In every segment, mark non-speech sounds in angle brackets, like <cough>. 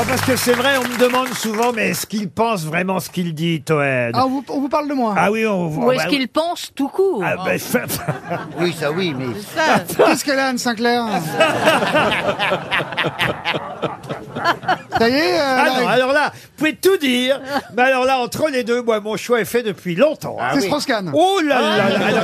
Oh, parce que c'est vrai, on me demande souvent, mais est-ce qu'il pense vraiment ce qu'il dit, Toed Ah, on vous, on vous parle de moi. Ah oui, on voit. Ou est-ce qu'il pense tout court Ah, bah, <laughs> Oui, ça oui, mais Ça, Qu'est-ce qu'elle a, Anne Sinclair Ça y est, euh, Ah non, la- alors là, vous pouvez tout dire. Mais alors là, entre les deux, moi, mon choix est fait depuis longtemps. hein. Ah c'est <laughs> Strauss-Kahn. Oh là là là <laughs> alors-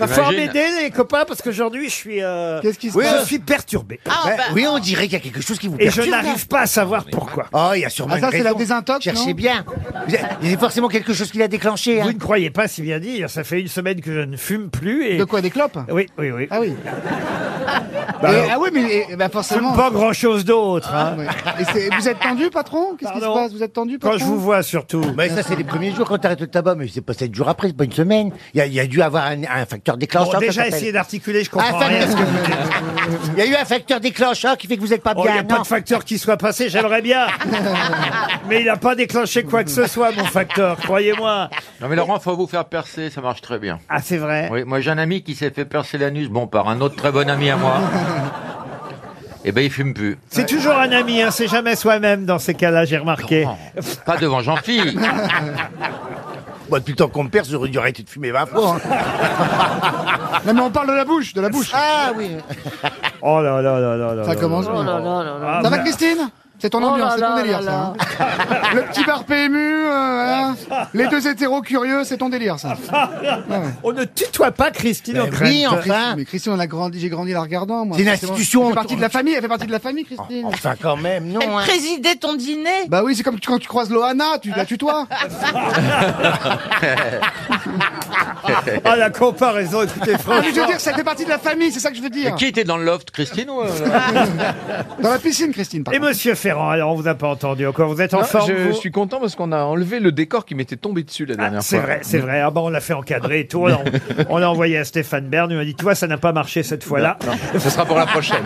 Va falloir Imagine. m'aider, les copains, parce qu'aujourd'hui, je suis. euh, Qu'est-ce qui se oui, Je passe suis perturbé. Ben, oui, on dirait qu'il y a quelque chose qui vous Et je perturbe. n'arrive pas à savoir pourquoi. Oh, il y a sûrement Ah, ça, une c'est la raison. désintox, Cherchez non bien. Vous avez- Il y a forcément quelque chose qui l'a déclenché. hein. Vous ne croyez pas si bien dire. Ça fait une semaine que je ne fume plus. Et... De quoi, des clopes Oui, oui, oui. Ah oui. Et- Bah, alors. ah oui, mais eh, eh ben, Je fume forcément. pas grand chose d'autre. hein. Ah, oui. Et c'est- vous êtes tendu, patron Qu'est-ce qui se Pardon passe Vous êtes tendu, patron Quand je vous vois surtout. Mais ça, c'est les premiers jours quand t'arrêtes le tabac, mais c'est pas sept jours après, c'est pas une semaine. Il y a, il y a dû avoir un, un facteur déclencheur. Bon, ça déjà s'appelle. essayé d'articuler, je Ah, Un comprends rien. facteur- <laughs> Il y a eu un facteur déclencheur qui fait que vous êtes pas Oh, il n'y bien. a pas non. de facteur qui soit passé, j'aimerais <laughs> bien. Mais il n'a pas déclenché quoi que ce soit, mon facteur, croyez-moi. Non mais Laurent, faut vous faire percer, ça marche très bien. Ah, c'est vrai. Oui, moi j'ai un ami qui s'est fait percer l'anus, bon par un autre très bon ami à <laughs> moi. Eh ben il fume plus. C'est toujours un ami, hein, c'est jamais soi-même dans ces cas-là, j'ai remarqué. Pas devant <laughs> Jean-Philippe. Bon, depuis le temps qu'on me perce, j'aurais dû arrêter de fumer 20 fois. hein. Non, mais on parle de la bouche, de la bouche. Ah oui. <laughs> Oh là là là là là. Ça là commence là. Oh bien. là là là là. Ah, Ça va, mais- Christine c'est ton Oh ambiance, là c'est ton là délire, là ça. hein. Le petit bar PMU, euh, voilà. les deux hétéros curieux, c'est ton délire, <laughs> ça. On ne tutoie pas Christine Ben O'Krent. oui, enfin. Mais Christine, on a grandi, j'ai grandi la regardant, moi. C'est une Forcément. institution, Elle fait on- partie de la famille, elle fait partie de la famille, Christine. ah. Enfin, quand <laughs> même, non. hein. Présidait ton Eh dîner Bah oui, c'est comme tu- quand tu croises Loana, tu la <laughs> tutoies. <laughs> Ah, la comparaison, écoutez, Ah, mais je veux franchement. dire, ça fait partie de la famille, c'est ça que je veux dire. Qui était dans le loft, Christine ou euh, Dans la piscine, Christine, par Et contre. Monsieur Ferrand, alors on vous a pas entendu encore, vous êtes en Non, forme je vous suis content parce qu'on a enlevé le décor qui m'était tombé dessus la Ah, dernière c'est fois. Mm. vrai, c'est vrai. Ah bon, on l'a fait encadrer et tout. On l'a- on l'a envoyé à Stéphane Bern. Il m'a dit, tu vois, ça n'a pas marché cette fois-là. Ce sera <laughs> pour la prochaine.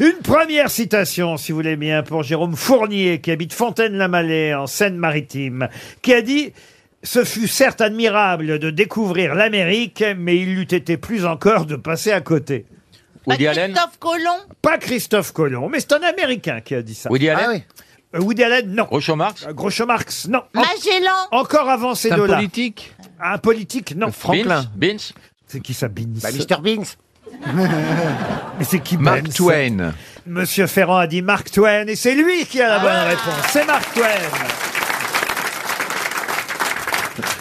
Une première citation, si vous voulez bien, pour Jérôme Fournier, qui habite Fontaine-la-Mallée, en Seine-Maritime, qui a dit « Ce fut certes admirable de découvrir l'Amérique, mais il eût été plus encore de passer à côté. Woody Bah, Allen Christophe Colomb » Pas Christophe Colomb, mais c'est un Américain qui a dit ça. Woody Ah Allen oui. Euh, Woody Allen, non. Groucho Marx Euh, Groucho Marx, non. En- Magellan encore avant ces C'est un deux-là. politique Un politique, non. Franklin. Beans Beans C'est qui ça, Beans Bah, Mr. Beans. <laughs> Mais c'est qui Mark Benz Twain. Monsieur Ferrand a dit Mark Twain et c'est lui qui a Ah la Ah bonne réponse. C'est Mark Twain.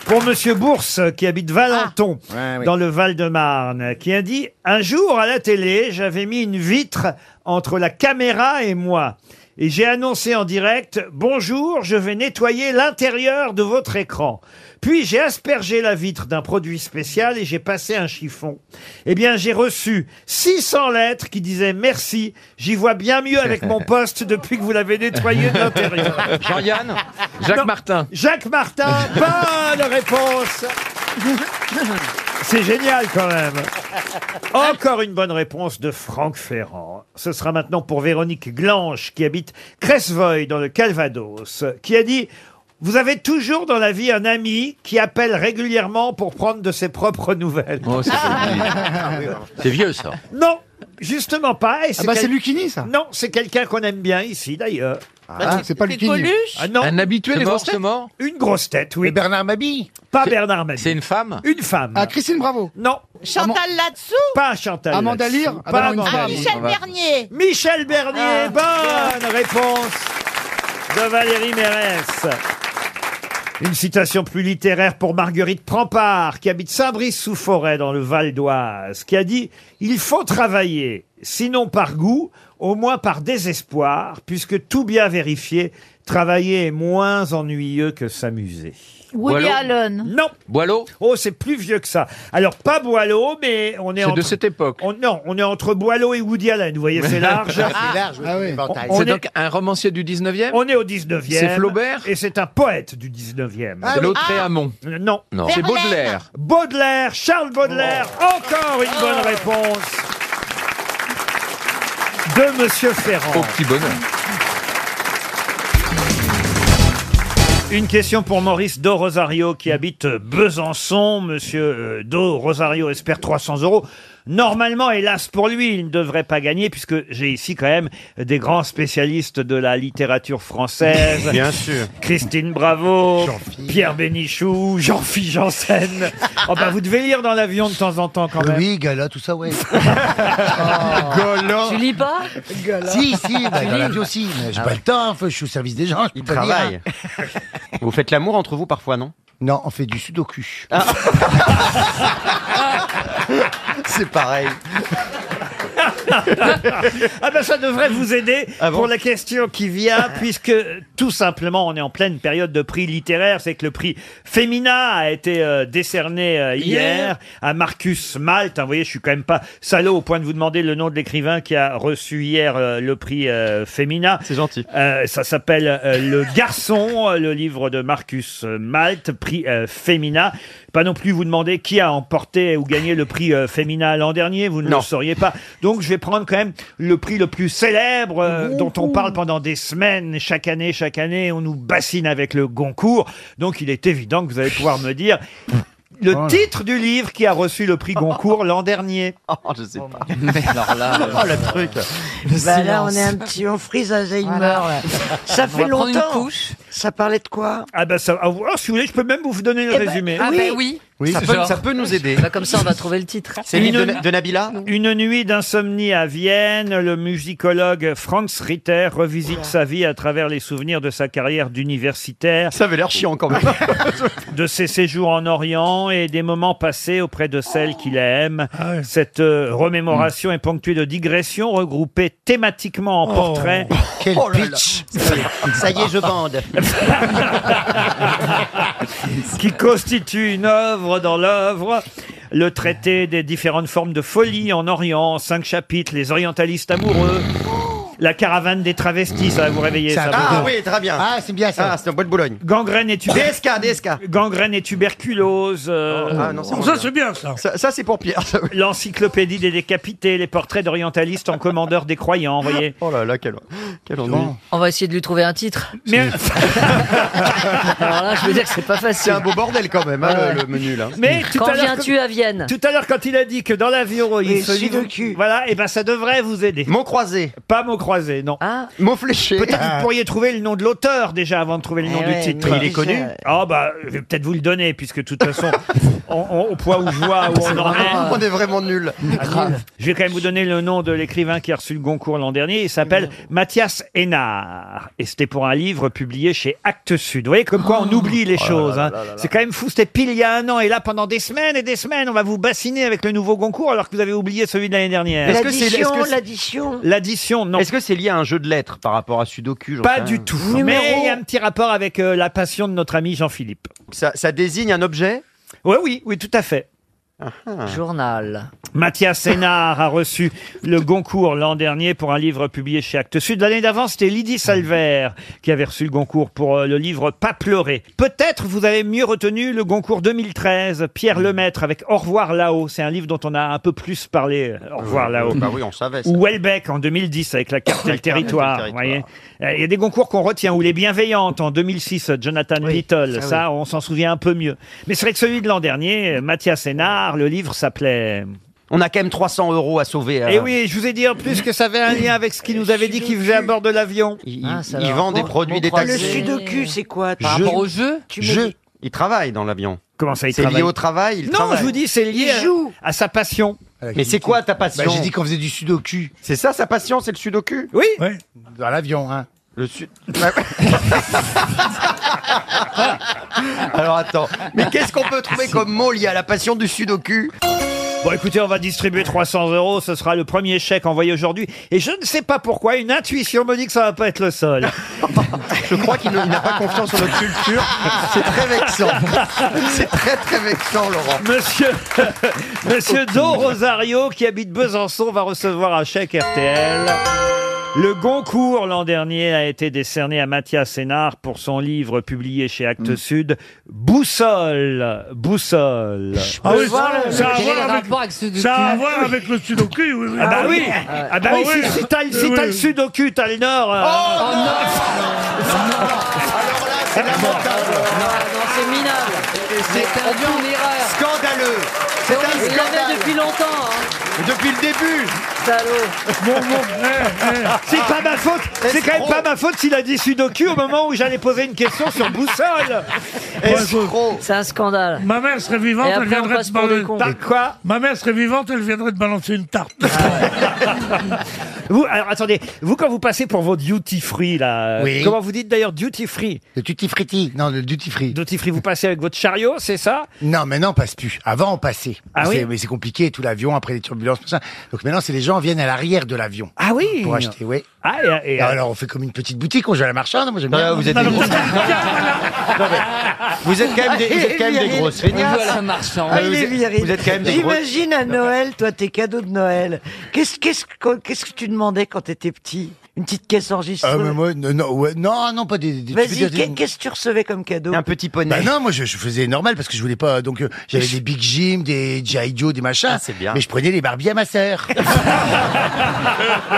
Pour Monsieur Bourse, qui habite Valenton, Ah. Ouais, oui. dans le Val-de-Marne, qui a dit « Un jour, à la télé, j'avais mis une vitre entre la caméra et moi. Et j'ai annoncé en direct « Bonjour, je vais nettoyer l'intérieur de votre écran. » Puis j'ai aspergé la vitre d'un produit spécial et j'ai passé un chiffon. Eh bien, j'ai reçu 600 lettres qui disaient « Merci, j'y vois bien mieux avec <laughs> mon poste depuis que vous l'avez nettoyé de l'intérieur. » Jean-Yann Jacques Non. Martin. Jacques <laughs> Martin, bonne réponse C'est génial quand même Encore une bonne réponse de Franck Ferrand. Ce sera maintenant pour Véronique Glanche, qui habite Cresvoy, dans le Calvados, qui a dit « Vous avez toujours dans la vie un ami qui appelle régulièrement pour prendre de ses propres nouvelles. Oh, c'est joli. C'est vieux ça. » Non, justement pas. et Ah bah, quel- c'est Lucini, ça. Non, c'est quelqu'un qu'on aime bien ici, d'ailleurs. Ah, c'est pas Lucini. Coluche Ah non, Un habitué C'est des mort, grosses c'est têtes mort une grosse tête, Et oui. Bernard Mabille. Pas Bernard C'est Mabie. une femme Une femme. Ah, Christine Bravo. Non. Chantal Latsou Pas Chantal. Amanda là-dessus. Lear Ah Pas bah non, une Amanda Ah, femme. Lear. Michel on va- Bernier Michel Bernier, Ah. bonne réponse de Valérie Mérès. Une citation plus littéraire pour Marguerite Prempart, qui habite Saint-Brice-sous-Forêt dans le Val d'Oise, qui a dit « Il faut travailler, sinon par goût, au moins par désespoir, puisque tout bien vérifié, travailler est moins ennuyeux que s'amuser. Woody Boileau. Allen » Non Boileau Oh, c'est plus vieux que ça. Alors, pas Boileau, mais on est, C'est de entre... cette époque. on- non, on est entre Boileau et Woody Allen, vous voyez, <laughs> c'est large. C'est large, oui, Ah oui. c'est l'éventail. on C'est est- donc un romancier du 19e On est au 19e. C'est Flaubert Et c'est un poète du 19e. C'est l'autre Ah. Réamont. Euh, Non. Non. C'est Verlaine. Baudelaire. Baudelaire, Charles Baudelaire, Oh. encore une bonne réponse de Monsieur Oh. Au Ferrand. petit bonheur. Une question pour Maurice Do Rosario qui habite Besançon. Monsieur euh, Do Rosario espère 300 euros. Normalement, hélas pour lui, il ne devrait pas gagner puisque j'ai ici quand même des grands spécialistes de la littérature française. Bien sûr. Christine Bravo, Jean-Phi. Pierre Bénichou, Jean-Philippe <laughs> Janssen. Oh bah vous devez lire dans l'avion de temps en temps quand même. Oui, gala, tout ça, ouais. Golan. Tu lis pas Ah si, si, bah, dans la vie aussi. mais J'ai pas le temps, faut- je suis au service des gens. Il <laughs> Travail. Vous faites l'amour entre vous parfois, non Non, on fait du sudoku. Ah, <laughs> C'est pareil. Ah ben ça devrait vous aider Ah bon pour la question qui vient, puisque tout simplement on est en pleine période de prix littéraire. C'est que le prix Femina a été euh, décerné euh, hier à Marcus Malte. Hein, vous voyez, je suis quand même pas salaud au point de vous demander le nom de l'écrivain qui a reçu hier euh, le prix euh, Femina. C'est gentil. Euh, ça s'appelle euh, Le Garçon, euh, le livre de Marcus euh, Malte, prix euh, Femina. Pas non plus vous demander qui a emporté ou gagné le prix euh, Femina l'an dernier, vous ne le Non. sauriez pas. Donc je vais prendre quand même le prix le plus célèbre euh, dont on parle pendant des semaines, chaque année, chaque année, on nous bassine avec le Goncourt. Donc il est évident que vous allez pouvoir me dire le titre du livre qui a reçu le prix Goncourt l'an dernier. <laughs> Oh, je sais pas. <laughs> Alors là, euh, Oh, le truc. Bah là, on est un petit, on frise Alzheimer. là. Ça fait prendre une longtemps. couche. Ça parlait de quoi Ah ben ça, ah, si vous voulez, je peux même vous donner le Eh ben, résumé. Ah Oui. ben oui. Oui, ça, peut, ça peut nous aider. Bah, comme ça, on va trouver le titre. C'est le livre de, de Nabila Une nuit d'insomnie à Vienne, le musicologue Franz Ritter revisite sa vie à travers les souvenirs de sa carrière d'universitaire, Ça avait l'air chiant quand même. <laughs> de ses séjours en Orient et des moments passés auprès de celle qu'il aime. Ah Cette Mm. euh, remémoration est ponctuée de digressions regroupées thématiquement en portraits. Quel Oh là là. pitch ça y est, je <laughs> bande. qui constitue une œuvre dans l'œuvre. Le traité des différentes formes de folie en Orient, en cinq chapitres, les orientalistes amoureux, la caravane des travestis, ça va vous réveiller. Ça Ça, va. Ah oui, très bien. Ah, c'est bien ça. Ah, c'est un bois de Boulogne. Gangrène et, tuber- DSK, DSK. gangrène et tuberculose, euh, Ah non, c'est moins bien. bien ça. ça, ça, c'est pour Pierre. ça, oui. l'encyclopédie des décapités, les portraits d'orientalistes en commandeur des croyants, vous voyez. Oh là là, quel, quel ennui. Bon. On va essayer de lui trouver un titre. Mais, <laughs> Alors là, je veux dire que c'est pas C'est un facile. beau bordel quand même, hein, Ah ouais. le, le menu là. mais tout Quand à l'heure, viens-tu à Vienne tout à l'heure, quand il a dit que dans l'avion, il Les se lit- sudoku. Voilà, et ben ça devrait vous aider. Mot croisé, Pas mot croisé, non. Ah, mot fléché. Ah. Peut-être vous pourriez trouver le nom de l'auteur déjà avant de trouver le nom Eh du ouais, titre. mais Il est connu Ah bah, je vais peut-être vous le donner puisque de toute <laughs> façon, on- on- au poids où je vois où on en est. Ah, On est vraiment nuls. Je vais quand même vous donner le nom de l'écrivain qui a reçu le Goncourt l'an dernier. Il s'appelle Mathias Hénard. Et c'était pour un livre publié chez Actes Sud. Vous voyez comme quoi Oh. on oublie les choses. hein. C'est quand même fou. C'était pile il y a un an. Et là, pendant des semaines et des semaines, on va vous bassiner avec le nouveau Goncourt alors que vous avez oublié celui de l'année dernière. Est-ce que c'est- est-ce que L'addition, c'est- l'addition. L'addition, non. que c'est lié à un jeu de lettres par rapport à Sudoku j'en Pas sais du rien. tout. Numéro. Mais il y a un petit rapport avec euh, la passion de notre ami Jean-Philippe. Ça, ça désigne un objet Ah, Oui, oui, oui, tout à fait. journal. Mathias Sénard a reçu le Goncourt l'an dernier pour un livre publié chez Actes Sud. L'année d'avant, c'était Lydie Salvert qui avait reçu le Goncourt pour euh, le livre Pas pleurer. Peut-être vous avez mieux retenu le Goncourt 2013, Pierre Hmm. Lemaître avec Au revoir là-haut. C'est un livre dont on a un peu plus parlé, euh, Au revoir là-haut. Bah oui, on savait. ça. Ou Welbeck en 2010 avec la <coughs> carte et le carte et le territoire. territoire. vous voyez. Euh, Il y a des concours qu'on retient, ou les bienveillantes en 2006, Jonathan Little. Ça, on s'en souvient un peu mieux. Mais c'est vrai que celui de l'an dernier, euh, Mathias Sénard, le livre s'appelait. On a quand même 300 euros à sauver. Ah. Et euh, Eh oui, je vous ai dit en plus que ça avait un lien avec ce qu'il nous avait dit qu'il faisait à bord de l'avion. Il, Ah, il- ça il va. vend des Bon, produits bon Le croisé. détaillés. sudoku, c'est quoi Par Je- rapport au jeu Tu Je- me Il travaille dans l'avion. Comment ça, il C'est travaille lié au travail. il Non, travaille. je vous dis, c'est lié Il joue. à, à sa passion. Mais c'est quoi ta passion Bah, J'ai dit qu'on faisait du sudoku C'est ça sa passion, c'est le sudoku Oui. dans l'avion, hein. <laughs> Le sud. Alors attends, mais qu'est-ce qu'on peut trouver comme mot lié à la passion du sudoku Bon, écoutez, on va distribuer 300 euros. Ce sera le premier chèque envoyé aujourd'hui. Et je ne sais pas pourquoi, une intuition me dit que ça va pas être le seul. <laughs> Je crois qu'il ne- il n'a pas confiance en notre culture. C'est très vexant. <laughs> C'est très très vexant, Laurent. Monsieur, <laughs> Monsieur Don Rosario, qui habite Besançon, va recevoir un chèque RTL. Le Goncourt, l'an dernier, a été décerné à Mathias Sénard pour son livre publié chez Actes Sud, Boussole. Boussole. Ah oui, ça, Ça a à Quel est le voir avec, rapport avec ce ça a à voir avec le sudoku. oui, oui. Ah bah oui Ah bah oui, Ah ouais. si, si t'as le- si t'as le Oui. Oh, sud au cul, t'as le nord. euh, C'est lamentable. Non, non, c'est minable. C'est un une erreur. Scandaleux. C'est Oui, un il l'avait scandale. depuis longtemps. hein. Depuis le début Salaud. Mon- mon- C'est pas ma faute. C'est quand même pas ma faute s'il a dit Sudoku au moment où j'allais poser une question sur boussole. Escroc C'est un scandale. Ma mère serait vivante, Et elle après, on viendrait passe te pour des parler. cons. Par quoi Ma mère serait vivante, elle viendrait te balancer une tarte. Vous, alors attendez, vous quand vous passez pour vos duty free là, Oui. Euh, comment vous dites d'ailleurs duty free Le tutti fritti. Non, le duty free. Duty free, vous passez avec votre chariot, c'est ça Non, maintenant on passe plus. Avant on passait. Ah C'est- oui mais c'est compliqué, tout l'avion, après les turbulences, tout ça. Donc maintenant, c'est les gens viennent à l'arrière de l'avion Ah oui. pour acheter, oui. Ah et, et- Alors on fait comme une petite boutique, on joue à la marchande, moi j'aime bien. vous êtes des <laughs> grosses. Vous êtes quand même des, vous êtes quand même des grosses feignasses. Voilà, marchand. Ah, vous êtes- vous êtes quand même des grosses- J'imagine à Noël, toi, tes cadeaux de Noël. Qu'est-ce qu'est-ce que- qu'est-ce que tu demandais quand t'étais petit Une petite caisse Ah, enregistreuse mais moi, non, non, ouais, non, non, pas des. des- tu veux Vas-y, dire des- qu'est- qu'est-ce que tu recevais comme cadeau Un petit poney. Bah non, moi je, je faisais normal parce que je voulais pas. Donc euh, j'avais des Big Jim, des G.I. Joe, des machins. Ah, c'est bien. Mais je prenais les Barbie à ma <laughs> sœur.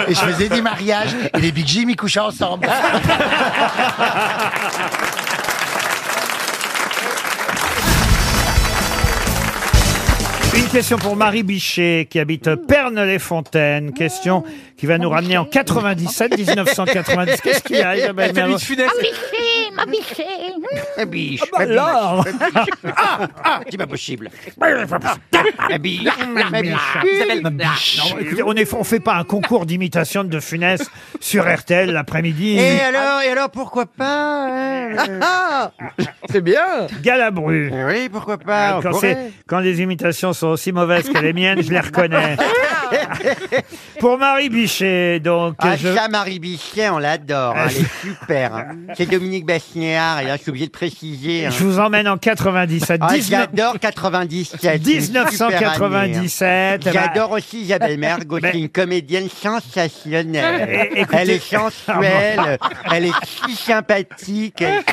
et je faisais des mariages. Et les Big Jim, ils couchaient ensemble. Ah, <laughs> Une question pour Marie Bichet qui habite Pernes-les-Fontaines. Question qui va nous ramener en 97, 1990. Qu'est-ce qu'il y a Eh ben, Isabelle Mergo Ah, biche. Ah bah Alors, <laughs> ah, C'est <laughs> pas possible. Ma biche. Ma biche. Isabelle. Non, écoutez, on ne fait pas un concours d'imitation de De Funès sur RTL l'après-midi. Et alors, et alors, pourquoi pas C'est bien. Eh Galabru. Ah, Oui, pourquoi pas Quand, c'est- quand les imitations sont aussi mauvaises que les miennes, je les <laughs> reconnais. <laughs> Pour Marie Bichet, donc. Ah, je- ça, Marie Bichet, on l'adore. hein, Elle est <laughs> super. hein. C'est Dominique Bassignard, et là, je suis obligé de préciser. hein. Je vous emmène en 97. Ah, 19 j'adore 97. c'est une super année, 1997. hein. eh ben, J'adore aussi Isabelle Mergo, Mais- c'est une comédienne sensationnelle. É- écoutez- Elle est sensuelle, <laughs> elle est si sympathique, elle-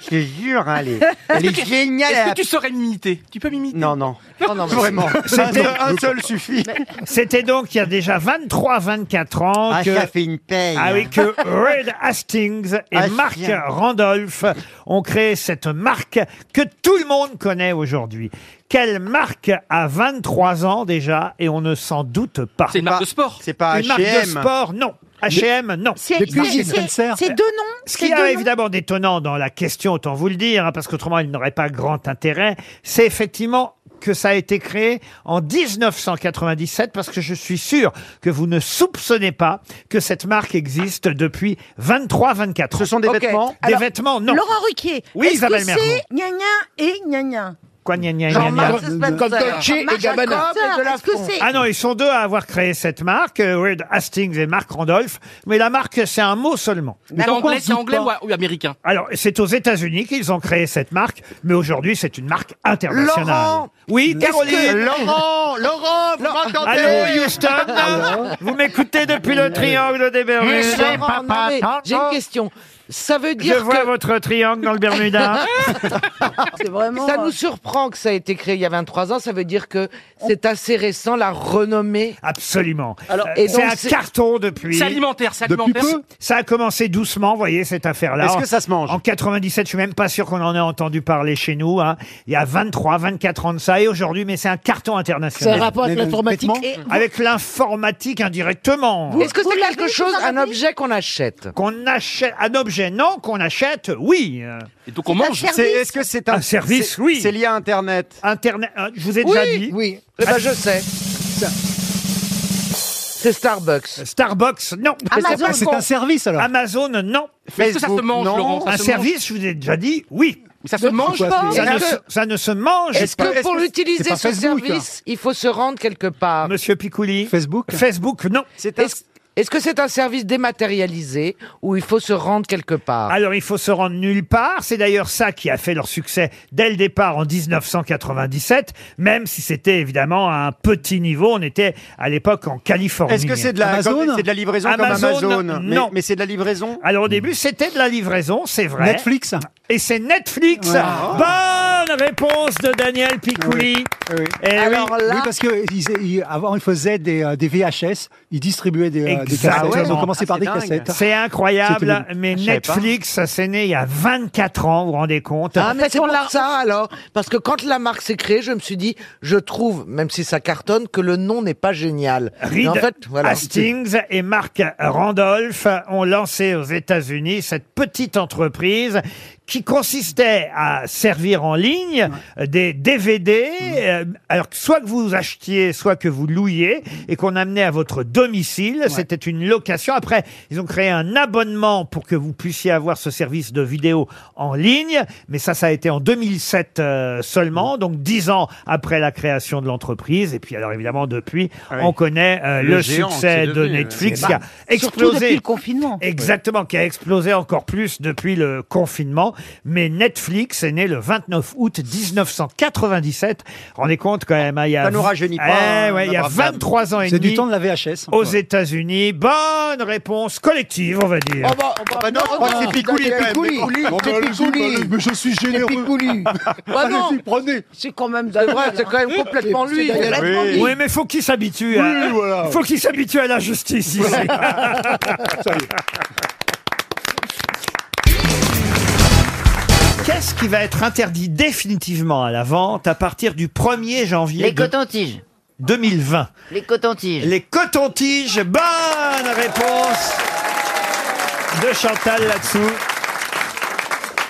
je te jure, hein, elle est, elle est géniale. Est-ce elle que tu saurais m'imiter Tu peux a- m'imiter Non, non, Oh, non, mais- vraiment. C'était- Un, un seul suffit. C'était donc il y a déjà 23-24 ans Ah, que... ça fait une paye. Ah oui, hein. que Red Hastings et Ah, Marc bien. Randolph ont créé cette marque que tout le monde connaît aujourd'hui. Quelle marque a 23 ans déjà et on ne s'en doute pas C'est une marque de sport. C'est pas Une marque de H&M. sport, non. H&M, non. C'est c'est- c'est- c'est deux noms. Ce c'est qu'il y deux a noms. évidemment d'étonnant dans la question, autant vous le dire, hein, parce qu'autrement elle n'aurait pas grand intérêt, c'est effectivement que ça a été créé en 1997, parce que je suis sûr que vous ne soupçonnez pas que cette marque existe depuis 23-24 ans. Ce sont des Ok. vêtements Des Alors, vêtements, non. Laurent Ruquier. Oui, Est-ce que Isabelle Mergo. c'est gna gna et gna gna Quoi, gna, gna, gna, gna. Jean-Marc Spencer. et Gabbana. Est-ce que c'est Ah non, ils sont deux à avoir créé cette marque, euh, Reed Hastings et Marc Randolph, mais la marque, c'est un mot seulement. C'est anglais, c'est anglais ou, ou américain Alors, c'est aux États-Unis qu'ils ont créé cette marque, mais aujourd'hui, c'est une marque internationale. Laurent oui, Caroline Laurent, Laurent, vous m'entendez Allô, Houston Vous m'écoutez depuis le triangle des Bermudes J'ai une question. Ça veut Je vois votre triangle dans le <laughs> Bermuda. c'est vraiment Hein euh, Ça nous surprend que ça ait été créé il y a 23 ans, ça veut dire que c'est assez récent, la renommée. Ah, Absolument. Alors, Euh, et c'est donc, un c'est- carton depuis. C'est alimentaire, c'est alimentaire. Ça a commencé doucement, vous voyez, cette affaire-là. Est-ce En- que ça se mange En 97, je suis même pas sûr qu'on en ait entendu parler chez nous. hein. Il y a 23, 24 ans de ça, et aujourd'hui, mais c'est un carton international. rapport avec l'informatique. Avec l'informatique indirectement. Est-ce que Vous c'est l'avez, quelque chose, vous en un avez objet qu'on achète Qu'on achète un objet, non, qu'on achète, oui. Euh, Et donc on mange. service. C'est- Est-ce que c'est un, Un service, c'est- oui. C'est lié à Internet. Internet, euh, je vous ai déjà dit. Ah. oui. Eh ben, je sais. C'est Starbucks. Starbucks, non. Amazon. un service alors. Amazon, non. Mais est-ce que ça se Facebook, mange, non. Laurent Un se service, je vous ai déjà dit, oui. Mais ça se mange pas Ça ne, Est-ce se, que- ça ne se mange Est-ce pas. hein que pour c'est l'utiliser pas ce Facebook, service, il faut se rendre quelque part Monsieur Picouli. Facebook Facebook, non. C'est un- Est-ce est-ce que c'est un service dématérialisé où il faut se rendre quelque part Alors, il faut se rendre nulle part. C'est d'ailleurs ça qui a fait leur succès dès le départ en 1997, même si c'était évidemment à un petit niveau. On était à l'époque en Californie. Est-ce que c'est de la Amazon comme- c'est de la livraison Amazon, comme Amazon Mais- non. Mais, c'est de la livraison. Alors, au début, c'était de la livraison, c'est vrai. Et c'est Netflix. Bonne réponse de Daniel Picouli. Eh oui. Ah Oui, parce que ils- ils- avant, ils faisaient des, euh, des VHS, ils distribuaient des, euh, des Exactement. Ah, cassettes. Ils ont commencé Ah, par des cassettes. C'est incroyable, C'était des- mais Je savais pas. Netflix, ça s'est né il y a 24 ans, vous vous rendez compte Ah, mais c'est pour ça alors Parce que quand la marque s'est créée, je me suis dit, je trouve, même si ça cartonne, que le nom n'est pas génial. Mais Reed Hastings et Mark Randolph ont lancé aux États-Unis cette petite entreprise qui consistait à servir en ligne des DVD, euh, alors que soit que vous achetiez, soit que vous louiez, et qu'on amenait à votre domicile. C'était une location. Après, ils ont créé un abonnement pour que vous puissiez avoir ce service de vidéo en ligne, mais ça, ça a été en 2007 euh, seulement, donc dix ans après la création de l'entreprise. Et puis, alors évidemment, depuis, on connaît euh, le, Le géant succès qui est devenu, de euh, Netflix c'est qui a pas- explosé. Surtout depuis le confinement. Exactement, qui a explosé encore plus depuis le confinement. Mais Netflix est né le 29 août 1997. Rendez compte quand même, hein, il y a. Ça nous rajeunit pas, hein, Eh ouais, il y a la brave dame. 23 ans et demi. C'est du temps de la hein, VHS. Aux États-Unis. Bonne réponse collective, on va dire. Oh bah, oh bah non, je crois que c'est Picouli quand même. Picouli, c'est Picouli. Mais je suis généreux. Picouli. Ah, Allez-y, non. prenez. C'est quand même C'est vrai, c'est quand hein. même complètement lui. Oui, mais faut qu'il s'habitue. à- Oui, voilà. Faut qu'il s'habitue à la justice ici. Qu'est-ce qui va être interdit définitivement à la vente à partir du 1er janvier Les de- 2020. Les cotons-tiges. Les cotons-tiges, bonne réponse de Chantal là-dessous.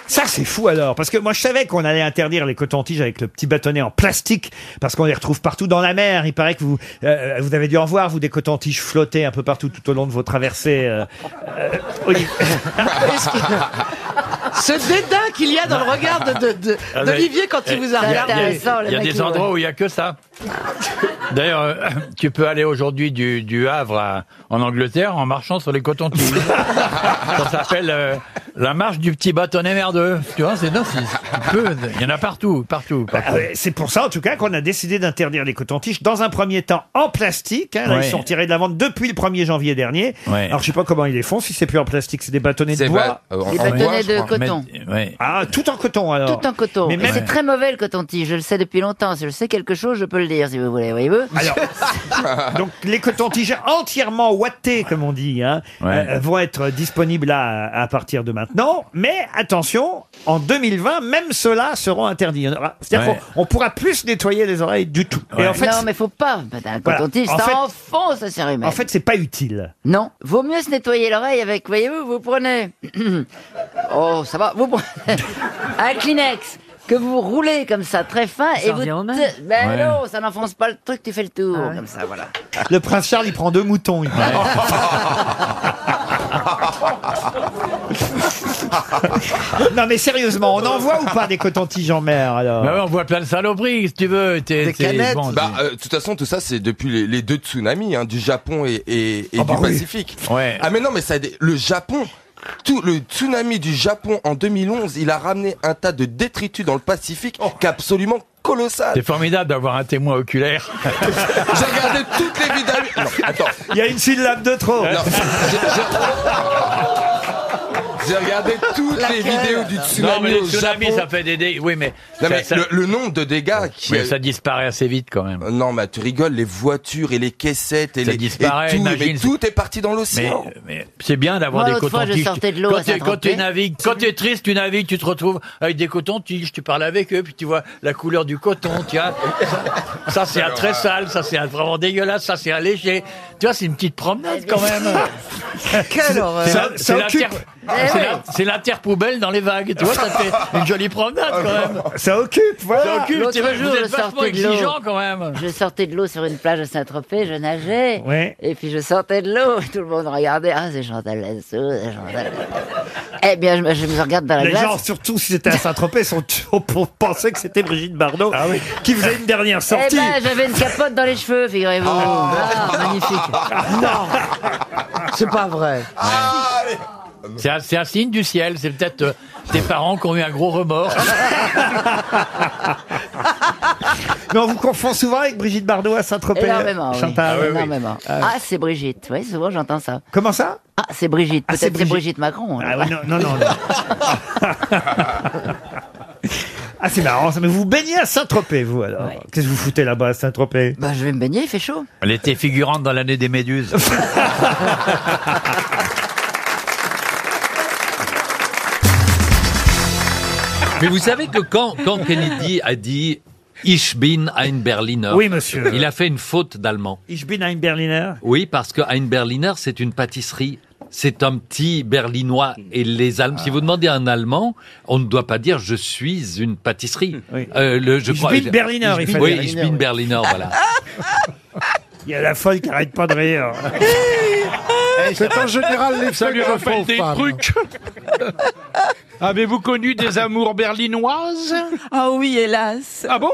Ça, c'est fou alors, parce que moi je savais qu'on allait interdire les cotons-tiges avec le petit bâtonnet en plastique, parce qu'on les retrouve partout dans la mer. Il paraît que vous, euh, vous avez dû en voir, vous, des cotons-tiges flotter un peu partout tout au long de vos traversées. euh, euh, oui. Ce dédain qu'il y a dans le regard de- de- de- Ah, mais- d'Olivier quand il vous a Il y a- il y a- regardé. Il y a des endroits où il n'y a que ça. D'ailleurs, euh, tu peux aller aujourd'hui du, du Havre à- en Angleterre en marchant sur les cotons-tiges. ça <laughs> s'appelle euh, la marche du petit bâtonnet merdeux. Tu vois, c'est non, c'est- tu peux- Il y en a partout, partout. partout. Ah ouais, C'est pour ça, en tout cas, qu'on a décidé d'interdire les cotons-tiges dans un premier temps en plastique. hein. Là, Ouais. Ils sont retirés de la vente depuis le 1er janvier dernier. Ouais. Alors, je sais pas comment ils les font, si c'est plus en plastique, c'est des bâtonnets de bois. pas- euh, en- Des en bâtonnets bois, je de crois. coton. Mais- ouais. Ah, tout en coton alors. Tout en coton. Mais Mais, même- c'est très mauvais le coton-tige. Je le sais depuis longtemps. Si je sais quelque chose, je peux le dire si vous voulez. Voyez-vous <laughs> Alors, <laughs> <laughs> donc les cotons-tiges entièrement wattés, comme on dit, hein, euh, vont être disponibles à, à partir de maintenant. Mais attention, en 2020, même ceux-là seront interdits. Il y en aura- C'est-à-dire Ouais. qu'on on pourra plus se nettoyer les oreilles du tout. Et en fait, non, mais faut pas. Bah, Un Voilà. coton-tige, En ça fait- enfonce la chair humaine. en fait, c'est pas utile. Non, vaut mieux se nettoyer l'oreille avec, voyez-vous, vous prenez. <clears throat> oh, ça va, vous prenez <laughs> un Kleenex que vous roulez comme ça très fin Ça et vous. revient au même. Ah te- Ben Ouais. non, ça n'enfonce pas le truc, tu fais le tour comme ça, <laughs> voilà. Le prince Charles, il prend deux moutons. il paraît. <laughs> non mais sérieusement, on en voit ou pas des cotons-tiges en mer alors Bah ouais, on voit plein de saloperies, si tu veux. T'es- t'es- bon, bah, euh, de toute façon, tout ça, c'est depuis les, les deux tsunamis, hein, du Japon et, et- Oh, et bah du Pacifique. Ah, mais non, mais ça, a des- le Japon, tout le tsunami du Japon en 2011, il a ramené un tas de détritus dans le Pacifique Oh. qui est absolument colossal. C'est formidable d'avoir un témoin oculaire. J'ai regardé toutes les vidéos. Non, attends. Il y a une syllabe de trop. J'ai regardé toutes les Laquelle vidéos du Non, tsunami mais les au tsunamis, Japon. ça fait des dé- Oui, mais, ça- Non, mais ça- le, le nombre de dégâts qui Oui, ça disparaît assez vite quand même. Non, mais tu rigoles, les voitures et les caissettes et Ça les disparaît, et tout, imagine, mais c'est- tout est parti dans l'océan. Mais- C'est bien d'avoir Moi, des l'autre fois, cotons je tiges. sortais de l'eau à Quand t'es- quand Saint-Tropez. tu navigues, quand t'es triste, tu navigues, tu te retrouves avec des cotons tiges, tu parles avec eux, puis tu vois la couleur du coton, tu vois. Ça, ça, c'est un très sale, ça c'est un vraiment dégueulasse, ça c'est un léger. Tu vois, c'est une petite promenade quand même. <laughs> Quelle horreur. C'est- Ça- c'est ça l'inter- occupe. Ah, c'est Eh <laughs> oui. la- C'est l'interpoubelle dans les vagues, tu vois, ça fait une jolie promenade quand Ah, même. Ça occupe, voilà. Ça occupe, tu vois, L'autre vous jour, êtes je vachement sortais de exigeant, l'eau. quand même. Je sortais de l'eau sur une plage à Saint-Tropez, je nageais. Ouais. Et puis je sortais de l'eau, tout le monde regardait. Ah, c'est Chantal Lansou, c'est Chantal Eh bien, je, me- je me regarde dans la Les glace. gens, surtout si c'était à Saint-Tropez, sont pour penser que c'était Brigitte Bardot qui faisait une dernière Ah Eh sortie. ben, j'avais une capote dans les cheveux, figurez-vous. Ah, magnifique. C'est pas Ah, vrai. Ah, C'est un, c'est un signe du ciel, c'est peut-être euh, tes parents qui ont eu un gros remords. <laughs> Mais on vous confond souvent avec Brigitte Bardot à Saint-Tropez. Énormément, oui. Chantal. Énormément. Ah, Ah, c'est Brigitte. Oui, souvent j'entends ça. Comment ça Ah, c'est Brigitte. Ah, Peut-être c'est c'est Brigitte. hein. Brigitte Macron. Ah, ouais, non, non, non. non. Ah, c'est marrant, ça. Mais vous baignez à Saint-Tropez, vous, alors. Qu'est-ce que vous foutez là-bas à Saint-Tropez Bah, je vais me baigner, il fait chaud. Elle était figurante dans l'année des <laughs> méduses. Mais vous savez que quand, quand Kennedy a dit Ich bin ein Berliner, Oui, monsieur. il a fait une faute d'allemand. Ich bin ein Berliner. Oui, parce que ein Berliner, c'est une pâtisserie. C'est un petit berlinois. Et les Allemands, si vous demandez à un Allemand, on ne doit pas dire je suis une pâtisserie. Euh, le- je Ich crois- bin Berliner, il ich bin, fallait. Oui, ich bin Berliner, <laughs> voilà. Il y a la folle qui arrête pas de rire. Eh, C'est en général les Ça femmes lui qui rappelle font des femme. trucs. <laughs> Avez-vous connu des amours berlinoises Ah oui, hélas. Ah bon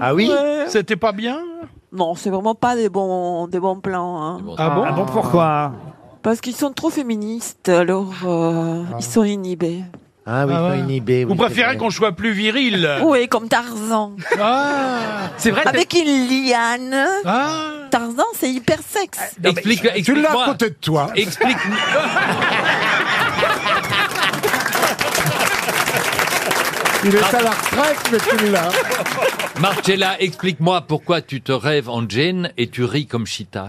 Ah oui Ouais. C'était pas bien Non, c'est vraiment pas des bons, des bons plans. hein. Ah bon Ah bon, pourquoi Parce qu'ils sont trop féministes, alors euh, ils sont inhibés. Ah oui, Ah pas ouais. une IB, Vous oui, c'est préférez vrai. qu'on soit plus viril <laughs> Oui, comme Tarzan. Ah, C'est vrai Ah. Avec une liane. Tarzan, c'est hyper sexe. Explique, explique l'as à côté de toi. Explique. Il est à la retraite, mais tu l'as. Marcella, explique-moi pourquoi tu te rêves en Jane et tu ris comme Chita.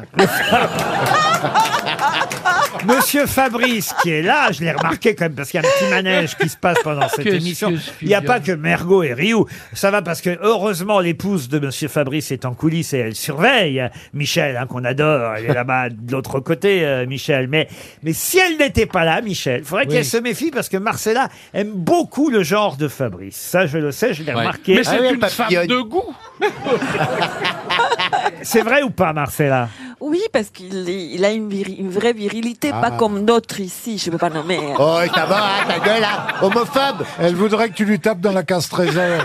Monsieur Fabrice, qui est là, je l'ai remarqué quand même, parce qu'il y a un petit manège qui se passe pendant cette Qu'est-ce émission. que je suis Il n'y a bien. pas que Mergot et Rioux. Ça va parce que, heureusement, l'épouse de Monsieur Fabrice est en coulisses et elle surveille euh, Michel, hein, qu'on adore. Elle est <laughs> là-bas de l'autre côté, euh, Michel. Mais, mais si elle n'était pas là, Michel, faudrait Oui. qu'elle se méfie parce que Marcella aime beaucoup le genre de Fabrice. Ça, je le sais, je l'ai remarqué. Ah Mais c'est une femme de goût. <laughs> <laughs> C'est vrai ou pas, Marcella? Oui, parce qu'il il a une, viri- une vraie virilité, Ah. pas comme d'autres ici, je ne peux pas nommer. Oh, et t'as marre, hein, ta gueule, homophobe Elle voudrait que tu lui tapes dans la casse trésor.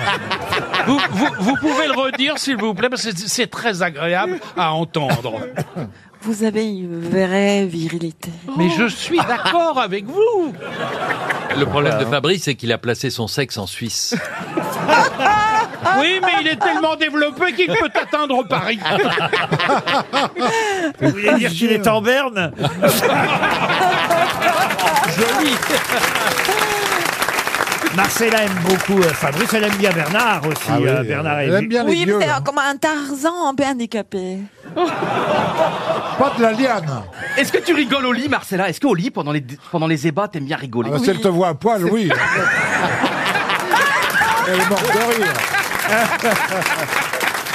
vous, vous, vous pouvez le redire, s'il vous plaît, parce que c'est- c'est très agréable à entendre. Vous avez une vraie virilité. Mais je suis <laughs> d'accord avec vous. Le problème de Fabrice, c'est qu'il a placé son sexe en Suisse. Oui, mais il est tellement développé qu'il peut atteindre Paris. Vous voulez dire qu'il est en berne? Joli. Marcella aime beaucoup euh, Fabrice, elle aime bien Bernard aussi. Ah oui, euh, Bernard elle et- aime bien hein. oui, mais c'est comme un Tarzan un peu handicapé. Pas de la liane. Est-ce que tu rigoles au lit, Marcella Est-ce qu'au lit, pendant les, pendant les ébats, t'aimes bien rigoler Ah bah, si elle te voit à poil, <laughs> oui. Elle est morte de rire.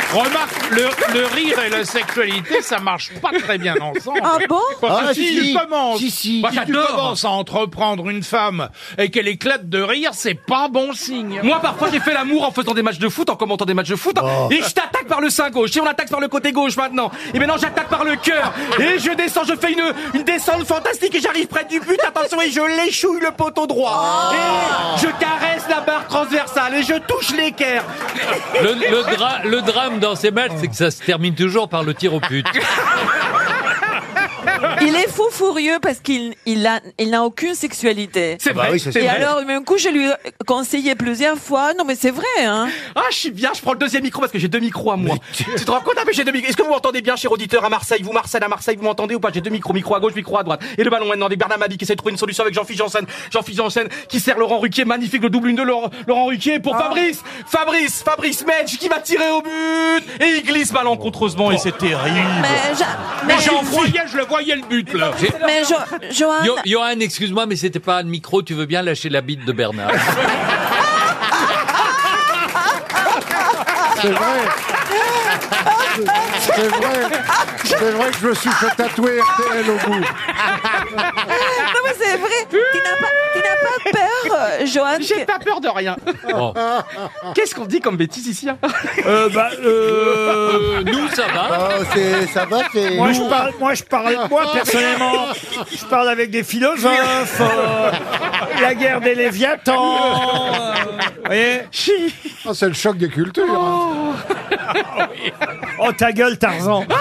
Remarque, le, le rire et la sexualité, ça marche pas très bien ensemble. Ah bon Parce que Ah, si, si, tu commences, si, si. si tu J'adore. commences à entreprendre une femme et qu'elle éclate de rire, c'est pas bon signe. Moi, parfois, j'ai fait l'amour en faisant des matchs de foot, en commentant des matchs de foot, hein. Oh. et je t'attaque par le sein gauche, et on attaque par le côté gauche maintenant, et maintenant j'attaque par le cœur, et je descends, je fais une, une descente fantastique, et j'arrive près du but, attention, et je l'échouille le poteau Oh. droit, et je caresse la barre transversale, et je touche l'équerre. Le, le dra- le drame dans ces matchs, c'est que ça se termine toujours par le tir au <laughs> pute. Il est fou furieux parce qu'il il a- il n'a aucune sexualité. C'est Ah bah vrai, oui, ça, c'est Et vrai. alors, d'un coup, je lui ai conseillé plusieurs fois. Non, mais c'est vrai, hein. Ah, je suis bien, je prends le deuxième micro parce que j'ai deux micros à moi. Tu te rends compte Ah, mais j'ai deux micros. Est-ce que vous m'entendez bien, cher auditeur, à Marseille Vous, Marseille, à Marseille, vous m'entendez ou pas J'ai deux micros, micro à gauche, micro à droite. Et le ballon maintenant avec Bernard Mabi qui essaie de trouver une solution avec Jean-Philippe Janssen. Jean-Philippe Janssen qui sert Laurent Ruquier, magnifique le double une de Laurent, Laurent Ruquier Ah. pour Fabrice. Fabrice, Fabrice Medj qui va tirer au but. Et il glisse malencontreusement et c'est terrible. Mais j'a- mais- J'en voyais, je le voyais le but là. Mais Jo- Johan, Yo- Johan, excuse-moi, mais c'était pas le micro, tu veux bien lâcher la bite de <laughs> Bernard. C'est vrai. C'est vrai. C'est vrai que je me suis fait tatouer RTL au bout. <laughs> non, mais c'est vrai. Tu n'as pas, tu n'as pas peur, euh, Johan. J'ai pas peur de rien. Oh. Bon. <laughs> Qu'est-ce qu'on dit comme bêtise ici hein Euh, bah, euh, nous, ça va. ça va, c'est. Moi je, parle, moi, je parle, moi, personnellement, je parle avec des <laughs> philosophes, euh, la guerre des Léviathans. euh, vous voyez Ah, c'est le choc des cultures. Oh, ta gueule, Tarzan. <laughs>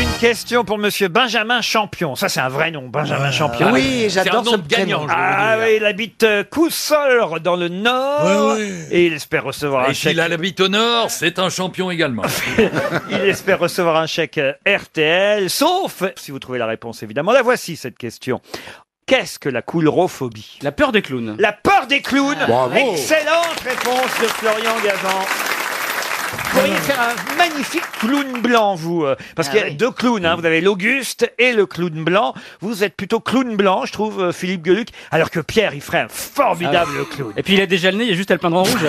Une Question pour Monsieur Benjamin Champion. Ça, c'est un vrai nom, Benjamin Champion. oui, C'est j'adore un nom ce de prénom. gagnant, je Ah oui, il habite euh, Cousolre, dans le Nord. Et il espère recevoir un Et chèque. s'il a l'habit au nord, c'est un champion <laughs> également. Ah. Il espère recevoir un chèque euh, RTL, sauf si vous trouvez la réponse, évidemment. La voici, cette question. Qu'est-ce que la coulrophobie La peur des clowns. La peur des clowns Bravo. Excellente réponse de Florian Gazan. Vous pourriez faire un magnifique clown blanc, vous. euh, Parce qu'il y a deux clowns. hein. Vous avez l'Auguste et le clown blanc. Vous êtes plutôt clown blanc, je trouve, euh, Philippe Gueluc. Alors que Pierre, il ferait un formidable Ah. clown. Et puis il a déjà le nez, il y a juste à le peindre en rouge.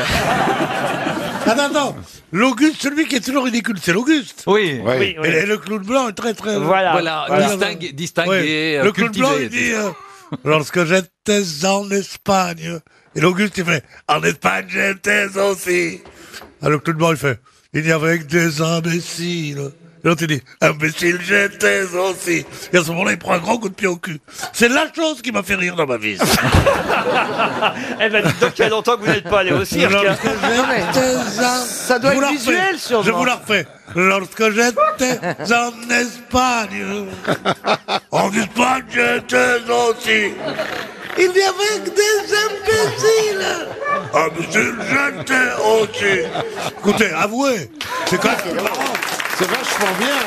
<laughs> Attends, attends. L'Auguste, celui qui est toujours ridicule, c'est l'Auguste. Oui. Oui, Et, oui. et le clown blanc est très, très. Voilà. Voilà, distingue- distingué, euh, Le clown cultivé, blanc, il tout dit ça. euh, Lorsque j'étais en Espagne. Et l'Auguste, il fait En Espagne, j'étais aussi. Ah, le clown blanc, il fait Il n'y avait que des imbéciles. Et l'autre, il dit Imbécile, j'étais aussi. Et à ce moment-là, il prend un grand coup de pied au cul. C'est la chose qui m'a fait rire dans ma vie. Eh ben, dites donc, il y a longtemps que vous n'êtes pas allé au cirque. Lorsque hein. j'étais en- Ça doit Je vous être la refais. visuel, sûrement. Je vous la refais. Lorsque j'étais en <laughs> Espagne, en Espagne j'étais aussi. Il n'y avait que des imbéciles. Ah, monsieur, j'étais aussi. Écoutez, avouez, c'est quand même marrant. C'est vachement bien.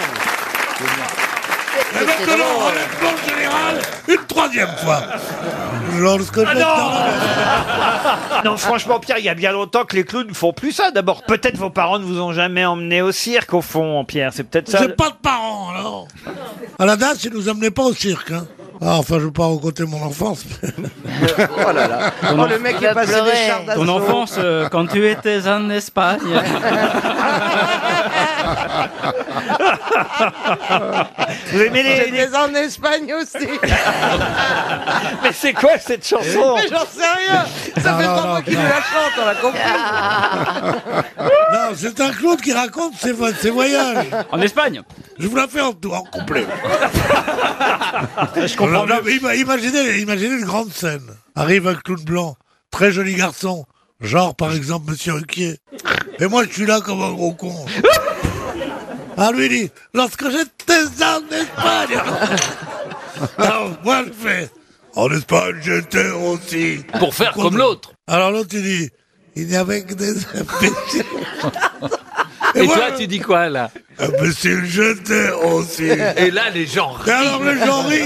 Et maintenant, en plan général, une troisième fois. Lorsque j'étais Ah Non, franchement, Pierre, il y a bien longtemps que les clowns ne font plus ça. D'abord, peut-être vos parents ne vous ont jamais emmené au cirque, au fond, Pierre. C'est peut-être ça. J'ai pas de parents, alors. À la DAS, ils nous amenaient pas au cirque. Hein. Ah, enfin, je veux pas raconter mon enfance. <laughs> Oh là là. Oh, le mec Il est va passé pleurer. des chars d'assaut. Ton enfance, euh, quand tu étais en Espagne. Vous aimez les- J'étais en Espagne aussi. Mais c'est quoi cette chanson Mais j'en sais rien. Ça Non, fait non, trois non, mois qu'il nous la chante, on l'a compris. non, c'est un Claude qui raconte ses, vo- ses voyages. En Espagne Je vous la fais en tout, en complet. Je comprends Non, mieux. mais ima- imaginez, imaginez une grande scène. Arrive un clown blanc, très joli garçon, genre par exemple Monsieur Ruquier. Et moi, je suis là comme un gros con. Ah, lui il dit, lorsque j'étais en Espagne. Alors, moi, je fais, en Espagne, j'étais aussi. Pour faire comme l'autre. Alors, l'autre, il dit, il n'y avait que <laughs> des imbéciles. Et, moi, toi, tu dis quoi là Ah, Imbécile, j'étais aussi. <laughs> Et là, les gens Et rient. alors le gens rit.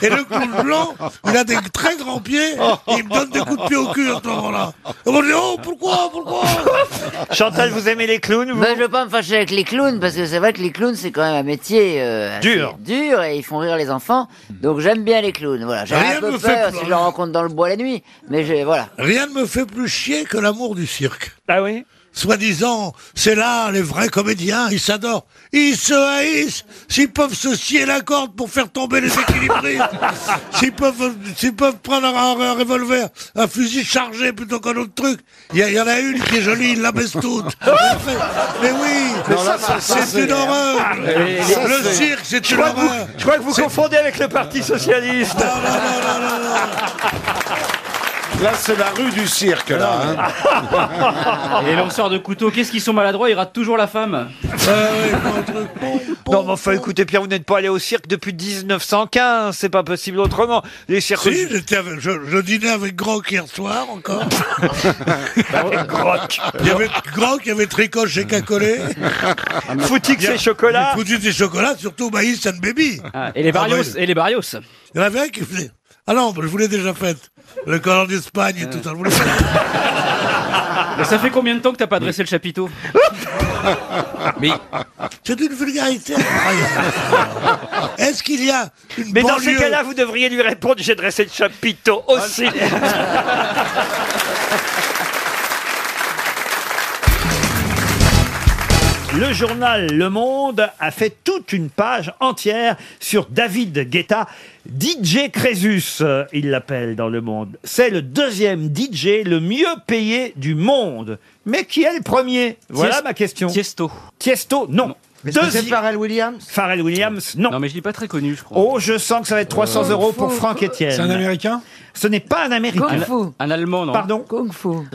Et le clown blanc, il a des très grands <laughs> pieds, et il me donne des coups de pied au cul à ce moment-là. Et moi je dis, oh, pourquoi, pourquoi <laughs> Chantal, vous aimez les clowns vous Ben, je veux pas me fâcher avec les clowns parce que c'est vrai que les clowns c'est quand même un métier euh, assez Dur. dur et ils font rire les enfants. Donc j'aime bien les clowns. Voilà, j'ai Rien un peu me fait peur pleurer. si je les rencontre dans le bois la nuit, mais je, voilà. Rien ne me fait plus chier que l'amour du cirque. Ah oui Soi-disant, c'est là, les vrais comédiens, ils s'adorent. Ils se haïssent. S'ils peuvent se scier la corde pour faire tomber les <laughs> équilibristes. s'ils peuvent, s'ils peuvent prendre un, un revolver, un fusil chargé plutôt qu'un autre truc. Il y, a- il y en a une qui est jolie, ils la baissent <laughs> toutes. Ah Mais oui, Non, là, ça, ça, c'est c'est- Ah, une horreur. Ah, Mais ça, Le c'est- cirque, c'est Je une crois, que vous, horreur. je crois que vous confondez avec le Parti Socialiste. Là, c'est la rue du cirque, là. hein. <laughs> Et les lanceurs de couteaux, qu'est-ce qu'ils sont maladroits Ils ratent toujours la femme. Non, mais enfin, écoutez, Pierre, vous n'êtes pas allé au cirque depuis 1915. C'est pas possible autrement. Les cirques. Si, j'étais avec- je, je <laughs> dînais avec Grock hier soir encore. Groc. Bah Il y avait Grock, il y avait Tricoche et Cacolé. Foutix et chocolat. Foutix et chocolat, surtout Maïs and Baby. Et les barrios. Ah, ouais. et les barrios. Il y en avait un qui faisait. Ah non, je vous l'ai déjà faite. Le collant d'Espagne et tout ça. je vous l'ai fait. Euh. <laughs> Mais ça fait combien de temps que t'as pas dressé le chapiteau Mais C'est une vulgarité Ah, incroyable. Est-ce qu'il y a une Mais dans banlieue ces cas-là, vous devriez lui répondre j'ai dressé le chapiteau aussi. Ah, Le journal Le Monde a fait toute une page entière sur David Guetta, DJ Crésus, euh, il l'appelle dans Le Monde. C'est le deuxième DJ le mieux payé du monde. Mais qui est le premier Voilà Tiesto. ma question. Tiesto. Tiesto, non. Deuxi- Pharrell Williams Pharrell Williams, non. Non, mais je l'ai pas très connu, je crois. Euh, Oh, je sens que ça va être 300 euros pour Franck Etienne. Américain Ce n'est pas un Américain. Kung Fu. Un Allemand, non Pardon Kung Fu. Non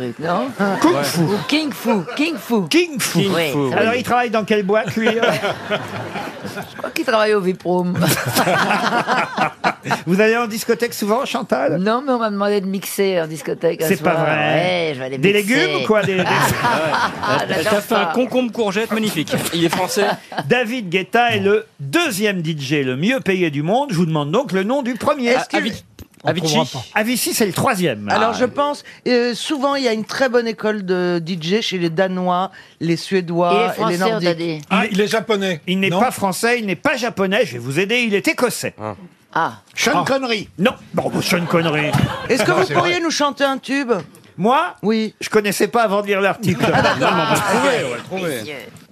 Kung Fu. Ou King Fu. King Fu. King Fu. King Oui, ça va Alors, être- il travaille dans quelle boîte, lui euh Je crois qu'il travaille au Viprom. <laughs> Vous allez en discothèque souvent, Chantal Non, mais on m'a demandé de mixer en discothèque. un C'est pas soir. vrai. Ouais, je vais aller Des mixer. légumes ou quoi, des- des- <laughs> Ah, j'adore ça. concombre courgette magnifique. Il est français. <laughs> David Guetta est le deuxième DJ le mieux payé du monde. Je vous demande donc le nom du premier. Ah, Est-ce que- Avi- On Avicii comprend pas. Avicii, c'est le troisième. Alors je pense, euh, souvent il y a une très bonne école de DJ chez les Danois, les Suédois, et les Nordiques. Ah, il est japonais. Il n'est pas français, il n'est pas japonais. Je vais vous aider, il est écossais. Ah. Sean Connery. Non, bon, bon, Sean Connery. Est-ce que vous pourriez nous chanter un tube Ah, Moi Oui. Je connaissais pas avant de lire l'article. Ah,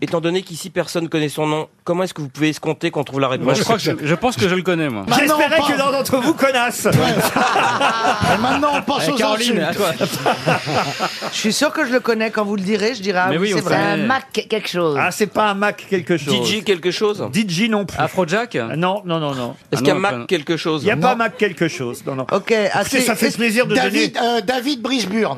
Étant donné qu'ici personne connaît son nom, comment est-ce que vous pouvez escompter qu'on trouve la réponse Moi, je, crois que je, je pense que je le connais, moi. J'espérais que l'un d'entre vous connaisse. <laughs> Et Ah maintenant, on pense Eh, aux Caroline, insultes. <laughs> je suis sûr que je le connais. Quand vous le direz, je dirai ah, oui, c'est C'est un vrai. Mac quelque chose. Ah, c'est pas un Mac quelque chose. DJ quelque chose DJ non plus. Ah, Afrojack Non, non, non, non. Est-ce qu'il y a Mac quelque chose Il n'y a pas Mac quelque chose. Non, non. Ok, Écoutez, ça fait plaisir de David, donner. euh, David <laughs> Brisburn.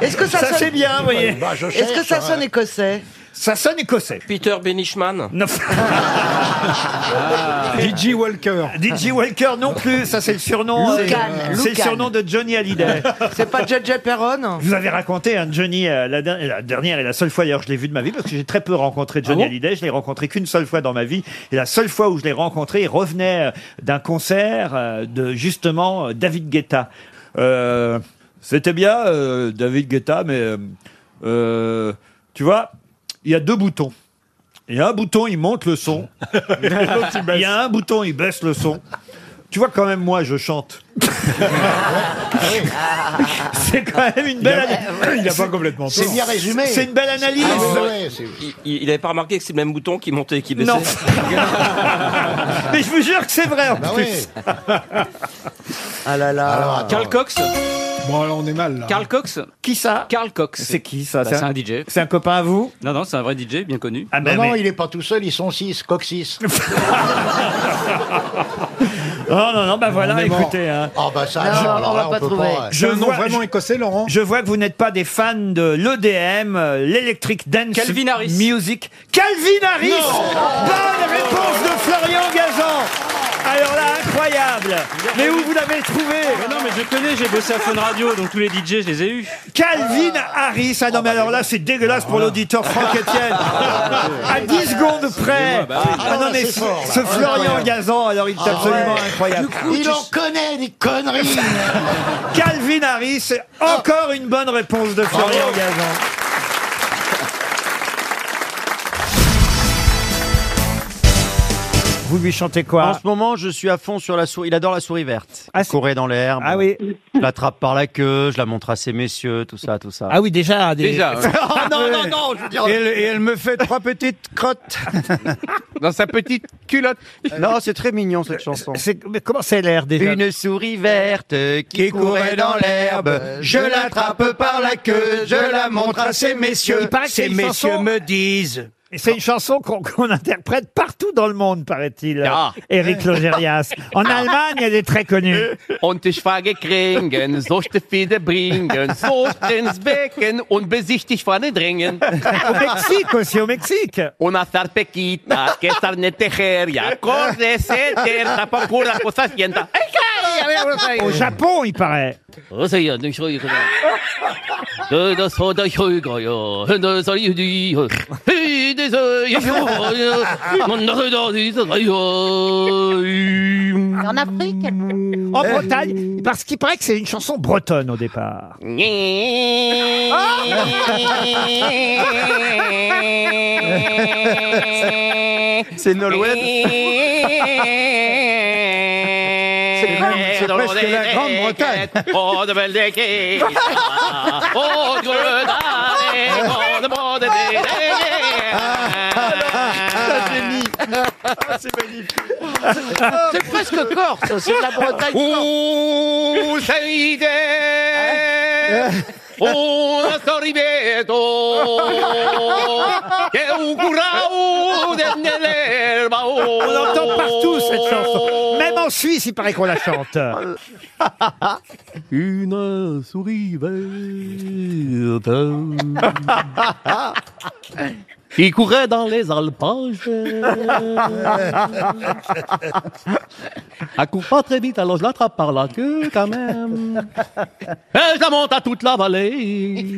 Est-ce que ça, Ça, sonne... c'est bien, vous voyez. Bah, je Est-ce que cherche, ça hein. sonne écossais Ça sonne écossais. Peter Benishman <laughs> Non. Ah. <laughs> DJ Walker. DJ Walker non plus, ça c'est le surnom. Lucan, C'est- C'est le Lucan. surnom de Johnny Hallyday. C'est pas JJ Perron Vous avez raconté un Johnny euh, la, der- la dernière et la seule fois d'ailleurs je l'ai vu de ma vie parce que j'ai très peu rencontré Johnny Hallyday. Je l'ai rencontré qu'une seule fois dans ma vie et la seule fois où je l'ai rencontré, il revenait euh, d'un concert euh, de justement euh, David Guetta. Euh, C'était bien euh, David Guetta, mais euh, euh, tu vois, il y a deux boutons. Il y a un bouton, il monte le son. Il y a un bouton, il baisse le son. Tu vois quand même moi je chante. C'est quand même une belle analyse. il a pas complètement C'est tort. bien résumé. Ah C'est une belle analyse. il n'avait pas remarqué que c'est le même bouton qui montait et qui baissait Non. Mais je vous jure que c'est vrai en <laughs> plus. Ah là là. Carl Cox Bon, là, on est mal, là. Carl Cox Qui ça Carl Cox. C'est qui ça Bah, C'est C'est un un- DJ. C'est un copain à vous Non, non, c'est un vrai DJ, bien connu. Ah ben, non, non, mais- il est pas tout seul, ils sont six, coq <laughs> six. Oh non, non, bah On voilà, est mort. écoutez. hein. Ah bah ça, alors, alors là, on peut pas. Je nom vois, vraiment je- écossais, Laurent Je vois que vous n'êtes pas des fans de l'EDM, euh, l'Electric Dance Calvin Harris. Music. Calvin Harris Bonne réponse de Florian Gazan Alors là, incroyable Mais où vous l'avez trouvé Mais non, mais je connais, j'ai bossé à Fun Radio, donc tous les DJ, je les ai eus. Calvin Harris Ah non, mais alors là, c'est dégueulasse pour l'auditeur Franck <laughs> Etienne Ah, bah, À 10 secondes près bah oui. Ah non, mais Ah, c'est fort, là. bah, ce Florian Incroyable. Gazan, alors Ah, il est absolument incroyable il en connaît des <laughs> conneries. Calvin Harris, encore une bonne réponse de Florian Bravo. Gazan. Vous lui chantez quoi En ce moment, je suis à fond sur la souris. Il adore la souris verte. Ah, Il courait dans l'herbe. Ah oui. Je l'attrape par la queue, je la montre à ses messieurs, tout ça, tout ça. Ah oui, déjà. Des... <laughs> Déjà, ouais. Oh, non, non, non, je veux dire- Et elle, et elle me fait trois petites <laughs> crottes dans sa petite culotte. Non, c'est très mignon cette chanson. Euh, C'est- Mais comment c'est l'air déjà Une souris verte qui courait dans l'herbe, euh, je l'attrape par la queue, je la montre à ces messieurs. Il paraît que c'est Ces une messieurs chanson- me disent. Et C'est une chanson qu'on qu'on interprète partout dans le monde, paraît-il, Ah. Eric Logérias. En Allemagne, elle est très connue. Und ich war gekringen, sollte viele bringen, sollten's wecken und besichtig vorne dringen. Au Mexique aussi, au Mexique. Una zarpequita que sarnete geria, corre se terta, procura cosa sienta. ah, Euh. Au Japon, il paraît. Oh, En Afrique Euh, En Bretagne, parce qu'il paraît que c'est une chanson bretonne au départ. C'est Nolwenn. C'est presque- c'est presque la Grande-Bretagne. Oh, <laughs> Oh, Ah. Ah, c'est magnifique. C'est presque corse, c'est de la Bretagne. Hein? Où ça oh? y est Un sorribeto che un curau dell'erba. On l'entend partout cette chanson. Même en Suisse, il paraît qu'on la chante. <laughs> Une souris <laughs> verte Ah. Ah. <laughs> qui courait dans les alpages. Euh, Elle court pas très vite, alors je l'attrape par la queue <laughs> quand même. Et je la monte à toute la vallée.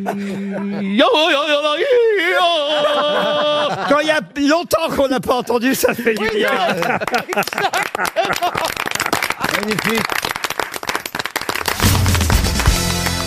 Yo, yo, yo, yo, yo. Quand il y a longtemps qu'on n'a pas entendu, ça fait du bien.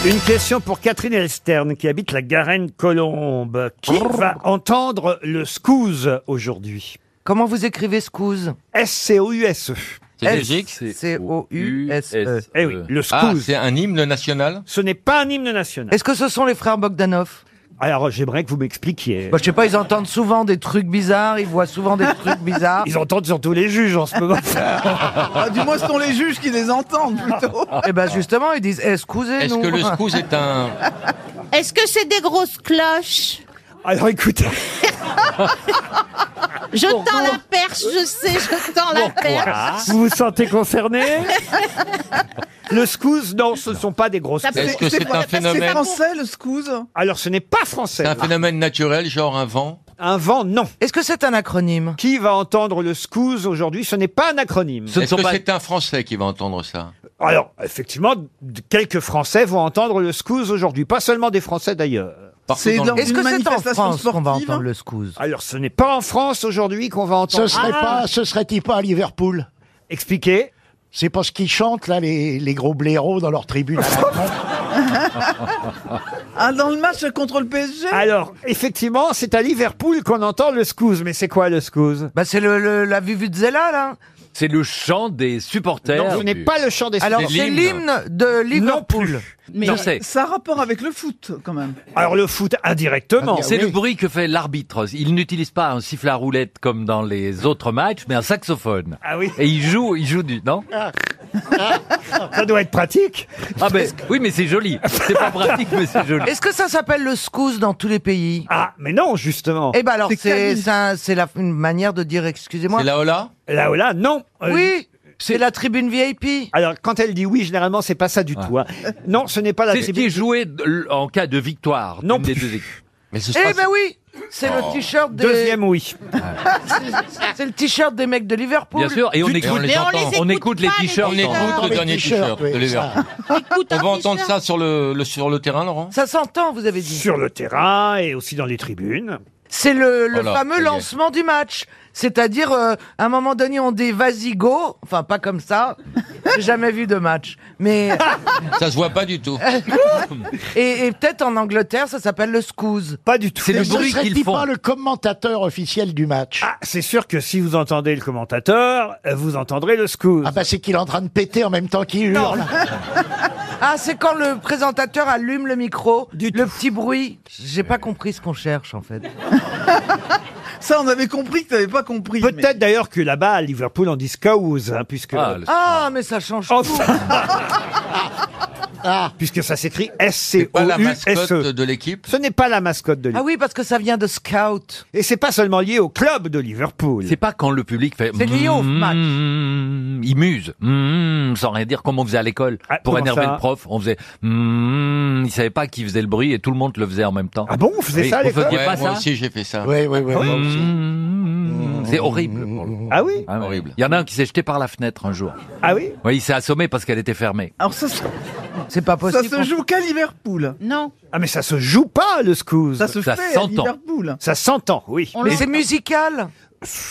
Une question pour Catherine Elstern qui habite la Garenne-Colombe. Qui va entendre le scouse aujourd'hui Comment vous écrivez scouse S-C-O-U-S-E. C'est logique, c'est C-O-U-S-E. Eh oui, le Ah, scouse. c'est un hymne national Ce n'est pas un hymne national. Est-ce que ce sont les frères Bogdanov Alors, j'aimerais que vous m'expliquiez. bah, Je sais pas, ils entendent souvent des trucs bizarres, ils voient souvent des trucs bizarres. Ils entendent surtout les juges en <laughs> ce moment. Ah, du moins, ce sont les juges qui les entendent plutôt. Et ben justement, ils disent excusez-nous. Est-ce que le scouse est un... Est-ce que c'est des grosses cloches <laughs> Alors écoutez. Je tends la perche, je sais, je tends la <laughs> perche. Vous vous sentez concerné Le scouse, non, ce ne sont pas des grosses Ça têtes. Est-ce que c'est un phénomène le scouse Alors, ce n'est pas français. C'est un phénomène naturel, genre un vent Un vent, non. Est-ce que c'est un acronyme Qui va entendre le scouse aujourd'hui Ce n'est pas un acronyme. Est-ce que c'est un Français qui va entendre ça Alors, effectivement, d- quelques Français vont entendre le scouse aujourd'hui. Pas seulement des Français d'ailleurs. Partout C'est dans le dans monde. Est-ce que c'est en France qu'on va hein entendre le scouse Alors, ce <laughs> n'est pas en France aujourd'hui qu'on va entendre. Ah. Ce serait pas, ce serait-il pas à Liverpool Expliquez. C'est parce qu'ils chantent là les, les gros blaireaux dans leur <laughs> tribune. Ah, dans le match contre le PSG Alors, effectivement, c'est à Liverpool qu'on entend le scouse. Mais c'est quoi le scouse Bah c'est le, le- la Vuvuzela là. C'est le chant des supporters. Non, ce n'est pas le chant des Alors c'est l'hymne de Liverpool. Mais Non, c'est- ça a rapport avec le foot quand même. Alors le foot indirectement. Ah, C'est le bruit que fait l'arbitre. Il n'utilise pas un siffle à roulette comme dans les autres matchs, mais un saxophone. Ah oui. Et il joue, il joue du, non Ah, Ça doit être pratique. Ah ben, oui, mais c'est joli. C'est pas pratique, mais c'est joli. Est-ce que ça s'appelle le scouse dans tous les pays Ah, mais non, justement. Eh ben alors c'est c'est un- c'est la- une manière de dire excusez-moi. C'est la Ola Là, là, non. Euh, Oui, c'est la tribune VIP. Alors, quand elle dit oui, généralement, c'est pas ça du tout. hein. Non, ce n'est pas la C'est ce qui est tribune. joué l- en cas de victoire. Non des deux équipes. Mais ce Eh ben oui, c'est Oh. le t-shirt des. Deuxième oui. C'est le t-shirt des mecs de Liverpool. Bien sûr, et on Du écoute, tout. Mais on les écoute on écoute les pas, les t-shirts. On écoute ensemble. Ah, le dernier t-shirt de Liverpool. On va entendre ça sur le, le- sur le terrain, Laurent Ça s'entend, vous avez dit. Sur le terrain et aussi dans les tribunes. C'est le, le Oh là, ça fameux y est. lancement du match. C'est-à-dire, euh, à un moment donné, on dit vas-y go. Enfin, pas comme ça. J'ai jamais vu de match. <laughs> Mais. Ah. Ça se voit pas du Euh, tout. et et peut-être en Angleterre, ça s'appelle le scouse. Pas du tout. Mais ce serait-il pas le commentateur officiel du match Ah, c'est sûr que si vous entendez le commentateur, euh, vous entendrez le scouse. bah c'est qu'il est en train de péter en même temps qu'il hurle. <laughs> Ah, c'est quand le présentateur allume le micro, le petit bruit. J'ai pas compris ce qu'on cherche, en fait. ça, on avait compris que tu n'avais pas compris. Peut-être d'ailleurs que là-bas, à Liverpool, on dit scouse, hein, puisque, Ah, mais ça change Ah, puisque ça s'écrit C'est pas la mascotte S-C-O-U-S-E. de l'équipe E. Ce n'est pas la mascotte de tout. <laughs> Ah Liverpool. oui, parce que ça vient de scout. Et c'est pas seulement lié au club de Liverpool. C'est pas quand le public fait. C'est lié au Mm, match. mm, il muse, mm, sans rien dire, comme on faisait à l'école. pour Ah, comment énerver ça le prof, on faisait. Mm, il savait pas qui faisait le bruit et tout le monde le faisait en même temps. Ah bon, vous faisiez Oui, ça à vous l'école faisiez Ouais, pas Moi ça Hmm. aussi, j'ai fait ça. Oui, oui, oui. Ah oui moi aussi. C'est horrible. pour le- Ah oui Ah ouais. Il y en a un qui s'est jeté par la fenêtre un jour. Ah oui Oui, il s'est assommé parce qu'elle était fermée. Alors ça, se- C'est pas ça possible. se joue qu'à Liverpool. Non. Ah mais ça se joue pas le scouse. Ça se Ça fait à s'entend. Liverpool. Ça s'entend, oui. Mais c'est musical.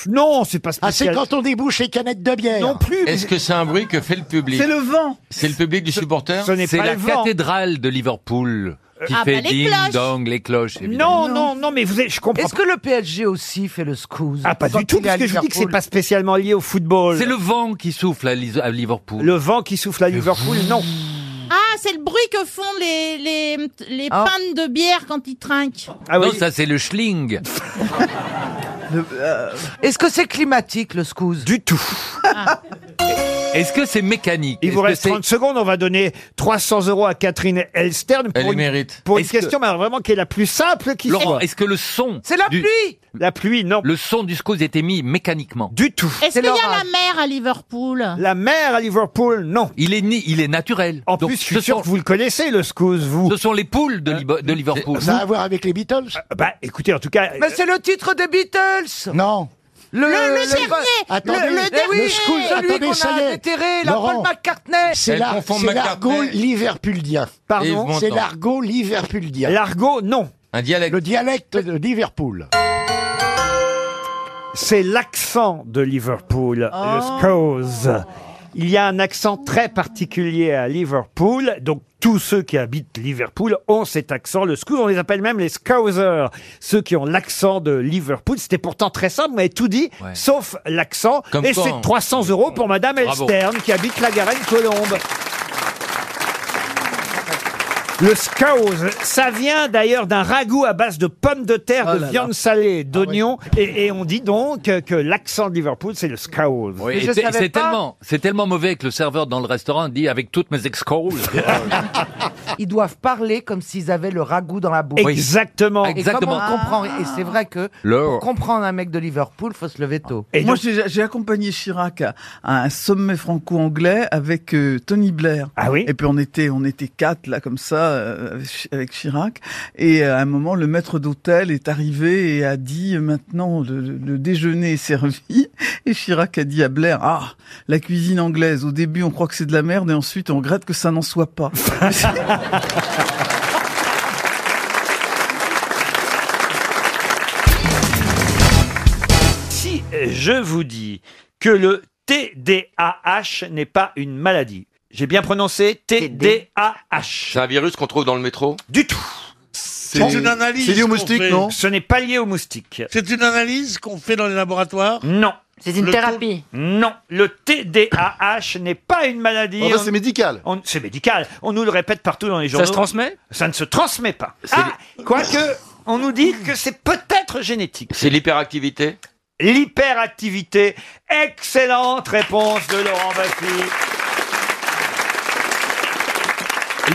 Non, c'est pas Ah, c'est spécial. quand on débouche les canettes de bière. non plus. mais Est-ce que c'est un bruit que fait le public C'est le vent. C'est le public du supporter ce n'est C'est pas la le vent. Euh, cathédrale de Liverpool qui Ah, fait bah, les cloches. ding-dong, les cloches. évidemment. Non, non, non, mais vous, êtes- je comprends. Est-ce que le PSG aussi fait le scouse Ah pas Quand du tout, il est à parce que je vous dis que c'est Liverpool pas spécialement lié au football. C'est le vent qui souffle à Lis- à Liverpool. Le vent qui souffle à Liverpool, non. Ah, c'est le bruit que font les, les, les Ah. pannes de bière quand ils trinquent. Ah oui. Non, ça c'est le <laughs> schling. Est-ce que c'est climatique, le scouse Ah. Du tout. Est-ce que c'est mécanique Il vous reste 30 secondes, on va donner 300 euros à Catherine Elstern Elle les une- mérite. Pour une Est-ce que- question, mais alors vraiment qui est la plus simple qui Laurent, soit. est-ce que le son C'est la pluie La pluie, non. Le son du scouse était mis mécaniquement. Du tout. Est-ce qu'il y a la mer à Liverpool La mer à Liverpool, non. Il est ni, il est naturel. En plus, je suis sûr que vous le connaissez, le scouse, vous. Euh, Ce sont les poules de, Libo- de Liverpool. ça a à voir avec les Beatles Bah, écoutez, en tout cas. Mais c'est le titre des Beatles Non. Le, le dernier Attendez, le, le le dernier Scouse, Celui attendez, qu'on ça y a est. déterré, la Laurent, Paul McCartney C'est Elle l'ar- confond c'est l'argot McCartney. liverpuldien. Eh, Pardon Yves Montand. C'est l'argot liverpuldien. L'argot, non. Un dialecte. Le dialecte de Liverpool. C'est l'accent de Liverpool, le Scouse. Il y a un accent très particulier à Liverpool, donc tous ceux qui habitent Liverpool ont cet accent, le Scouse, on les appelle même les Scousers, ceux qui ont l'accent de Liverpool. C'était pourtant très simple, mais tout dit, sauf l'accent. Comme Et quoi, c'est hein. 300 euros pour Madame Bravo. Elstern qui habite la Garenne-Colombe. Le scouse, ça vient d'ailleurs d'un ragoût à base de pommes de terre, de viande salée, d'oignons, et, et on dit donc que, que l'accent de Liverpool, c'est le scouse. Oui, et c'est c'est tellement, c'est tellement mauvais que le serveur dans le restaurant dit avec toutes mes ex Ils doivent parler comme s'ils avaient le ragoût dans la bouche. Exactement. Et Exactement. comme on comprend, et c'est vrai que pour Laurent. comprendre un mec de Liverpool, faut se lever tôt. Moi, j'ai j'ai accompagné Chirac à, à un sommet franco-anglais avec euh, Tony Blair. Ah oui. Et puis on était, on était quatre là comme ça euh, avec Chi- avec Chirac. Et euh, à un moment, le maître d'hôtel est arrivé et a dit euh, maintenant le, le- le déjeuner est servi. <laughs> Et Chirac a dit à Blair ah la cuisine anglaise. Au début, on croit que c'est de la merde et ensuite on regrette que ça n'en soit <laughs> pas. Si je vous dis que le TDAH n'est pas une maladie, j'ai bien prononcé TDAH. C'est un virus qu'on trouve dans le métro Du tout. C'est une analyse. qu'on fait. Ce n'est pas lié aux moustiques. C'est une analyse qu'on fait dans les laboratoires Non. C'est une thérapie Non, le TDAH n'est pas une maladie. Enfin, c'est médical. c'est médical. On nous le répète partout dans les journaux. se transmet Ça ne se transmet pas. Ah, quoique, on nous dit que c'est peut-être génétique. C'est l'hyperactivité L'hyperactivité. Excellente réponse de Laurent Baffy.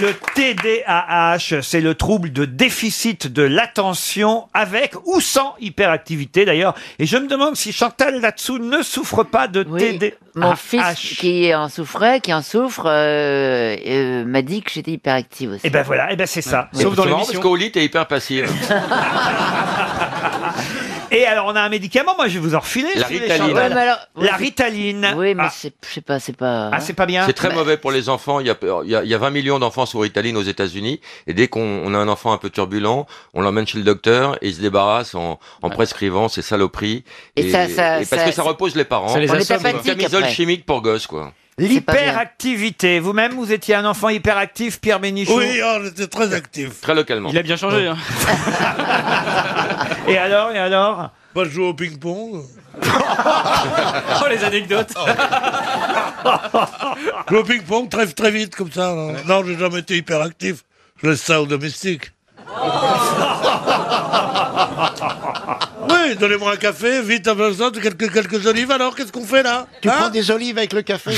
Le TDAH, c'est le trouble de déficit de l'attention avec ou sans hyperactivité d'ailleurs. Et je me demande si Chantal là-dessous ne souffre pas de TDAH. Mon fils qui en souffrait, qui en souffre, euh, euh, m'a dit que j'étais hyperactive aussi. Et ben voilà, et ben c'est ça. C'est marrant parce qu'au lit, t'es hyper passive. Et alors on a un médicament, moi je vais vous en refiler. La si vous voulez, Ritaline. Chantal. Ouais, mais alors- La Ritaline. Oui, mais c'est, je sais pas, c'est pas. Bah, Ah, c'est pas <laughs> bien. C'est très mauvais pour les enfants. Il y a, il y a- il y a 20 millions d'enfants sous Ritaline aux États-Unis. Et dès qu'on on a un enfant un peu turbulent, on l'emmène chez le docteur et il se débarrasse en, en prescrivant ces saloperies. Et ça- ça- parce ça- que ça repose les parents. ça les On est assomme, une apathique camisole après. chimique pour gosses, quoi. L'hyperactivité. Vous-même, vous étiez un enfant hyperactif, Pierre Bénichou Oui, oh, j'étais très actif. Très localement. Il a bien changé, hein. Et alors, et alors Pas jouer au ping-pong. <laughs> Oh, les <laughs> anecdotes Jouer au ping-pong très, très vite, comme ça. Non, non j'ai jamais été hyperactif. Je laisse ça aux <laughs> domestiques. Oui, donnez-moi un café, vite, à besoin de quelques, quelques olives. Alors, qu'est-ce qu'on fait là Hein Tu prends des olives avec le café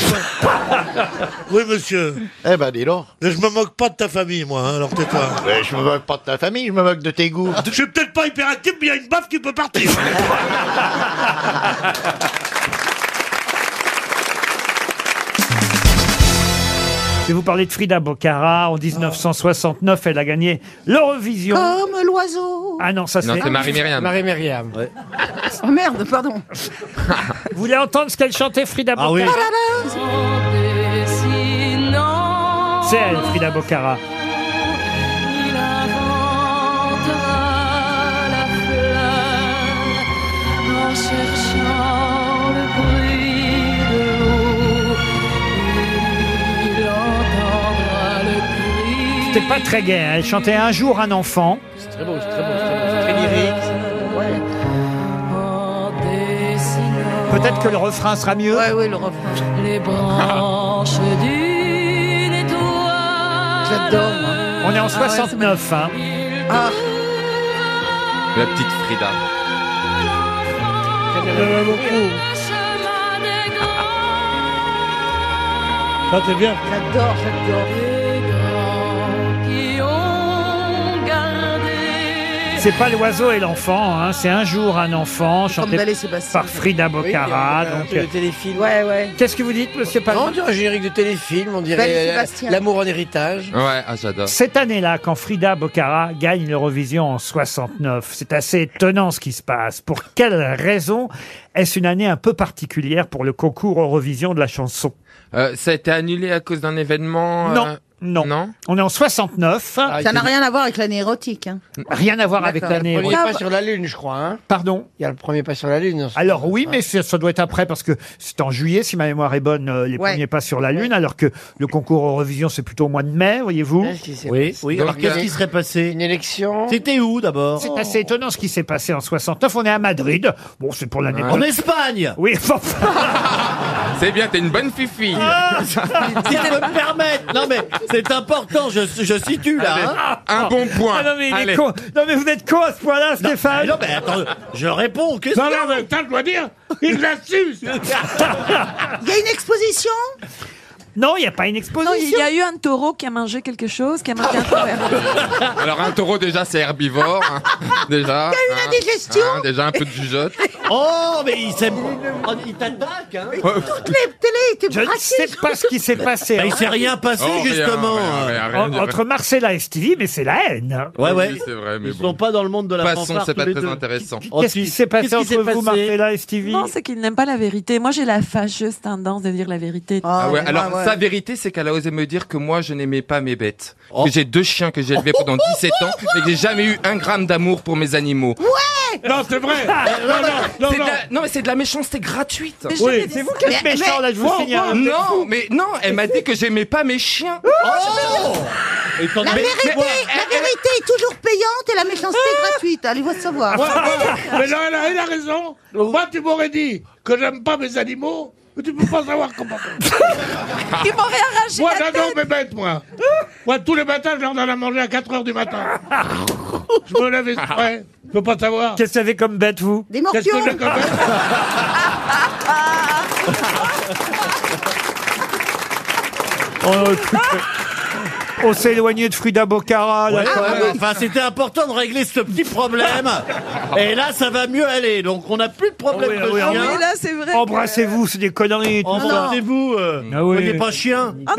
<laughs> Oui, monsieur. Eh ben, dis donc. Mais je me moque pas de ta famille, moi, hein, alors tais-toi. Mais je me moque pas de ta famille, je me moque de tes goûts. Je suis peut-être pas hyperactif, mais il y a une baffe qui peut <laughs> partir. Je vais vous parler de Frida Bocara. En 1969, elle a gagné l'Eurovision. Comme l'oiseau. Ah non, ça c'est... Non, c'est Marie Myriam. Ah. Marie Myriam. Oh merde, pardon. Vous voulez entendre ce qu'elle chantait, Frida Ah Bocara C'est elle, Frida Bocara. En cherchant le bruit de l'eau, il entendra le cri. C'était pas très gai. hein. Elle chantait Un jour un enfant. Très beau, c'est très beau, c'est très lyrique. Ouais. En dessinant Peut-être que le refrain sera mieux. Ouais, ouais, le refrain. les branches d'une étoile. On est en 69. hein. Ah. La petite Frida. Un chemin des grands Ça, c'est bien. J'adore, j'adore. Des grands qui ont gardé. C'est pas l'oiseau et l'enfant, hein, c'est un jour un enfant, chanté Belle et Sébastien. par Frida Bocara. donc, euh, téléfilm. Ouais, ouais. Qu'est-ce que vous dites, monsieur Palma On dirait un générique de téléfilm, on dirait euh, L'amour en héritage. Ouais, ah, j'adore. cette année-là, quand Frida Bocara gagne l'Eurovision en 69, c'est assez étonnant ce qui se passe. Pour quelle raison est-ce une année un peu particulière pour le concours Eurovision de la chanson Euh, ça a été annulé à cause d'un événement Non, euh, non. On est en 69. Ah, Ça n'a rien à voir avec l'année érotique. hein. Rien à voir avec D'accord. l'année Le premier érotique. pas sur la Lune, je crois. Hein Pardon Il y a le premier pas sur la Lune. hein. Alors oui, mais c'est- ça doit être après parce que c'est en juillet, si ma mémoire est bonne, euh, les Ouais. premiers pas sur la lune, alors que le concours Eurovision c'est plutôt au mois de mai, voyez-vous. Oui, oui. Alors, euh, qu'est-ce qui serait passé Une élection. C'était où d'abord C'est assez étonnant ce qui s'est passé en 69. On est à Madrid. Bon, c'est pour l'année. En Espagne. <laughs> Oui. enfin, C'est bien, t'es une bonne fifi. Ah, <laughs> Si je peux me permettre, non mais c'est important, je, je Ah, situe là, hein. Ah non, mais il est con. Non, mais vous êtes con à ce point-là, Stéphane. Non, mais attends, je réponds. Qu'est-ce Non, non, mais putain, je dois dire, il la suce <laughs> Il y a une exposition Non, il n'y a pas une Non, il exposition. y a eu un taureau qui a mangé quelque chose, qui <laughs> a mangé un taureau. Alors un taureau déjà c'est herbivore, <laughs> hein, déjà. T'as eu la hein, digestion hein, Déjà un peu de jugeote. <laughs> Oh, mais il s'est. Il t'attaque, hein Toutes les télés étaient Je ne sais pas ce qui s'est passé. hein. Bah, il s'est rien passé, Oh, rien, justement. rien, rien, rien. En- Entre Marcella et Stevie, mais c'est la haine. hein. Ouais, ouais. Oui, c'est vrai, mais Ils bon. sont pas dans le monde de la Passons, fanfare, c'est pas tous les très deux. intéressant. Oh, Qu'est-ce qui s'est passé entre vous, Marcella et Stevie Non, c'est qu'il n'aime pas la vérité. Moi, j'ai la fâcheuse tendance de dire la vérité. Ah ouais, alors sa vérité, c'est qu'elle a osé me dire que moi, je n'aimais pas mes bêtes. Que j'ai deux chiens que j'ai élevés pendant 17 ans, mais que j'ai jamais eu un gramme d'amour pour mes animaux. Ouais Non, c'est <laughs> vrai Non, non, C'est non, de non la- non, mais c'est de la méchanceté gratuite. Mais Oui, j'ai- c'est vous qui êtes Mais- méchant, mais- là, je vous Oh, signale. oh, Vous êtes Non, fou. mais non, elle m'a dit que j'aimais pas mes chiens. Oh. Oh Et quand- La mais- vérité, mais- la vérité est toujours payante et la méchanceté est gratuite. Allez-vous savoir. Ouais, ouais, Mais non, elle a, elle a raison Moi, tu m'aurais dit que j'aime pas mes animaux, mais tu peux pas savoir comment... <laughs> Il m'aurait arraché Moi, la j'adore tête. mes bêtes, moi Moi, tous les matins, je leur donne à manger à 4h du matin Je me lève <laughs> exprès Je peux pas savoir Qu'est-ce que vous avez comme bête, vous Des morpions Qu'est-ce que j'ai comme <laughs> bête Oh, écoute, Ah oh, on s'est éloigné de Frida Bocara. là. Ouais, ouais, Enfin, c'était important de régler ce petit <laughs> problème. Et là, ça va mieux aller. Donc, on n'a plus de problème Oui, de oui, chien. oui. Embrassez-vous, c'est des conneries. tout ça. Embrassez-vous. euh, Ah oui. on n'est pas chien. Ah,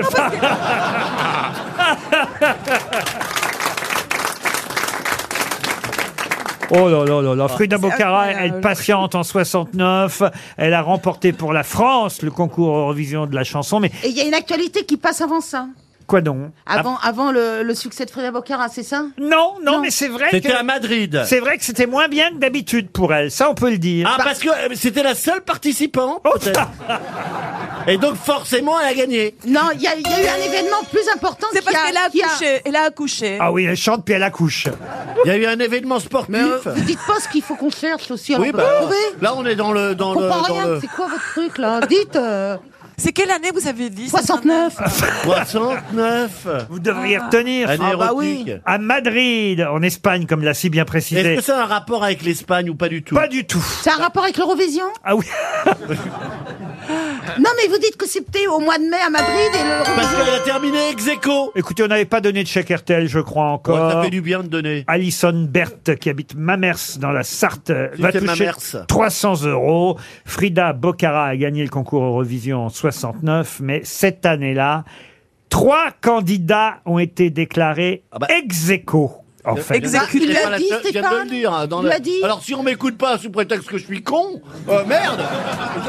Oh là là là là, Frida c'est Bocara, incroyable. elle patiente en 69. Elle a remporté pour la France le concours Eurovision de la chanson. Mais Et il y a une actualité qui passe avant ça. quoi donc Avant, avant le, le succès de Frida Bocara, c'est ça Ah. Non, non, mais c'est vrai C'était que- à Madrid. C'est vrai que c'était moins bien que d'habitude pour elle. Ça, on peut le dire. Bah Oh, Ah, parce que euh, c'était la seule participante. peut-être. Et donc, forcément, elle a gagné. Non, il y, a- il y a eu un événement plus important. C'est qui parce a- qu'elle a qui a- accouché. Elle a accouché. Ah oui, elle chante puis elle accouche. Il y a eu un événement sportif. euh, Vous dites pas ce qu'il faut qu'on cherche aussi. alors Oui, on bah, va trouver. là, on est dans le. On Dans le, comprend dans rien. le- C'est quoi votre truc là Dites. euh, C'est quelle année vous avez dit 69. 69. Vous devriez retenir. Année Ah bah oui. érotique. À Madrid, en Espagne, comme l'a si bien Est-ce précisé. que ça a un rapport avec l'Espagne ou pas du tout Pas du tout. <laughs> C'est un rapport avec l'Eurovision Ah oui. Non, mais vous dites que c'était au mois de mai à Madrid et Parce l'Eurovision. qu'elle a terminé ex aequo. Écoutez, on n'avait pas donné de chèque RTL, je crois, encore. Ouais, ça fait du bien de donner. Alison Berthe, qui habite Mamers dans la Sarthe, C'est va chez toucher Mamers. 300 euros. Frida Bocara a gagné le concours Eurovision en 69, mais cette année-là, trois candidats ont été déclarés Ah bah. ex aequo, Euh, en fait. Exécuté. Il l'a dit, Je viens de Stéphane. le dire. hein, dans Il la- l'a dit. Alors si on m'écoute pas Ah, sous prétexte que je suis con, euh, merde.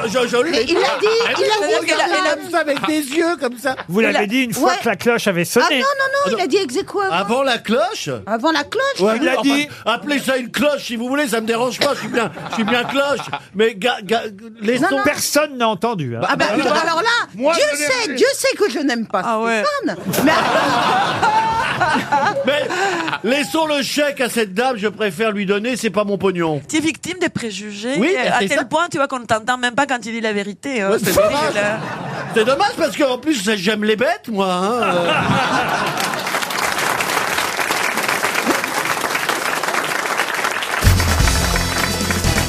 Je, je, je l'ai Mais il l'a dit, Ah, oui, je il l'a dit, regarde il l'a- comme ça avec des yeux comme ça. Vous Il a- l'avez dit une fois Ouais. que la cloche avait Ah non, sonné. non, non, il a dit ex aequo avant. Avant la cloche. Avant la cloche. Ah, Ouais, il a enfin, dit. Appelez ça une cloche si vous voulez, ça me dérange pas. Je suis bien, je suis bien cloche. Mais ga, ga, les Non, non. Personne n'a entendu. hein. Ah bah, Alors alors, là- là, Moi, Dieu je l'ai sait, fait. Dieu sait que je n'aime pas Ah, Stéphane. Mais Mais laissons le chèque à Ah, cette dame. Je préfère lui donner. C'est pas mon pognon. Tu es victime des préjugés Oui, et à c'est tel ça. point tu vois qu'on ne t'entend même pas quand tu dis la vérité. hein. Ouais, c'est Je veux dire, dommage. euh, C'est dommage parce qu'en plus j'aime les bêtes, moi. hein, euh.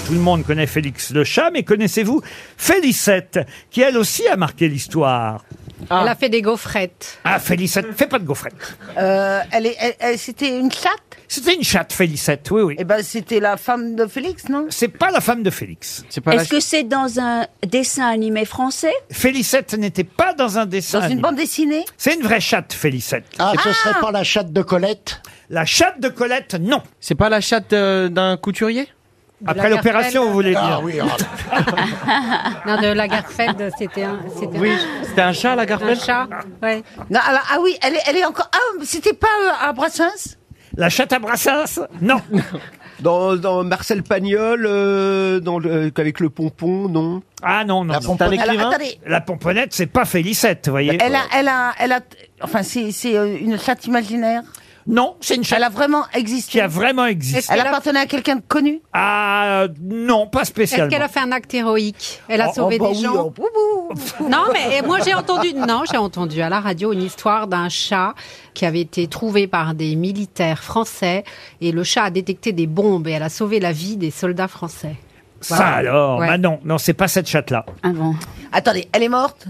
Tout le monde connaît Félix le chat, mais connaissez-vous Félicette, qui elle aussi a marqué l'histoire Ah. Elle a fait des gaufrettes. Ah, Félicette, fais pas de gaufrette. Euh, elle est- elle- elle- c'était une chatte C'était une chatte, Félicette, oui, oui. Eh ben, c'était la femme de Félix, non C'est pas la femme de Félix. Est-ce que c'est dans un dessin animé français Félicette n'était pas dans un dessin. Dans une animé. bande dessinée C'est une vraie chatte, Félicette. Ah, ce serait Ah pas la chatte de Colette La chatte de Colette, non. C'est pas la chatte euh, d'un couturier Après l'opération, vous voulez dire Ah oh oui, ah, <laughs> Non, de Lagerfeld, c'était un. c'était oui. un- C'était un chat, la Un garfelle chat, ouais. Non, alors, ah oui, elle est, elle est encore. Ah, c'était pas euh, à Brassens La chatte à Brassens <laughs> Non. Dans, dans Marcel Pagnol, euh, dans le- avec le pompon, non Ah non, non. La non. pomponnette. Alors, attendez. La pomponnette, c'est pas Félicette, vous voyez. Elle a, elle a, elle a. Enfin, c'est, c'est euh, une chatte imaginaire. Non, c'est une chatte. Elle a vraiment existé. Qui a vraiment existé. Elle appartenait à quelqu'un de connu. Ah euh, non, pas Est-ce spécialement. qu'elle a fait un acte héroïque Elle a Oh, sauvé oh, bah des oui, gens oh, <laughs> Non, mais et moi j'ai entendu. Non, j'ai entendu à la radio une histoire d'un chat qui avait été trouvé par des militaires français et le chat a détecté des bombes et elle a sauvé la vie des soldats français. Ça Voilà. alors, Ouais. bah non, non, c'est pas cette chatte-là. Attendez, elle est morte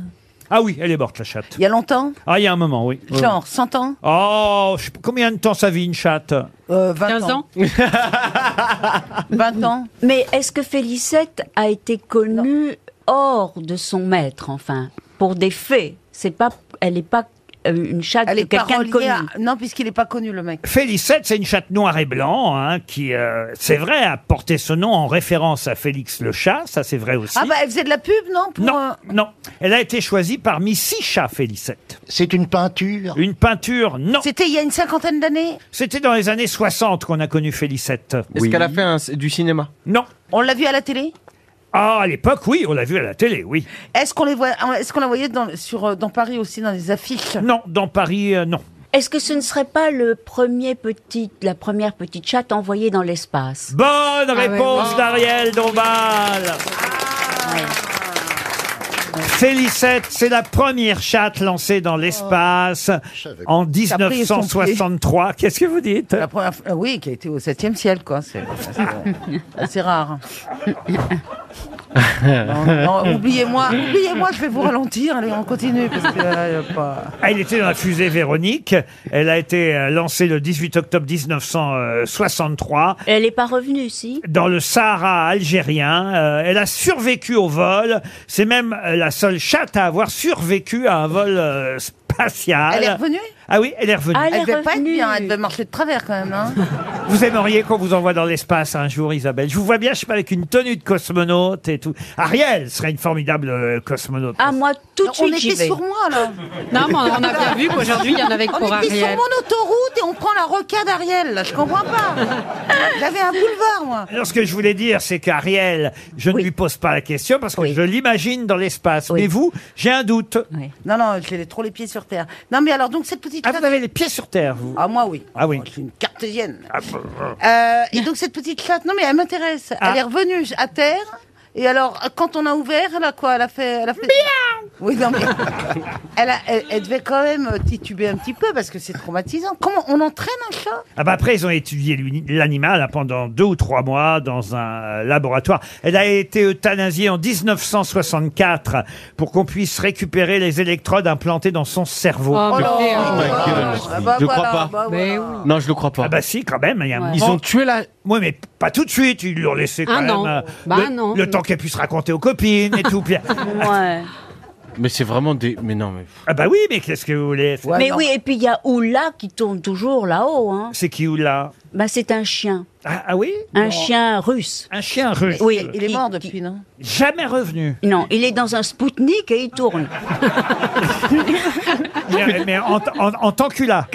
Ah oui, elle est morte la chatte. Il y a longtemps Ah, il y a un moment, oui. Genre 100 ans Oh, je sais pas combien de temps ça vit une chatte euh, 20 15 ans 20 Ah, ans Mais est-ce que Félicette a été connue hors de son maître, enfin, pour des faits C'est pas, elle n'est pas euh, une chatte Elle de est pas quelqu'un de connu. reliée à... Non, puisqu'il est pas connu, le Euh, mec. Félicette, c'est une chatte noire et blanc, hein, qui, euh, c'est vrai, a porté ce nom en référence à Félix le chat, ça c'est vrai aussi. Ah bah, elle faisait de la pub, non pour, non, euh, non. Elle a été choisie parmi six chats, Félicette. C'est une peinture Une peinture, non. C'était il y a une cinquantaine d'années C'était dans les années 60 qu'on a connu Félicette. Est-ce qu'elle a fait un- du cinéma Non. On l'a vu à la télé Ah, à l'époque, oui, on l'a vu à la télé, oui. Est-ce qu'on les voit Est-ce qu'on la voyait dans, sur, euh, dans Paris aussi, dans les affiches Non, dans Paris, euh, non. Est-ce que ce ne serait pas le premier petit, la première petite chatte envoyée dans l'espace Bonne réponse d'Ariel Dombal. Félicette, c'est la première chatte lancée dans l'espace en Qui a pris son 1963. Qu'est-ce que vous dites La première fois- euh, oui, qui a été au 7e ciel, quoi. <laughs> C'est <laughs> c'est- assez rare. Non, non, oubliez-moi, oubliez-moi, je vais vous ralentir. Allez, on continue parce que euh, y a pas. Elle Ah, était dans la fusée Véronique. Elle a été euh, lancée le 18 octobre euh, 1963 Et Elle n'est pas revenue ici dans le Sahara algérien. Euh, elle a survécu au vol. C'est même euh, la seule chatte à avoir survécu à un vol euh, spatial. Elle est revenue Ah oui, elle est revenue. Elle devait pas être bien, elle devait marcher de travers quand même. hein. Vous aimeriez qu'on vous envoie dans l'espace un jour, Isabelle. Je vous vois bien, je sais pas, avec une tenue de cosmonaute et tout. Ariel serait une formidable euh, cosmonaute. Ah, <laughs> moi, tout de on suite, j'y était vais. sur moi là. Non, mais on a bien vu qu'aujourd'hui il y en avait que On pour était sur Ariel. mon autoroute et on prend la rocade Ariel. Là, je comprends pas. J'avais un boulevard moi. Alors, ce que je voulais dire, c'est qu'Ariel, je ne lui pose pas la question parce que je l'imagine dans l'espace. Mais vous, j'ai un doute. Non, non, j'ai trop les pieds sur terre. Non, mais alors donc cette petite. Ah, vous avez les pieds sur terre, vous Ah moi oui. Ah oui. Cartésienne. Ah, bah, Euh, et donc cette petite chatte, non mais elle m'intéresse. Ah. Elle est revenue à terre. Et alors, quand on a ouvert, elle a quoi Elle a fait... Elle a fait... Oui, non, <laughs> mais... elle, a- elle- elle devait quand même tituber un petit peu parce que c'est traumatisant. Comment on entraîne un chat Ah bah après, ils ont étudié l'uni- l'animal hein, pendant deux ou trois mois dans un euh, laboratoire. Elle a été euthanasiée en 1964 pour qu'on puisse récupérer les électrodes implantées dans son cerveau. Oh, mais Oh, merde. ouais, quelle Ah, bah, Je crois voilà, pas. bah, voilà. Non, je le crois pas. Ah bah si, quand même. Il y a un Ils moment- ont tué la. Oui, mais pas tout de suite. Ils l'ont laissé quand Ah même. non. euh, Bah le, non. le temps qu'elle puisse raconter aux copines et tout. Puis- Ouais. Mais c'est vraiment des. Mais non, mais. ah bah oui, mais qu'est-ce que vous voulez c'est- Mais oui, et puis il y a Oula qui tourne toujours là-haut. Hein. C'est qui ou là Bah, c'est un chien. ah, ah oui Un Non. chien russe. Un chien russe. Oui, Il est mort depuis, non Jamais revenu. Non, il est dans un Spoutnik et il tourne. mais, mais en, en, en tant que là.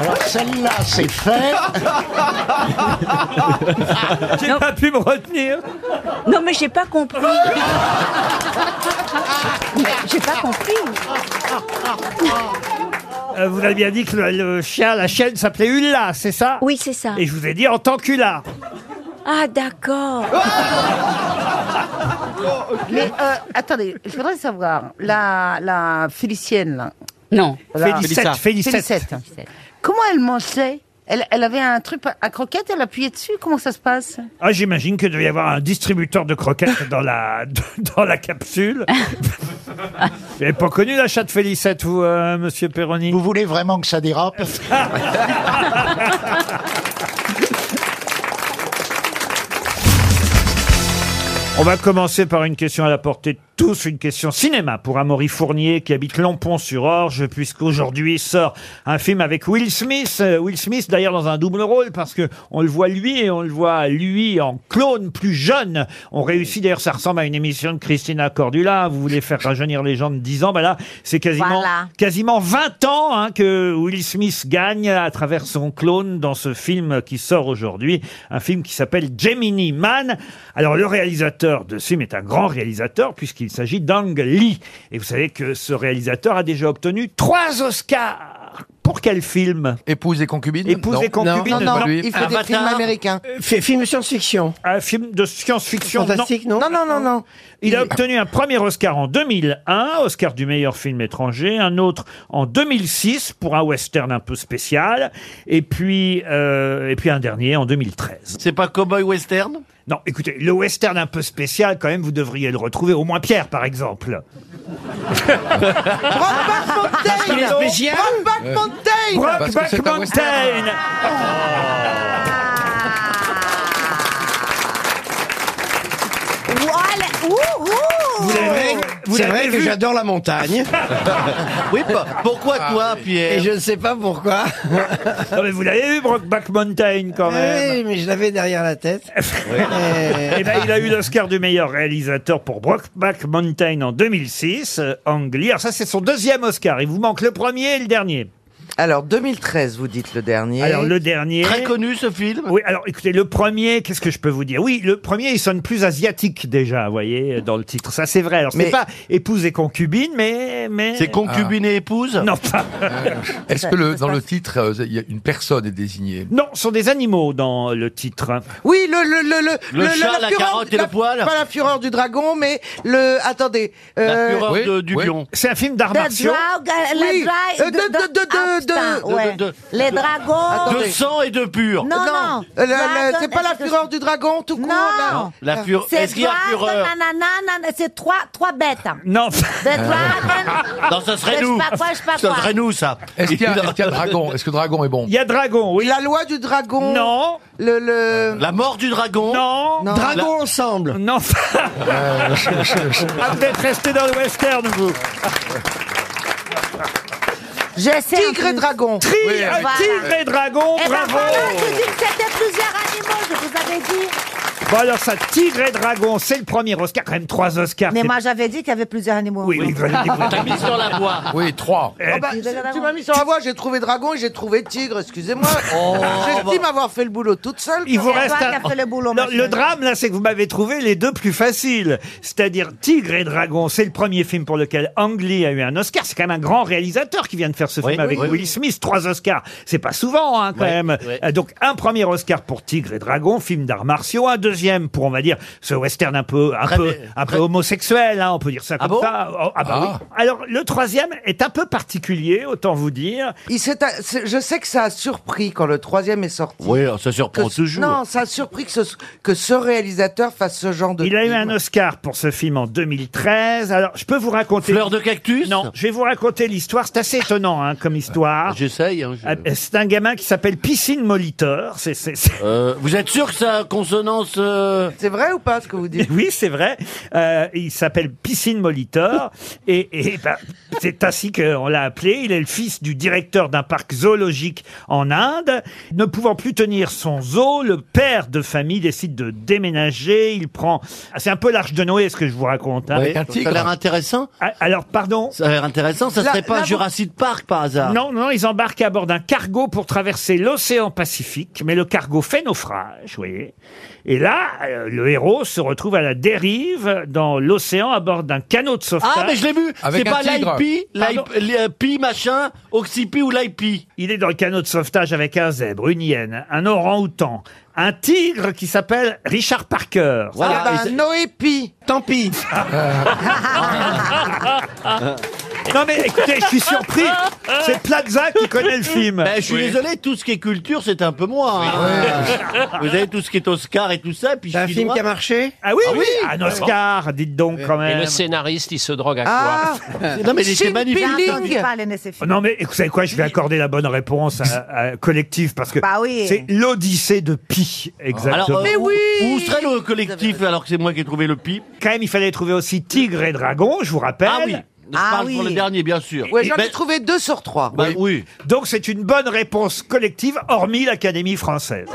Alors celle-là, c'est fait. <laughs> J'ai pas pu <laughs> me retenir. Non, mais j'ai pas <laughs> compris. Mais j'ai pas compris. Euh, vous avez bien dit que le, le chien, la chienne s'appelait Ulla, c'est ça Oui, c'est ça. Et je vous ai dit en tant que là. Ah, d'accord. Ah Mais euh, attendez, je voudrais savoir, la, la Félicienne, là. Non. la- Félicette, Félicette. Félicette. Comment elle mangeait Elle, elle avait un truc à croquette, elle appuyait dessus. Comment ça se passe Ah, j'imagine qu'il devait y avoir un distributeur de croquettes dans la, <laughs> dans la <laughs> capsule. Vous n'avez pas connu la chatte Félicette, vous, euh, monsieur Perroni Vous voulez vraiment que ça dérape On va commencer par une question à la portée de tous, une question cinéma pour Amaury Fournier qui habite Lompon-sur-Orge, puisqu'aujourd'hui sort un film avec Will Smith. Euh, Will Smith d'ailleurs dans un double rôle parce que on le voit lui et on le voit lui en clone plus jeune. On réussit d'ailleurs, ça ressemble à une émission de Christina Cordula. Vous voulez faire rajeunir les gens de 10 ans, bah là c'est quasiment Voilà. quasiment 20 ans hein, que Will Smith gagne à travers son clone dans ce film qui sort aujourd'hui, un film qui s'appelle Gemini Man. Alors le réalisateur de ce film est un grand réalisateur puisqu'il s'agit d'Ang Lee. Et vous savez que ce réalisateur a déjà obtenu trois Oscars. Pour quel film Épouse et concubine Épouse Non. et concubine Non, non, non, il fait des films américains. film science-fiction. Un Ah, film de science-fiction. Fantastique, non Non, non, non, non. Il a obtenu un premier Oscar en 2001, Oscar du meilleur film étranger, un autre en 2006 pour un western un peu spécial, et puis, euh, et puis un dernier en 2013. C'est pas Cowboy Western Non, écoutez, le western un peu spécial, quand même, vous devriez le retrouver, au moins Pierre, par exemple. Parce qu'il est spécial Brokeback Mountain Brokeback Mountain Voilà. Ouh, ouh. Vous l'avez- vous C'est l'avez vrai que vu j'adore <laughs> la montagne. oui, pa- <laughs> pourquoi toi, Pierre Et je ne sais pas pourquoi. <laughs> Non, mais vous l'avez vu, Brokeback Mountain, quand même oui, mais je l'avais derrière <laughs> la tête. Euh, Eh ben, il a eu l'Oscar du meilleur réalisateur pour Brokeback Mountain en 2006, euh, Ang Lee. Alors ça, c'est son deuxième Oscar. Il vous manque le premier et le dernier. Alors, 2013, vous dites le dernier. Alors le dernier. connu ce film. Oui, alors écoutez, le premier, qu'est-ce que je peux vous dire Oui, le premier, il sonne plus asiatique déjà, vous voyez, euh, dans le titre. Ça, c'est vrai. Alors, c'est Mais- pas épouse et concubine, mais. mais... C'est concubine et épouse Non, pas. <laughs> Est-ce que le, dans le titre, euh, il y a une personne est désignée Non, ce sont des animaux dans le titre. Oui, le le le le, Le chat, la carotte et le poil. Pas la fureur du dragon, mais le attendez. euh, C'est un film d'art The martiaux. drag, euh, la Oui, drag- euh, de- de- de- de- ah, de- putain, de- ouais. de- de- Les dragons. Attendez. sang et de pur. Non, non. Euh, la- la- Dragon, c'est pas la est-ce que fureur du dragon, tout court. Non. La Euh, fureur. C'est Est-ce qu'il y a dragon, fureur nanana, nanana, C'est trois, trois bêtes. Non. The dragon. Non, ça serait Je sais nous. pas quoi, je sais pas ça quoi. serait nous, ça. Est-ce qu'il y, a- est-ce <laughs> qu'il y a dragon Est-ce que dragon est bon Il y a dragon, oui. La loi du dragon. Non. Le le. La mort du dragon Non. Dragon ensemble. Non. <laughs> Ah, vous êtes resté dans le western, vous. Je sais. Tigre et dragon. Tri- euh, Tigre et dragon, Eh ben bravo. voilà, je vous dis que c'était plusieurs animaux, je vous avais dit. Bon alors ça, Tigre et Dragon, c'est le premier Oscar, quand même trois Oscars. Mais c'est- moi, j'avais dit qu'il y avait plusieurs animaux. Oh, Oui, oui, vous l'avez dit, <laughs> vous l'avez dit. Oui, trois. Eh, Ah bah, tu m'as mis sur la voie, j'ai trouvé dragon et j'ai trouvé tigre, excusez-moi. Oh. J'estime avoir fait le boulot toute seule. Il vous quoi. reste un- Non, le drame là, c'est que vous m'avez trouvé les deux plus faciles, c'est-à-dire Tigre et Dragon. C'est le premier film pour lequel Ang Lee a eu un Oscar. C'est quand même un grand réalisateur qui vient de faire ce film avec oui. Will Smith, trois Oscars. C'est pas souvent hein, quand Ouais, même. ouais. Euh, Donc un premier Oscar pour Tigre et Dragon, film d'arts martiaux, un deuxième pour on va dire ce western un peu un peu un peu homosexuel, hein, on peut dire ça comme ça. Oh, ah bah oui. Alors le troisième est un peu particulier, autant vous dire. Il s'est a- c'est- je sais que ça a surpris quand le troisième est sorti. Oui, ça surprend Que- Non, ça a surpris que ce, que ce réalisateur fasse ce genre de. Il a eu un Oscar pour ce film en 2013. Alors, je peux vous raconter. Fleur de cactus Non, je vais vous raconter l'histoire. C'est assez étonnant hein, comme Ah, histoire. J'essaye. hein, C'est un gamin qui s'appelle Piscine Molitor. C'est, c'est, c'est- Euh, vous êtes sûr que ça a consonance euh, C'est vrai ou pas ce que vous dites Oui, c'est vrai. Euh, il s'appelle Piscine Molitor. et et, ben, c'est ainsi qu'on l'a appelé. Il est le fils du directeur d'un parc zoologique en Inde. Ne pouvant plus tenir son zoo, le père de famille décide de déménager. Il prend... Ah, C'est un peu l'arche de Noé, ce que je vous raconte. hein. Avec un tigre. Ça a l'air intéressant. Ah, Alors, pardon. Ça a l'air intéressant. Ça Là- serait pas là, un vous- <laughs> Jurassic Park par hasard Non, non, ils embarquent à bord d'un cargo pour traverser l'océan Pacifique, mais le cargo fait naufrage, vous voyez. Et là, euh, le héros se retrouve à la dérive dans l'océan à bord d'un canot de sauvetage. Ah, mais je l'ai vu. C'est pas l'IP, Pardon l'IP machin, Oxypi ou l'IP. Il est dans le canot de sauvetage avec un zèbre, une hyène, un orang-outan, un tigre qui s'appelle Richard Parker. Ah, Voilà, ah bah, Noépi. Tant pis. Non mais écoutez, je suis surpris. C'est Plaza qui connaît le film. Ben, je suis désolé, tout ce qui est culture, c'est un peu moi. hein. <laughs> Vous avez tout ce qui est Oscar et tout ça. Puis c'est un film qui a marché Ah oui, oui, un Oscar, dites donc quand Et même. le scénariste, il se drogue à Ah. quoi <laughs> Non, mais il était magnifique. J'ai entendu parler de ces films. Oh Non mais vous savez quoi, je vais accorder la bonne réponse à, à collectif parce que Bah oui. c'est l'Odyssée de Pi, exactement. Alors, euh, où- Où serait le collectif alors que c'est moi qui ai trouvé le pi Quand même, il fallait trouver aussi Tigre et Dragon, je vous rappelle. Ah oui. Je Ah parle oui. pour le dernier, bien sûr. Ouais, j'en ai Mais- trouvé deux sur trois. Bah oui. Donc c'est une bonne réponse collective, hormis <laughs> l'Académie française.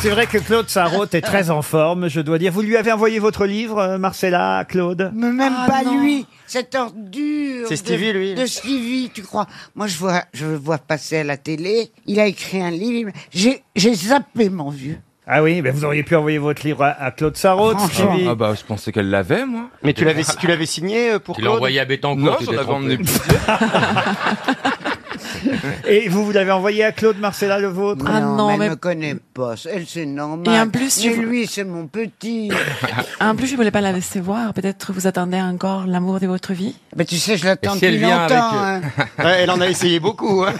C'est vrai que Claude Sarraute est très en forme, je dois dire. Vous lui avez envoyé votre livre, euh, Marcella, Claude Mais même pas non. lui, cette ordure. C'est de- Stevie, lui. De Stevie, tu crois Moi, je vois, je le vois passer à la télé. Il a écrit un livre. J'ai, j'ai zappé mon vieux. Ah oui, mais vous auriez pu envoyer votre livre à, à Claude Sarraute, Stevie. Ah bah, je pensais qu'elle l'avait, moi. Mais tu l'avais- tu l'avais signé pour Tu l'as Claude envoyé à Bétancourt. Non, tu j'en t'es avais trompé. emmené <laughs> Et vous, vous l'avez envoyé à Claude Marcella, le vôtre Ah non, mais elle ne me connaît pas. Elle, c'est normal. Et en plus, mais je- lui, c'est mon petit. En plus, je voulais pas la laisser voir. Peut-être vous attendez encore l'amour de votre vie. Mais tu sais, je Et l'attends si elle depuis vient longtemps. avec, hein. Ouais, elle en a essayé beaucoup. hein.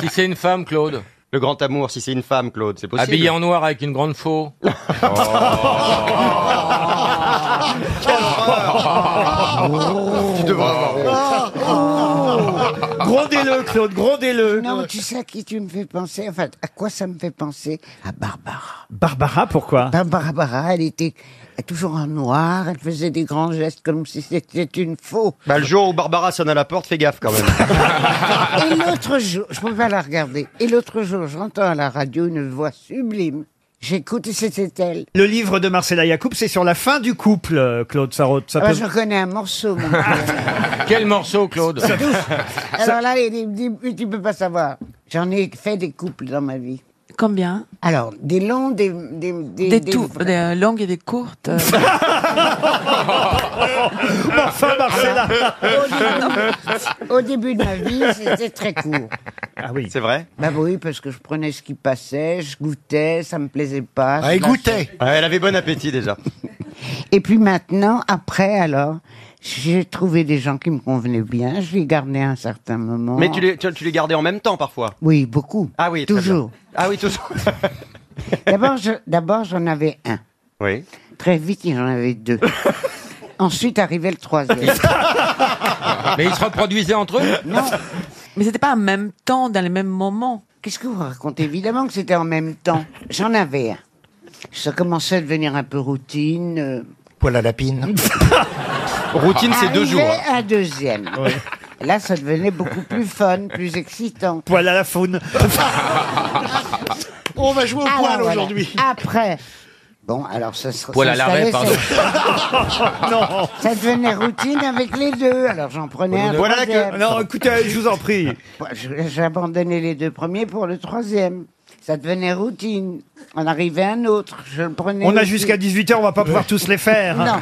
Si c'est une femme, Claude. Le grand amour, si c'est une femme, Claude, c'est possible. Habillée en noir avec une <laughs> grande faux. Tu devrais avoir honte. Oh. Grondez-le, Claude, grondez-le. Non, mais tu sais à qui tu me fais penser Enfin, à quoi ça me fait penser À Barbara. Barbara, pourquoi Ben, Barbara, elle était toujours en noir, elle faisait des grands gestes comme si c'était une faux. Bah, le jour où Barbara sonne à la porte, fais gaffe quand <laughs> même. Ah. Et l'autre jour, je pouvais pas la regarder, et l'autre jour, j'entends à la radio une voix sublime. J'écoute et c'était elle. Le livre de Marcella Yacoub, c'est sur la fin du couple, euh, Claude Sarraute. Ça Ah bah, peut- je connais un morceau, <laughs> mon Dieu. Quel morceau, Claude <laughs> Alors là, il il me dit, Mais tu peux pas savoir. J'en ai fait des couples dans ma vie. Combien Alors, des longs, des... Des, Des, tout, des euh, longues et des <laughs> courtes. Mais enfin, Marcella Au début de ma vie, c'était très court. Ah oui. C'est vrai Bah oui, parce que je prenais ce qui passait, je goûtais, ça me plaisait pas. je lâchais. Ah, Elle avait bon appétit déjà. Et puis maintenant, après, alors, j'ai trouvé des gens qui me convenaient bien, je les gardais à un certain moment. Oh. Mais tu les, tu, tu les gardais en même temps parfois. Oui, beaucoup. Ah oui, très bien. Toujours. Ah oui, toujours. <laughs> D'abord, je- d'abord, j'en avais un. Oui. Très vite, j'en avais <laughs> deux. Ensuite arrivait le troisième. Mais ils se reproduisaient entre eux Mais c'était pas en même temps, dans les mêmes moments. Qu'est-ce que vous racontez Évidemment que c'était en même temps. J'en avais un. Ça commençait à devenir un peu routine. euh. Poil à <laughs> lapine. Routine, Arrivait un deuxième. Là, ça devenait beaucoup plus fun, plus excitant. Poil à la <laughs> faune. On va jouer au poil aujourd'hui. Après. Bon, alors ça se Poil ça à l'arrêt, se pardon. <laughs> non. Ça devenait routine avec les deux. Alors j'en prenais un. Voilà la troisième. queue. Non, <laughs> écoutez, je vous en prie. Moi, je- J'ai abandonné les deux premiers pour le troisième. Ça devenait routine. On arrivait à un autre. Je le prenais. On a aussi. jusqu'à 18h, on va pas pouvoir tous les faire. Non.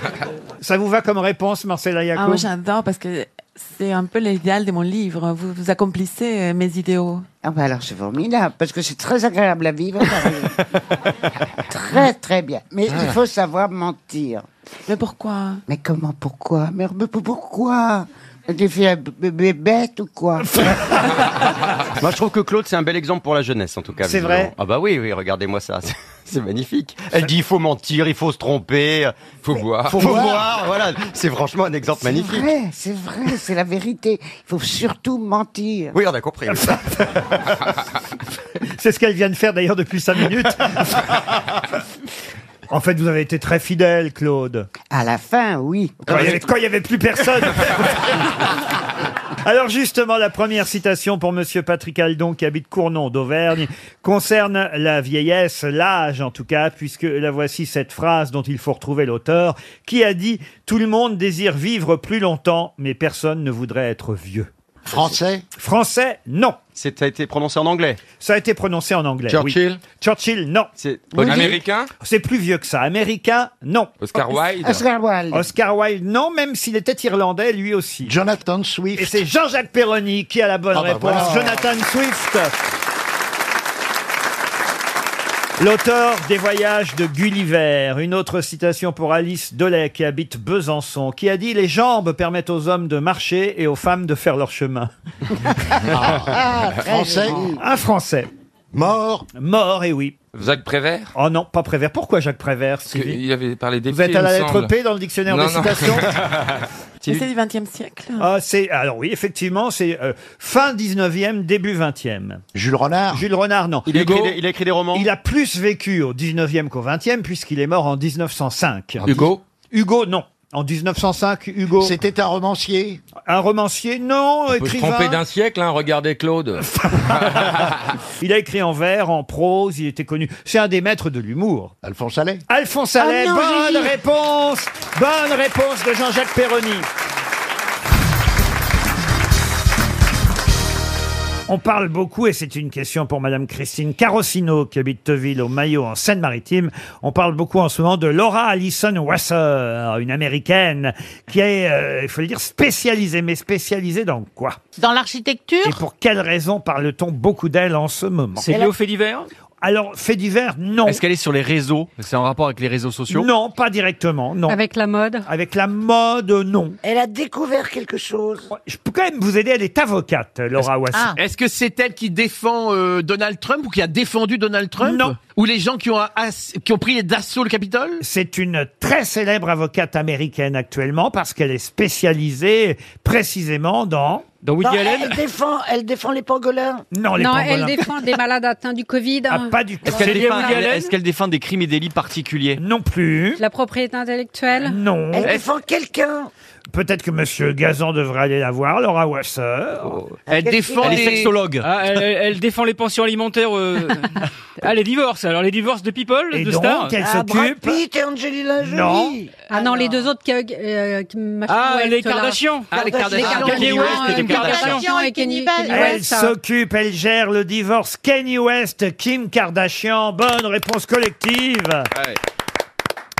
Ça vous va comme réponse, <laughs> Marcella Ah, Yacoub moi, j'adore parce que c'est un peu l'idéal de mon livre. Vous, vous accomplissez euh, mes idéaux. Ah bah alors c'est formidable parce que c'est très agréable à vivre. <laughs> très très bien. Mais Ah. il faut savoir mentir. Mais pourquoi Mais comment pourquoi Mais mais pourquoi T'es fait un bébé bête ou <laughs> quoi Moi, je trouve que Claude, c'est un bel exemple pour la jeunesse, en tout cas. C'est visiblement. vrai Ah bah oui, oui, regardez-moi ça. <laughs> C'est- C'est magnifique. Elle dit, il faut mentir, il faut se tromper, faut boire. Faut, Faut boire. boire, voilà. C'est franchement un exemple C'est magnifique. vrai, c'est vrai, c'est la vérité. Il faut surtout mentir. Oui, on a <laughs> compris. C'est ce qu'elle vient de faire d'ailleurs depuis 5 <laughs> minutes. En fait, vous avez été très fidèle, Claude. À la fin, oui. Quand il y avait- quand il n'y avait <laughs> plus personne. <laughs> Alors justement, la première citation pour Monsieur Patrick Aldon, qui habite Cournon d'Auvergne, concerne la vieillesse, l'âge en tout cas, puisque la voici cette phrase dont il faut retrouver l'auteur, qui a dit « Tout le monde désire vivre plus longtemps, mais personne ne voudrait être vieux ». Français Français, non. Ça a été prononcé en anglais Ça a été prononcé en anglais. oui. Churchill Churchill, non. C'est Woody- Américain C'est plus vieux que ça. Américain, non. Oscar Wilde Oscar Wilde. Oscar Wilde, non, même s'il était irlandais lui aussi. Jonathan Swift. Et c'est Jean-Jacques Perroni qui a la bonne Ah bah réponse. voilà. Jonathan Swift. L'auteur des voyages de Gulliver, une autre citation pour Alice Delay qui habite Besançon, qui a dit Les jambes permettent aux hommes de marcher et aux femmes de faire leur chemin. <laughs> Ah, français. Un Français. Mort. Mort, et oui. Jacques Prévert Oh non, pas Prévert. Pourquoi Jacques Prévert Stevie Il avait parlé des Vous êtes pieds, à il la me lettre semble. P dans le dictionnaire Non, des non. <laughs> <laughs> citations Mais c'est du XXe siècle. Ah, c'est alors oui, effectivement, c'est euh, fin 19e, début 20e. Jules Renard. Jules Renard, non. Il a écrit des- il a écrit des romans Il a plus vécu au 19e qu'au 20e puisqu'il est mort en 1905. Hugo Hugo, non. En 1905, Hugo. C'était un romancier. Un romancier, non. On peut se écrivain. tromper d'un siècle, hein, regardez <laughs> Claude. Il a écrit en vers, en prose, il était connu. C'est un des maîtres de l'humour. Alphonse Allais. Alphonse Allais, Ah non, j'ai bonne dit. réponse Bonne réponse de Jean-Jacques Perroni. On parle beaucoup, et c'est une question pour Madame Christine Carosino, qui habite Teville au Maillot, en Seine-Maritime. On parle beaucoup en ce moment de Laura Allison Wasser, une américaine, qui est, euh, il faut le dire, spécialisée. Mais spécialisée dans quoi Dans l'architecture Et pour quelle raison parle-t-on beaucoup d'elle en ce moment C'est lié au fait divers Alors, fait divers, non. Est-ce qu'elle est sur les réseaux C'est en rapport avec les réseaux sociaux Non, pas directement, non. Avec la mode Avec la mode, non. Elle a découvert quelque chose. Je peux quand même vous aider, elle est avocate, Laura Wasser. Ah, Ah. Est-ce que c'est elle qui défend euh, Donald Trump ou qui a défendu Donald Trump Non. Ou les gens qui ont, ass- qui ont pris d'assaut le Capitole C'est une très célèbre avocate américaine actuellement parce qu'elle est spécialisée précisément dans... Dans Non, elle, elle défend, elle défend les pangolins. Non, Ah, non, elle défend des malades atteints du Covid. hein. Est-ce qu'elle défend, est-ce qu'elle défend des crimes et délits particuliers Non plus. La propriété intellectuelle Non. Elle défend quelqu'un. Peut-être que Monsieur Gazan devrait aller la voir, Laura Wasser. Elle défend les les- Ah, elle, elle- elle défend les pensions alimentaires. euh, ah, les divorces. Alors, les divorces de people, Et de donc, stars. elle Ah, s'occupe- Brad Pitt et Angelina Jolie. Non. Ah non, les deux autres. qui- euh, qui- machin, Ah, West, les là. Kardashians. Ah, les Kardashians. Kanye West et les Kim Kardashians. Kardashian et Kenny Kenny Elle West. s'occupe, elle gère le divorce Kanye West, Kim Kardashian. Bonne réponse collective.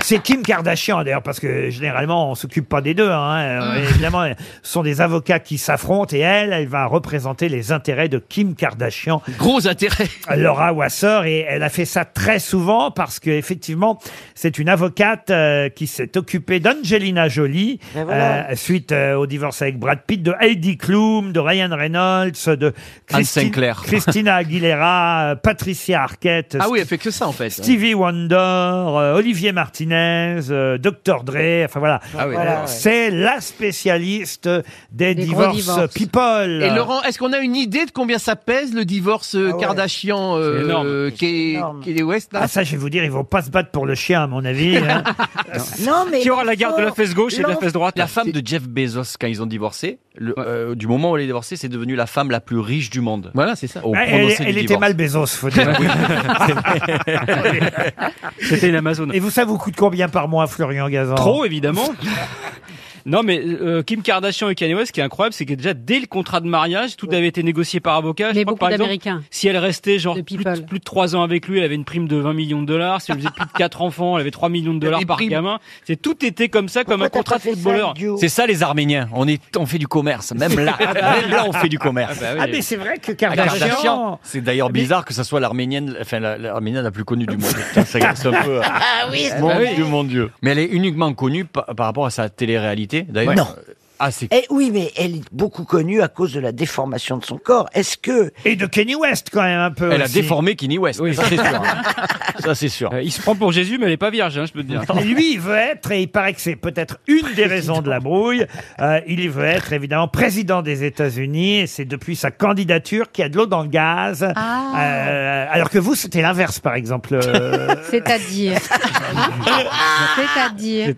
C'est Kim Kardashian d'ailleurs parce que généralement on s'occupe pas des deux. hein. Mm. Euh, Évidemment, ce sont des avocats qui s'affrontent et elle, elle va représenter les intérêts de Kim Kardashian. Gros intérêt. <laughs> Laura Wasser et elle a fait ça très souvent parce que effectivement c'est une avocate euh, qui s'est occupée d'Angelina Jolie voilà. euh, suite euh, au divorce avec Brad Pitt de Heidi Klum de Ryan Reynolds de Christine- Sinclair. <laughs> Christina Aguilera euh, Patricia Arquette Ah oui, elle fait que ça en fait. Stevie Wonder euh, Olivier Martinez euh, Dr Dre enfin voilà, Ah oui, Voilà, d'accord. c'est la spécialiste des, gros divorces, divorces. people Et Laurent, est-ce qu'on a une idée de combien ça pèse le divorce euh, Kardashian euh, Ah C'est énorme. Kay- Kanye West là Ah, ça, je vais vous dire, ils vont pas se battre pour le chien, à mon avis. <laughs> hein. Non, mais Qui aura la garde de la l'enfant- fesse gauche et de la l'enfant- fesse droite La femme de Jeff Bezos, quand ils ont divorcé, le- euh, du moment où elle est divorcée, c'est devenue la femme la plus riche du monde. Voilà, c'est ça. Ah, elle elle était mal Bezos, faut <laughs> dire. C'était une Amazon. Et vous, ça vous coûte combien par mois, Florian Gazan Trop, évidemment. Non mais euh, Kim Kardashian et Kanye West, ce qui est incroyable, c'est que déjà dès le contrat de mariage, tout avait été négocié par avocat. Je crois que, par exemple, d'Américains. Si elle restait genre plus, de- plus de 3 ans avec lui, elle avait une prime de 20 millions de dollars. Si elle faisait plus de 4 enfants, elle avait 3 millions de dollars par gamin. C'est tout était comme ça, comme un contrat de footballeur. C'est ça les Arméniens, on, est, on fait du commerce, même <laughs> là, même là on fait du commerce. Ah, mais c'est vrai que La Kardashian. Kardashian, bah C'est d'ailleurs bizarre que ça soit l'arménienne, enfin la- l'arménienne la plus connue du monde. Putain, ça graisse un peu. hein. Ah <laughs> oui, c'est mon vrai. Dieu, mon Dieu. Mais elle est uniquement connue par, par rapport à sa télé-réalité. D'ailleurs, Non. euh, Ah, c'est Eh oui, mais elle est beaucoup connue à cause de la déformation de son corps. Est-ce que Et de Kenny West, quand même, un peu. Elle a aussi. déformé Kanye West. ça c'est <laughs> sûr. hein. ça c'est sûr. Il se prend pour Jésus, mais elle est pas vierge, hein, je peux te dire. Et lui, il veut être, et il paraît que c'est peut-être une des raisons de la brouille, euh, il veut être évidemment président des États-Unis, et c'est depuis sa candidature qu'il y a de l'eau dans le gaz. Ah. Euh, alors que vous, c'était l'inverse, par <laughs> exemple. euh, <laughs> C'est-à-dire. C'est-à-dire.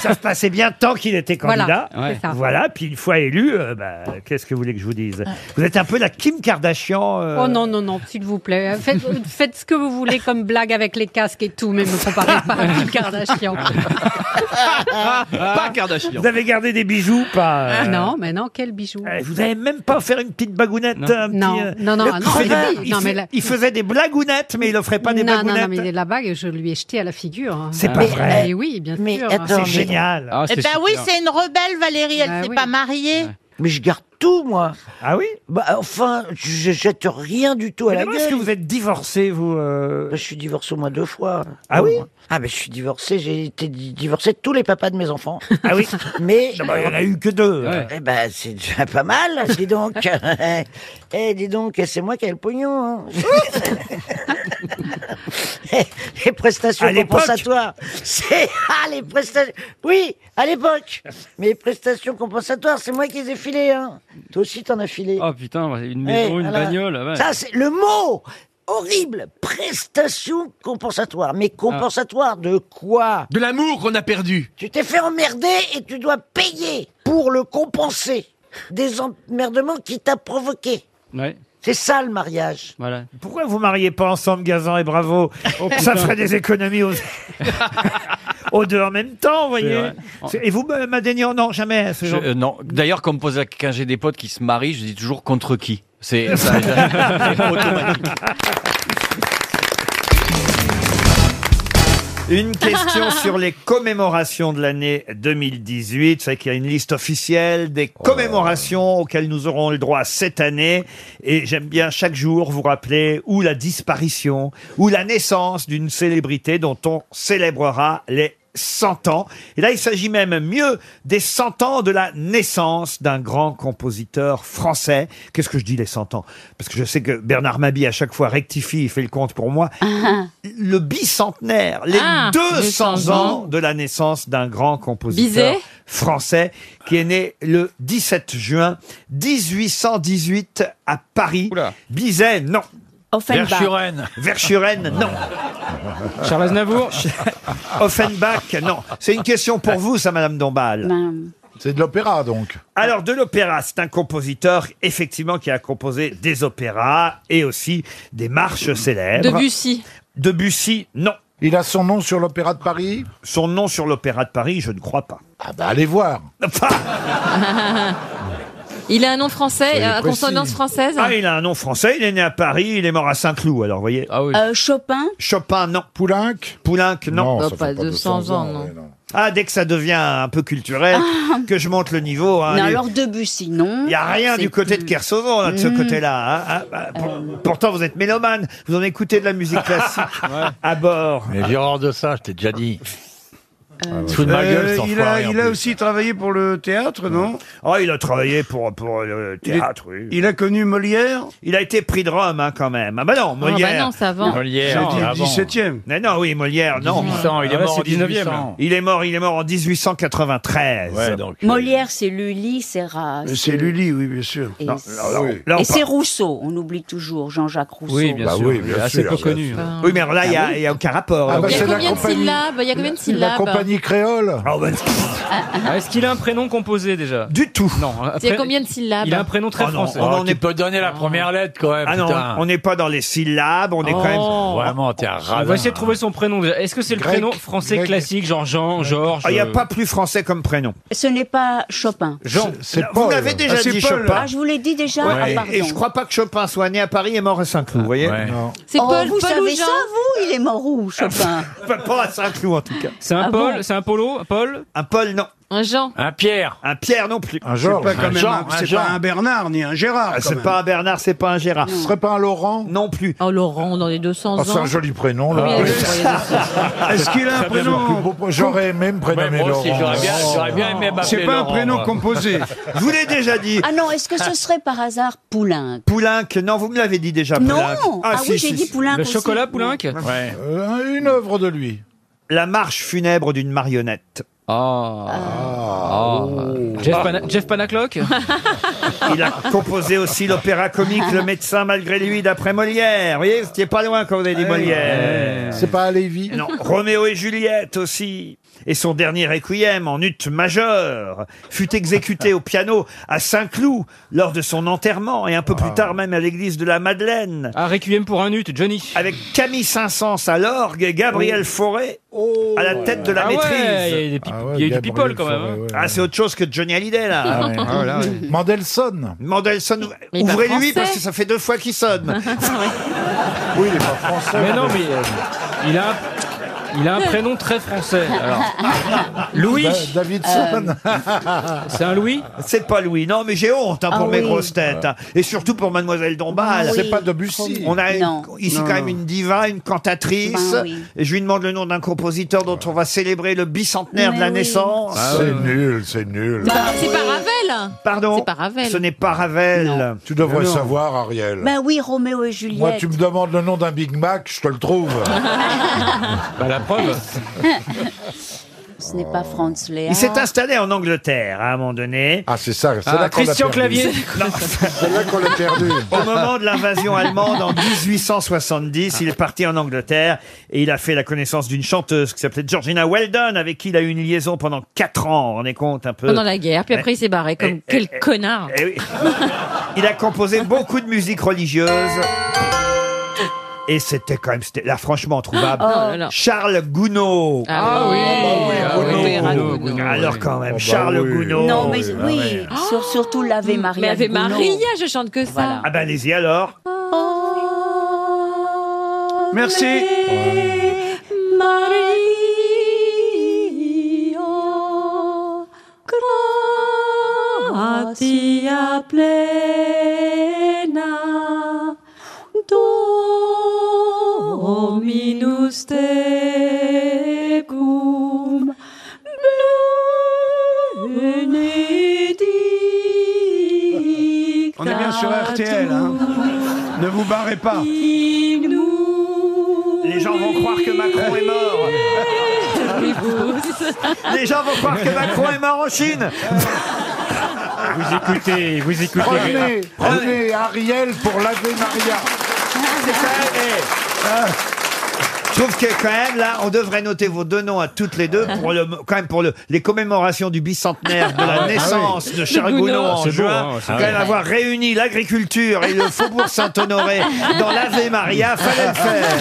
ça se passait bien tant qu'il était candidat. Voilà, c'est ça. Voilà, puis une fois élu, euh, bah, qu'est-ce que vous voulez que je vous dise Vous êtes un peu la Kim Kardashian. euh, <laughs> Oh non, non, non, s'il vous plaît. Faites, faites ce que vous voulez comme blague avec les casques et tout, mais me comparez pas à Kim Kardashian. Pas Kardashian. Vous avez gardé des bijoux ou pas euh, Ah Non, mais non, quel bijou. euh, Vous avez même pas offert une petite bagounette un Eh, Non. petit, Non, euh, non, non, le non, creux mais de- oui, il, non, fais- mais la- il faisait des blagounettes, mais il offrait pas des non, non, non, blagounettes. mais la bague, je lui ai jeté à la figure. hein. C'est pas Mais- vrai. Eh oui, bien Mais sûr. attends, Ah, C'est génial. Eh ben oui, c'est une rebelle, Valérie, elle s'est pas mariée. Mais je garde tout, moi. Ah oui Bah enfin, je je jette rien du tout à Mais la d'abord, gueule. Bah, est-ce que vous êtes divorcé, vous euh Je suis divorcé au moins deux fois. Ah oui Ah ben je suis divorcé, j'ai été di- divorcé de tous les papas de mes enfants. Ah oui Mais... Non, bah, il y en a eu que deux. euh. Eh ben c'est déjà pas mal, <laughs> dis donc. <laughs> eh dis donc, c'est moi qui ai le pognon. <laughs> hein. les prestations À l'époque. compensatoires. C'est ah, les prestations. Oui, à l'époque. Mais les prestations compensatoires, c'est moi qui les ai filées. Hein. Toi aussi, t'en as filé. Oh putain, une Eh, maison, une voilà. bagnole. ah ouais. Ça, c'est le mot horrible. Prestation compensatoire. Ah. Mais compensatoire de quoi De l'amour qu'on a perdu. Tu t'es fait emmerder et tu dois payer pour le compenser des emmerdements qui t'a provoqué. Ouais. C'est ça le mariage. Voilà. Pourquoi vous mariez pas ensemble, Gazan et Bravo Ça putain. ferait des économies aux... aux deux en même temps, vous voyez. vrai. C'est- Et vous, euh, Madénian, non, jamais. ce Je- genre- euh, non. D'ailleurs, quand, me pose la- quand j'ai des potes qui se marient, je dis toujours contre qui. <laughs> C'est ça- c'est automatique. Une question sur les commémorations de l'année 2018. C'est qu'il y a une liste officielle des commémorations auxquelles nous aurons le droit cette année. Et j'aime bien chaque jour vous rappeler ou la disparition ou la naissance d'une célébrité dont on célébrera les 100 ans. Et là, il s'agit même mieux des 100 ans de la naissance d'un grand compositeur français. Qu'est-ce que je dis les 100 ans Parce que je sais que Bernard Mabie à chaque fois rectifie, il fait le compte pour moi. Le bicentenaire, les Ah, 200 200 ans ans. de la naissance d'un grand compositeur Bizet français qui est né le 17 juin 1818 à Paris. Bizet, non. Offenbach. Verschuren. Verschuren, <laughs> non. Charles Aznavour <laughs> Offenbach, non. Ah, C'est une question pour vous, ça, Madame Dombal. Ben, C'est de l'opéra, donc. Alors, de l'opéra, c'est un compositeur, effectivement, qui a composé des opéras et aussi des marches célèbres. Debussy. Debussy, non. Il a son nom sur l'opéra de Paris Son nom sur l'opéra de Paris, je ne crois pas. Ah bah, allez voir <laughs> Il a Eh, un nom français, euh, à consonance française hein Ah, il a un nom français, il est né à Paris, il est mort à Saint-Cloud, alors vous voyez. Ah oui. Euh, Chopin Chopin, non. Poulenc Poulenc, non. Non, ça Bah, Pas fait pas 200 200 ans, non. Ah. ouais, Ah, dès que ça devient un peu culturel, que je monte le niveau. hein, non, les- alors Debussy, non. Il n'y a Ah, rien du côté de Kersozon, là, de ce Mmh. Mm. côté-là. hein. Ah, Euh. bah, pour- Pourtant, vous êtes mélomane, vous en écoutez de la musique <laughs> classique Ah, à bord. Mais j'ai horreur de ça, je t'ai déjà dit. Fous de ma gueule, cet Euh, il a, enfoiré, en il a plus. aussi travaillé pour le théâtre, non Oh, il a travaillé pour, pour le Il est- théâtre, oui. Il a connu Molière Il a été pris de Rome, hein, quand même. Ah bah non, bah Molière. non, c'est avant. Molière, J'ai dit avant. 17e. Mais non, oui, Molière, non. 1800, il est Ah ouais, mort c'est en 19e, là. 1800. Il est mort, il est mort en 1893. Ouais, donc. Molière, c'est Lully, c'est Euh, Ra. C'est Lully, oui, bien sûr. Et Non, c'est- alors, et là, on c'est parle- Rousseau, on oublie toujours Jean-Jacques Rousseau. Bah oui, bien sûr, bien sûr. Oui, mais alors là, il n'y Ah a, oui. il y a aucun rapport. Ah, hein. bah, Il y a c'est la combien de compagnie- syllabes Il y a combien de syllabes créole. Ah, Est-ce qu'il a un prénom composé déjà Du tout. Non. Il y a après- combien de syllabes Il a un prénom très Oh non, français. on en est- peut donner la première lettre quand même. Ah non, putain. on n'est pas dans les syllabes, on est quand Oh. même. Vraiment, t'es un On va radin. essayer de trouver son prénom déjà. Est-ce que c'est le Grec. prénom français Grec. classique, genre Jean, Georges Ah, Il n'y a euh, pas plus français comme prénom. Ce n'est pas Chopin. Jean, c'est Vous Paul. l'avez déjà Ah, c'est dit, Paul. Chopin. Ah, je vous l'ai dit déjà Ouais, Ah, et- pardon. Et je crois pas que Chopin soit né à Paris et mort à Saint-Cloud, vous voyez C'est Paul- Oh, vous Paul ou savez Jean ça, vous Il est mort où, Chopin <laughs> Pas- Pas à Saint-Cloud, en tout cas. C'est un Ah Paul bon C'est un Polo un Paul Un Paul, non. Un Jean. Un Pierre. Un Pierre non plus. Un Georges. C'est C'est pas pas, quand même un- c'est pas un Bernard ni un Gérard. Ah, C'est pas un Bernard, c'est pas un Gérard. Ce serait pas un Laurent Non plus. Oh, Laurent, dans les 200 Ah, ans. prénom. là. Ah. Oui, <laughs> oui, <laughs> Est-ce qu'il a un Très bien, prénom J'aurais aimé me prénommer moi aussi, Laurent. j'aurais bien- j'aurais bien Oh. aimé m'appeler C'est pas un Laurent, prénom moi. composé. Je vous l'ai déjà bah, dit. Ah non, est-ce que <laughs> ce serait par hasard Poulenc Poulenc, non, vous me l'avez dit déjà. Non Poulenc. Ah oui, j'ai dit Poulenc Le aussi. chocolat Poulenc Euh, Une œuvre de lui. La marche funèbre d'une marionnette. Ah. Jeff, Pana- Jeff Panaclock Il a composé aussi l'opéra comique Le médecin malgré lui d'après Molière. Vous voyez, vous n'étiez pas loin quand vous avez dit Molière. C'est pas à Lévis Non, Roméo et Juliette aussi. Et son dernier requiem en ut majeur fut exécuté au piano à Saint-Cloud lors de son enterrement et un peu plus tard même à l'église de la Madeleine. Ah. Un requiem pour un ut, Johnny. Avec Camille Saint-Saëns à l'orgue et Gabriel Oh. Fauré à la tête de la Ah ouais, maîtrise. il y a des pip- Ah ouais, il y a eu du Gabriel people, quand Fauré, même, hein. ouais, Ah, c'est autre chose que Johnny Hallyday là. Ah <laughs> ouais. Ah ouais, là, ouais. <laughs> Mandelson. Mandelson, Mais il est pas ouvrez-lui français. parce que ça fait deux fois qu'il sonne. oui, il est pas français. euh, Mais non, mais, Il a, Il a un prénom très français. alors. Louis. Bah, Euh, Davidson. C'est un Louis C'est pas Louis. Non, mais j'ai honte hein, pour Ah mes oui. grosses têtes. hein. Et surtout pour Mademoiselle Dombal. Oui. C'est pas Debussy. On a une- Non. ici Non, quand même non. une diva, une cantatrice. Ben oui. Et je lui demande le nom d'un compositeur dont on va célébrer le bicentenaire de la bah, naissance. Ah c'est nul, c'est nul. Bah, C'est Euh, pas Ravel Pardon C'est pas Ravel. Ce n'est pas Ravel. Tu devrais Non. savoir, Ariel. Ben oui, Roméo et Juliette. <laughs> Moi, tu me demandes le nom d'un Big Mac, je te le trouve. bah, la preuve. Ce n'est pas Franz Léa. Il <laughs> s'est installé en Angleterre hein, à un moment donné. Ah, c'est ça. Ah, là qu'on l'a Christian perdu. Clavier. <laughs> Non. C'est là qu'on l'a perdu. <laughs> Au moment de l'invasion allemande en 1870, il est parti en Angleterre et il a fait la connaissance d'une chanteuse qui s'appelait Georgina Weldon, avec qui il a eu une liaison pendant quatre ans. On est compte un peu. Pendant la guerre, puis après il s'est barré Eh, comme eh, quel eh, connard. eh oui. <laughs> Il a composé beaucoup de musique religieuse. Et c'était quand même, c'était là franchement trouvable. Oh là là. Charles Gounod. Ah oui. Ah oui, Gounod, Gounod, Alors oui. quand même, Oh bah Charles oui. Gounod. Ah Non, mais oui, sur- surtout l'Ave Maria. Mais Ave de Gounod. Maria, je chante que ça. Ah ben allez-y alors. Oh, Merci. Maria, gratia plena, Dominus tecum, benedicta On est bien sur e, RTL, hein. Ne vous barrez <laughs> pas. Ah. Les gens vont croire que Macron est mort. Les gens vont croire que Macron est mort en Chine. Vous écoutez, vous écoutez. Prenez, prenez Ariel pour l'Ave Maria. C'est quand même- eh, hein. Je trouve que quand même là, on devrait noter vos deux noms à toutes les deux pour le, quand même pour le, les commémorations du bicentenaire de Ah la oui. naissance Ah oui. de Charles De Gounod. Gounod en C'est beau, juin. hein, c'est quand beau. même avoir réuni l'agriculture et le faubourg Saint-Honoré dans l'Ave Maria, fallait le faire.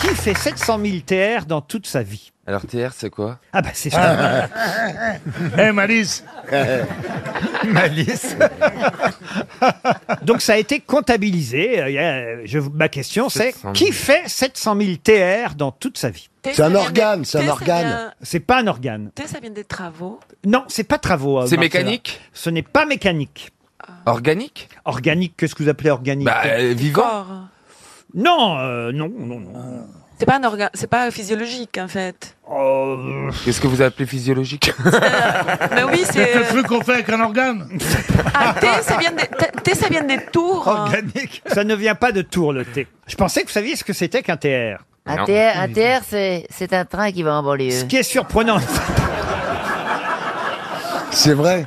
Qui fait 700 000 TR dans toute sa vie Alors TR, c'est quoi Ah bah c'est ça. <laughs> Eh, Malice <laughs> Malice. Donc ça a été comptabilisé. Euh, il y a- Je, vous- ma question c'est 700 000. qui fait 700 000 TR dans toute sa vie C'est un organe, c'est un organe. C'est pas un organe. Peut-être ça vient des travaux. Non, c'est pas travaux. euh, C'est Marcella. mécanique Ce n'est pas mécanique. Organique Organique, qu'est-ce que vous appelez organique Bah, euh, vivant. Corps. Non, euh, non, non, non. C'est pas un organe, c'est pas physiologique en fait. Qu'est-ce que vous appelez <laughs> physiologique Mais oui, c'est Le truc qu'on fait avec un organe. ah, thé, ça vient des thé- thé, ça vient des tours. hein. Organique. Ça ne vient pas de Tours le thé. Je pensais que vous saviez ce que c'était qu'un TR. Un TR, un TR, c'est c'est un train qui va en Ce banlieue. qui est surprenant. C'est vrai.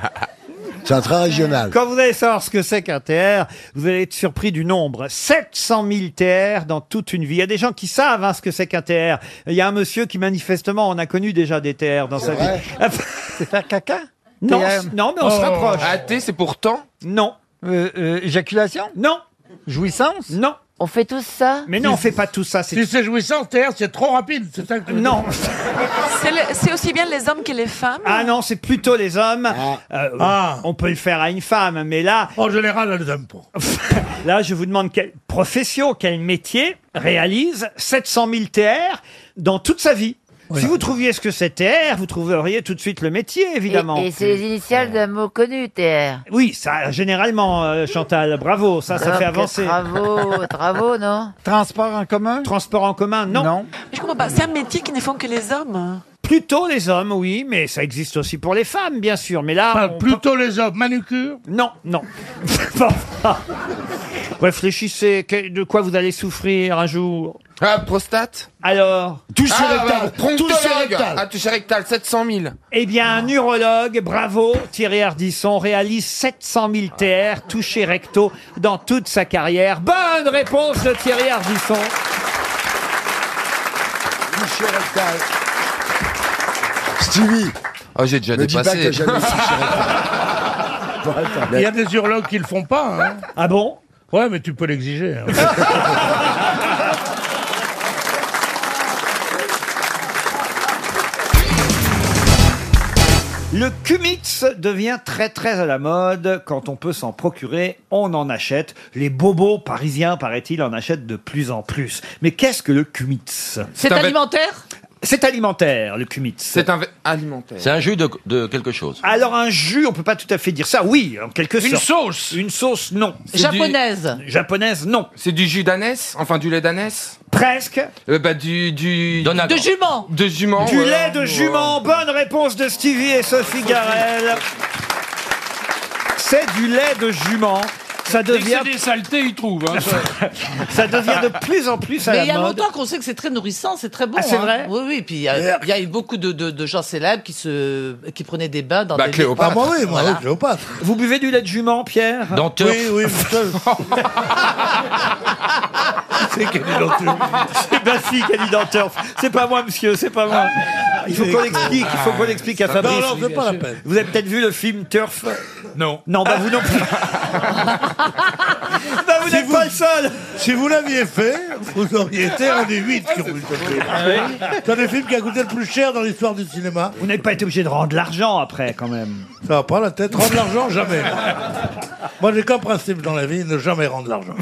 C'est un train régional. Quand vous allez savoir ce que c'est qu'un TR, vous allez être surpris du nombre. 700 000 TR dans toute une vie. Il y a des gens qui savent hein, ce que c'est qu'un TR. Il y a un monsieur qui, manifestement, en a connu déjà des TR dans sa vie. c'est faire caca non, TR. c- non, mais on se Oh. rapproche. Ah, T, c'est pourtant Non. euh, éjaculation Non. Jouissance Non. On fait tous ça Mais non, on fait pas tout ça. Si c'est jouissant, TR, c'est trop rapide. C'est ça que Non. C'est le- C'est aussi bien les hommes que les femmes. Ah non, c'est plutôt les hommes. Ah. Euh, On peut le faire à une femme, mais là... En général, à les hommes. <laughs> là, je vous demande quelle profession, quel métier réalise 700 000 TR dans toute sa vie. Si vous trouviez ce que c'est TR, vous trouveriez tout de suite le métier, évidemment. Et, et Mmh. c'est les initiales d'un mot connu, TR. Oui, ça, généralement, euh, Chantal, bravo, ça, ça Alors fait que avancer. <laughs> Oh, <laughs> Travaux, travaux, non <laughs> Transport en commun Transport en commun, non. Mais je comprends pas. C'est un métier qui ne font que les hommes. Plutôt les hommes, oui, mais ça existe aussi pour les femmes, bien sûr. Mais là, Enfin, plutôt les hommes, manucure. Non, non. <laughs> Bon. Réfléchissez, que- de quoi vous allez souffrir un jour Ah, prostate Alors Touche Ah, bah, rectal Touche rectal Ah, touche rectal, 700 000 Eh bien, un urologue, bravo, Thierry Ardisson, réalise 700 000 TR touchés recto dans toute sa carrière. Bonne réponse de Thierry Ardisson. Stevie Ah, j'ai déjà Ne dis pas dépassé. que <laughs> j'ai jamais Il y a des urlogues qui le font pas. hein. Ah bon Ouais, mais tu peux l'exiger. hein. Le Cumitz devient très très à la mode. Quand on peut s'en procurer, on en achète. Les bobos parisiens, paraît-il, en achètent de plus en plus. Mais qu'est-ce que le Cumitz C'est alimentaire C'est alimentaire, le Cumitz. C'est un alimentaire. C'est un jus de, de quelque chose. Alors un jus, on peut pas tout à fait dire ça. Oui, en Ah, quelque Une sorte. sauce. Une sauce, non. Japonaise. Japonaise, non. C'est du jus d'ânesse Enfin, du lait d'ânesse Presque. Euh, bah, du... du... De jument. De jument. Du voilà. lait de jument. Bonne réponse de Stevie et Sophie Garel. C'est <laughs> du lait de jument. Ça Dès que devient, c'est des saletés, ils trouvent. hein, ça. <laughs> ça devient de plus en plus à Mais il y la a mode. longtemps qu'on sait que c'est très nourrissant, c'est très bon. Ah, c'est hein. vrai Oui, oui. Puis il y, a- il y a eu beaucoup de, de- de gens célèbres qui, se, qui prenaient des bains dans Bah, des. Cléopâtre. Ah, moi, oui, moi, oui, Cléopâtre. Vous buvez du lait de jument, Pierre Denteur. Oui, <laughs> oui, <laughs> C'est quel est Bah, l'entour C'est ma fille qui a dit denteur. C'est pas moi, monsieur, c'est pas moi. Il faut qu'on l'explique, il faut qu'on l'explique à Non, Fabrice. non, c'est pas la peine. Vous avez peut-être vu le film Turf Non. Non, bah vous non plus. bah vous n'êtes pas le seul Si vous l'aviez fait, vous auriez été un des huit qui ont eu le film. Ah oui C'est un des films qui a coûté le plus cher dans l'histoire du cinéma. Vous n'avez pas été obligé de rendre l'argent après, quand même. Ça va pas la tête, rendre l'argent, jamais. Moi, j'ai qu'un principe dans la vie, ne jamais rendre l'argent.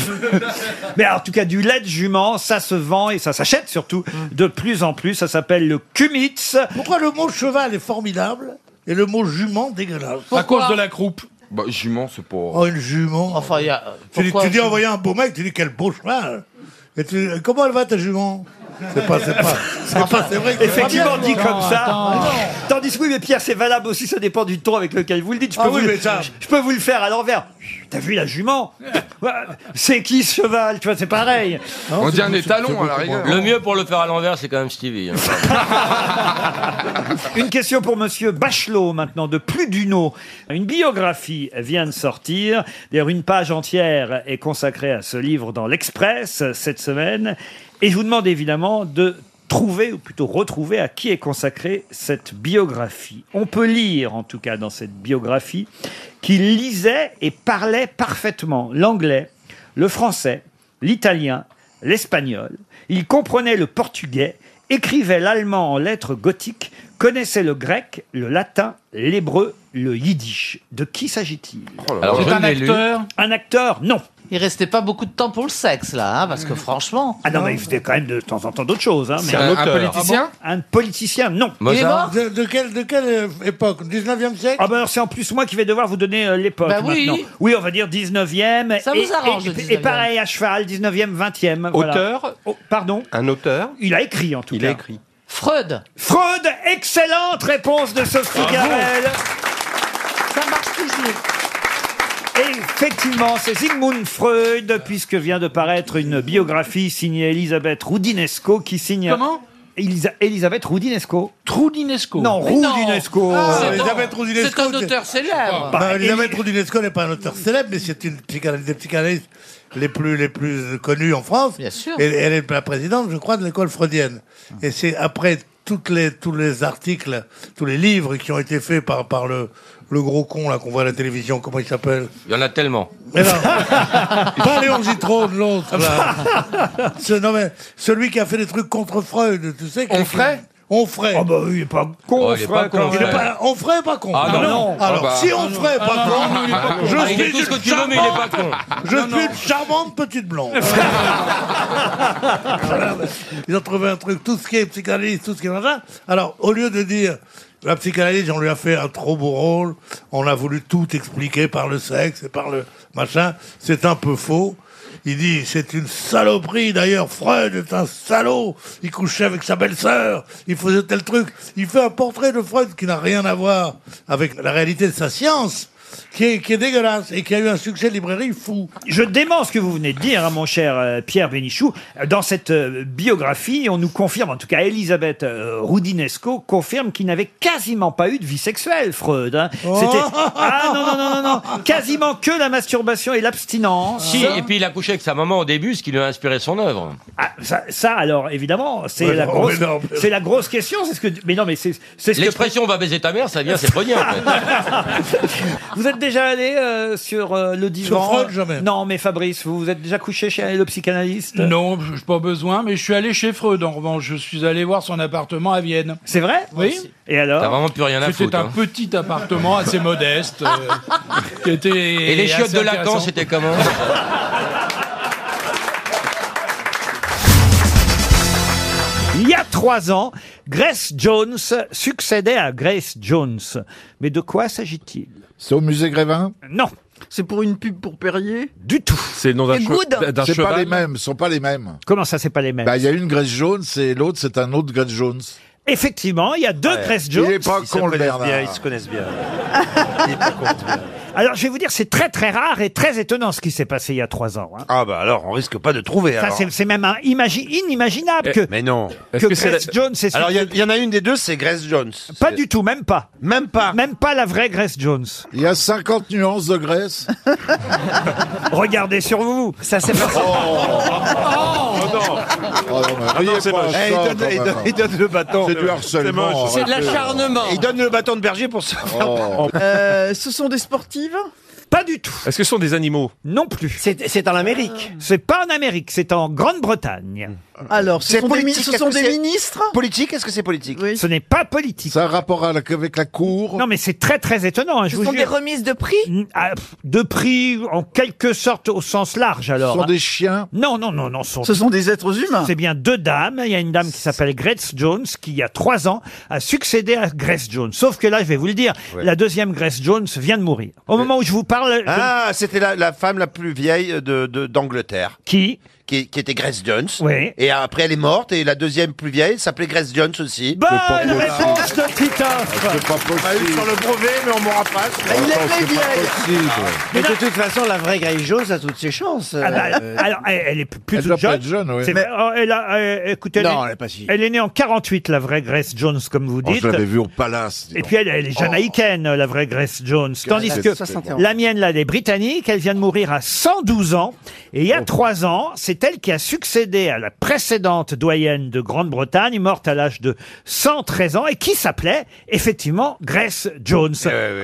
<laughs> Mais en tout cas, du lait de jument, ça se vend et ça s'achète surtout de plus en plus. Ça s'appelle le Cumitz. Pourquoi le mot cheval est formidable et le mot jument dégueulasse À cause de la croupe. Bah, jument, c'est pour... Oh, une jument. Enfin, il y a. euh, Tu, dis- pourquoi- tu dis envoyer un beau mec, tu dis quel beau cheval. Et tu dis, comment elle va ta jument C'est pas, c'est pas, c'est pas, c'est vrai. que c'est pas Effectivement, bien. dit comme ça. Ah non. Tandis que oui, mais Pierre, c'est valable aussi, ça dépend du ton avec lequel vous le dites. Je peux, Ah vous, oui, le- mais ça- je peux vous le faire à l'envers. T'as vu la jument Ouais, C'est qui ce cheval Tu vois, c'est pareil. On dit un étalon, à la rigueur. Le mieux pour le faire à l'envers, c'est quand même Stevie. hein. Une question pour Monsieur Bachelot maintenant de plus d'une eau. Une biographie vient de sortir. D'ailleurs, une page entière est consacrée à ce livre dans l'Express euh, cette semaine. Et je vous demande évidemment de trouver ou plutôt retrouver à qui est consacrée cette biographie. On peut lire en tout cas dans cette biographie qu'il lisait et parlait parfaitement l'anglais, le français, l'italien, l'espagnol. Il comprenait le portugais, écrivait l'allemand en lettres gothiques, connaissait le grec, le latin, l'hébreu, le yiddish. De qui s'agit-il Alors, C'est je un n'ai lu- acteur Un acteur, non. Il restait pas beaucoup de temps pour le sexe, là, hein, parce que franchement. Ah non, mais il faisait quand même de temps en temps d'autres choses. hein, C'est mais- un Un- un auteur. politicien Un politicien, non. Mozart Il est mort de, de quelle, de quelle euh, époque 19e siècle Ah ben alors c'est en plus moi qui vais devoir vous donner euh, l'époque Bah oui. maintenant. Oui, on va dire 19e. Ça et, vous arrange, et- le et 19e. pareil à cheval, 19e, 20e. voilà. Auteur Oh, Pardon Un auteur Il a écrit en tout Il cas. a écrit. Freud Freud, excellente réponse de Sophie Bravo. Garel. Ça marche toujours. Et effectivement, c'est Sigmund Freud, puisque vient de paraître une biographie signée Elisabeth Roudinesco qui signe. Comment Elisa- Elisabeth Roudinesco. Troudinesco. Non, Roudinesco. Ah, Euh, Elisabeth C'est Roudinesco. un auteur célèbre. Bah, Elisabeth Roudinesco n'est pas un auteur célèbre, mais c'est une psychanalyste, des psychanalystes les plus, les plus connues en France. Bien sûr. Et elle est la présidente, je crois, de l'école freudienne. Et c'est après toutes les, tous les articles, tous les livres qui ont été faits par, par le, le gros con là qu'on voit à la télévision, comment il s'appelle Il y en a tellement. Mais non. Pas Léon Gitrone, l'autre. <laughs> là. Ce- non, mais celui qui a fait des trucs contre Freud, tu sais. Onfray Onfray. Ah bah oui, il est pas con, Oh, il est Onfray, pas con, quand Il même. est pas- Onfray est pas con. Ah, non, non. Ah Alors, bah. si Onfray est pas Ah, con, non, non, il est pas con. Ah, je il suis est tout ce une que tu veux, mais il est pas charmante- Je suis une charmante petite <laughs> blonde. <laughs> Voilà, bah, Ils ont trouvé un truc, tout ce qui est psychanalyse, tout ce qui est machin. Alors, au lieu de dire... La psychanalyse, on lui a fait un trop beau rôle. On a voulu tout expliquer par le sexe et par le machin. C'est un peu faux. Il dit, c'est une saloperie d'ailleurs, Freud est un salaud, il couchait avec sa belle-sœur, il faisait tel truc, il fait un portrait de Freud qui n'a rien à voir avec la réalité de sa science, qui est, qui est dégueulasse et qui a eu un succès de librairie fou. Je dément ce que vous venez de dire, hein, mon cher euh, Pierre Bénichou. Dans cette euh, biographie, on nous confirme, en tout cas Elisabeth euh, Roudinesco confirme qu'il n'avait quasiment pas eu de vie sexuelle, Freud. hein. Oh. C'était ah non non non non non, quasiment que la masturbation et l'abstinence. Si, et puis il a couché avec sa maman au début, ce qui lui a inspiré son œuvre. Hein Ah, ça, ça, alors évidemment, c'est Ouais, la non, grosse, mais non, mais- c'est la grosse question. C'est ce que mais non mais c'est c'est ce que L'expression va baiser ta mère, ça vient, c'est pognon. en fait. vous Vous êtes déjà allé euh, sur euh, le divan Freud, jamais. Non, mais Fabrice, vous vous êtes déjà couché chez le psychanalyste Non, je n'ai pas besoin, mais je suis allé chez Freud en revanche. Je suis allé voir son appartement à Vienne. C'est vrai Oui. Et alors T'as vraiment plus rien à foutre. C'était un hein. petit appartement assez modeste. Ah, euh, qui était Et les chiottes assez de Lacan, intéressant. c'était comment Il y a trois ans, Grace Jones succédait à Grace Jones. Mais de quoi s'agit-il C'est au musée Grévin Non. C'est pour une pub pour Perrier Du tout. C'est non d'un Et che- Good d'un C'est pas cheval. les mêmes, ce sont pas les mêmes. Comment ça, c'est pas les mêmes Bah, il y a une Grace Jones et l'autre, c'est un autre Grace Jones. Effectivement, il y a deux Ouais. Grace Il Jones. est pas Ils se con, le connaissent Bernard. bien, ils se connaissent bien. Alors, je vais vous dire, c'est très très rare et très étonnant ce qui s'est passé il y a trois ans. hein. Ah bah alors, on risque pas de trouver. Ça, alors. c'est c'est même un imagi- inimaginable Eh, que. mais non. Que Grace Jones est Alors, il y a- il y, en a une des deux, c'est Grace Jones. Pas du tout, même pas. Même pas. Même pas la vraie Grace Jones. Il y a 50 nuances de Grace. Regardez sur vous. Ça s'est passé. Oh, Ah, Eh, il, donne, il donne- il donne le bâton. C'est du harcèlement, moche. arrêtez. C'est de l'acharnement. Il donne le bâton de berger pour se faire Euh, ce sont des sportives Pas du tout. Est-ce que ce sont des animaux Non plus. C'est en Amérique. C'est pas en Amérique, c'est en Grande-Bretagne. Alors, ce Ah. C'est sont des, mi- politique, ce est-ce sont que des c'est- ministres Politique, est-ce que c'est politique Ce n'est pas politique. Ça a un rapport à la- avec la cour. Non, mais c'est très très étonnant. hein, je Ce vous sont jure. des remises de prix Mm, ah, pff, De prix, en quelque sorte, au sens large, alors. Ce sont hein. des chiens. Non, non, non, non. Ce sont des êtres humains C'est bien deux dames. Il y a une dame qui s'appelle Grace Jones, qui, il y a trois ans, a succédé à Grace Jones. Sauf que là, je vais vous le dire, Ouais. la deuxième Grace Jones vient de mourir. Au moment où je vous parle... je- Ah, c'était la, la femme la plus vieille de- de- d'Angleterre. Qui qui, qui était Grace Jones. Oui. Et après, elle est morte. Et la deuxième plus vieille s'appelait Grace Jones aussi. Bonne réponse de Titoff Ah, Pas eu Ah, sur le brevet, mais on m'aura pas. Mais de toute façon, la vraie Grace Jones a toutes ses chances. Ah bah, alors, elle, elle est plus Elle toute doit pas jeune. être jeune, oui. C'est- Mais- oh, elle a, euh, écoutez, Non, est, elle est pas si- elle est née en 48, la vraie Grace Jones, comme vous Oh, dites. je l'avais vu au palace. dis Et donc. puis elle, elle est jamaïcaine, la vraie Grace Jones. Tandis c'est- que c'est bon. la mienne, là, elle est britannique. Elle vient de mourir à 112 ans. Et il y a trois ans, c'est elle qui a succédé à la précédente doyenne de Grande-Bretagne, morte à l'âge de 113 ans, et qui s'appelait effectivement Grace Jones.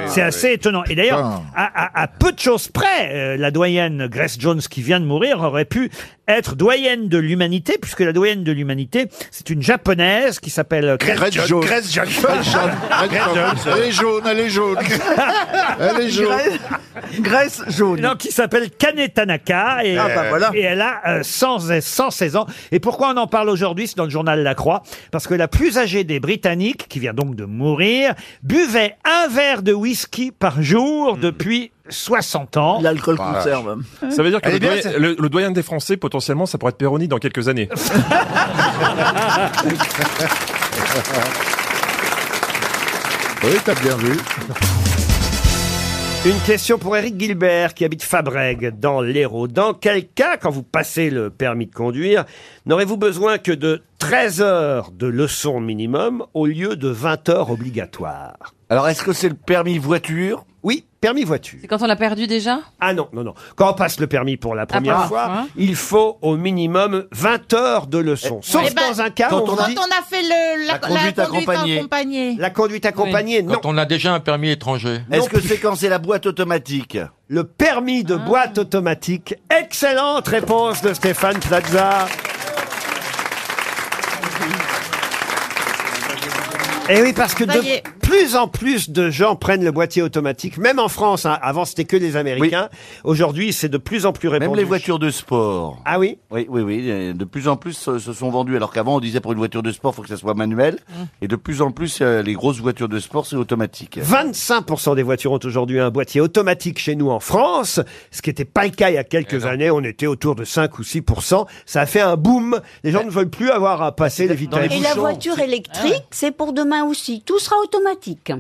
C'est assez étonnant. Et d'ailleurs, Putain. à, à- à peu de choses près, euh, la doyenne Grace Jones qui vient de mourir aurait pu être doyenne de l'humanité, puisque la doyenne de l'humanité, c'est une japonaise qui s'appelle Grace Jones. Grace Jones. Grace Jones. Grace Jones. Elle est jaune, elle est jaune. <laughs> Elle est jaune. Grace jaune. Non, qui s'appelle Kane Tanaka. Et, Ah, bah voilà. et elle a euh, 100 116 ans. Et pourquoi on en parle aujourd'hui C'est dans le journal La Croix. Parce que la plus âgée des Britanniques, qui vient donc de mourir, buvait un verre de whisky par jour depuis 60 ans. L'alcool Ah, conserve. Ça veut dire que Elle le, est bien, doyen- c'est- le- le doyen des Français, potentiellement, ça pourrait être Péroni dans quelques années. Oui, t'as bien <laughs> vu. Une question pour Eric Gilbert qui habite Fabrègue dans l'Hérault. Dans quel cas, quand vous passez le permis de conduire, n'aurez-vous besoin que de 13 heures de leçons minimum au lieu de 20 heures obligatoires Alors, est-ce que c'est le permis voiture Oui, permis voiture. Quand on l'a perdu déjà Ah non, non, non. Quand on passe le permis pour la première pardon. fois, Hein il faut au minimum 20 heures de leçons. Sauf Eh ben, dans un cas où quand on, on a, dit fait le, La la, la conduite conduite, accompagnée. accompagnée. la conduite accompagnée, non. Quand on a déjà un permis étranger. Est-ce que c'est quand c'est la boîte automatique Le permis Ah. de boîte automatique. Excellente réponse de Stéphane Plaza. Et Eh oui, parce que Ça de y est. plus en plus de gens prennent le boîtier automatique, même en France. hein. Avant, c'était que les Américains. Aujourd'hui, c'est de plus en plus répandu. Même les voitures de sport. Ah oui Oui, oui, oui. euh, De plus en plus euh, se sont vendues. Alors qu'avant, on disait pour une voiture de sport, il faut que ça soit manuel. Mmh. Et de plus en plus, euh, les grosses voitures de sport, c'est automatique. 25% des voitures ont aujourd'hui un boîtier automatique chez nous en France, ce qui n'était pas le cas il y a Eh quelques années. On était autour de 5 ou 6%. Ça a fait un boom. Les Eh. gens ne veulent plus avoir à passer les vitesses. Et la <laughs> voiture électrique, c'est pour demain aussi. Tout sera automatique.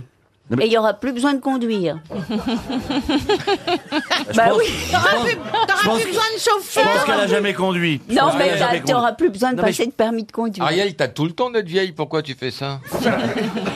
mais- Et il n'y aura plus besoin de conduire. bah oui. T'auras plus, t'auras plus besoin de Je pense chauffeur. qu'elle a jamais conduit. Non, mais t'as- t'auras plus besoin de Non, mais Ah, passer de permis de conduire. Ariel, t'as tout le temps d'être vieille, pourquoi tu fais ça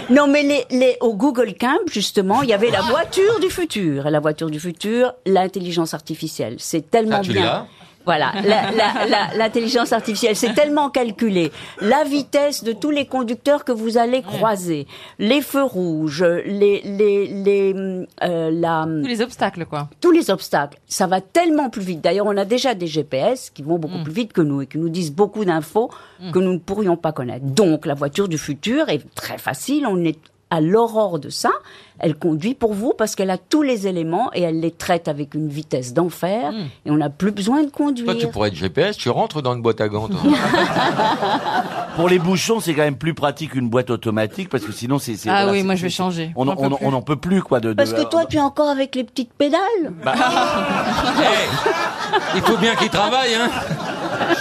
Non, mais les, les- au Google Camp, justement, il y avait la voiture du futur. Et la voiture du futur, l'intelligence artificielle. C'est tellement Ça, Ah, tu bien. l'as Voilà, la- la- la- l'intelligence artificielle, c'est tellement calculé. La vitesse de tous les conducteurs que vous allez croiser, les feux rouges, les, les, les, hum, euh, la, tous les obstacles, quoi. Tous les obstacles. Ça va tellement plus vite. D'ailleurs, on a déjà des GPS qui vont beaucoup plus vite que nous et qui nous disent beaucoup d'infos que nous ne pourrions pas connaître. Donc, la voiture du futur est très facile. On est à l'aurore de ça, elle conduit pour vous parce qu'elle a tous les éléments et elle les traite avec une vitesse d'enfer et on n'a plus besoin de conduire. Toi, tu pourrais être GPS, tu rentres dans une boîte à gants. toi. Pour les bouchons, c'est quand même plus pratique une boîte automatique parce que sinon c'est. c'est- Ah voilà, oui, c'est- moi, je vais c'est- changer. On J'en en- peux on en- plus. on en peut plus quoi de. de- Parce que toi, tu es encore avec les petites pédales. <laughs> Bah, Il faut bien qu'ils travaillent, hein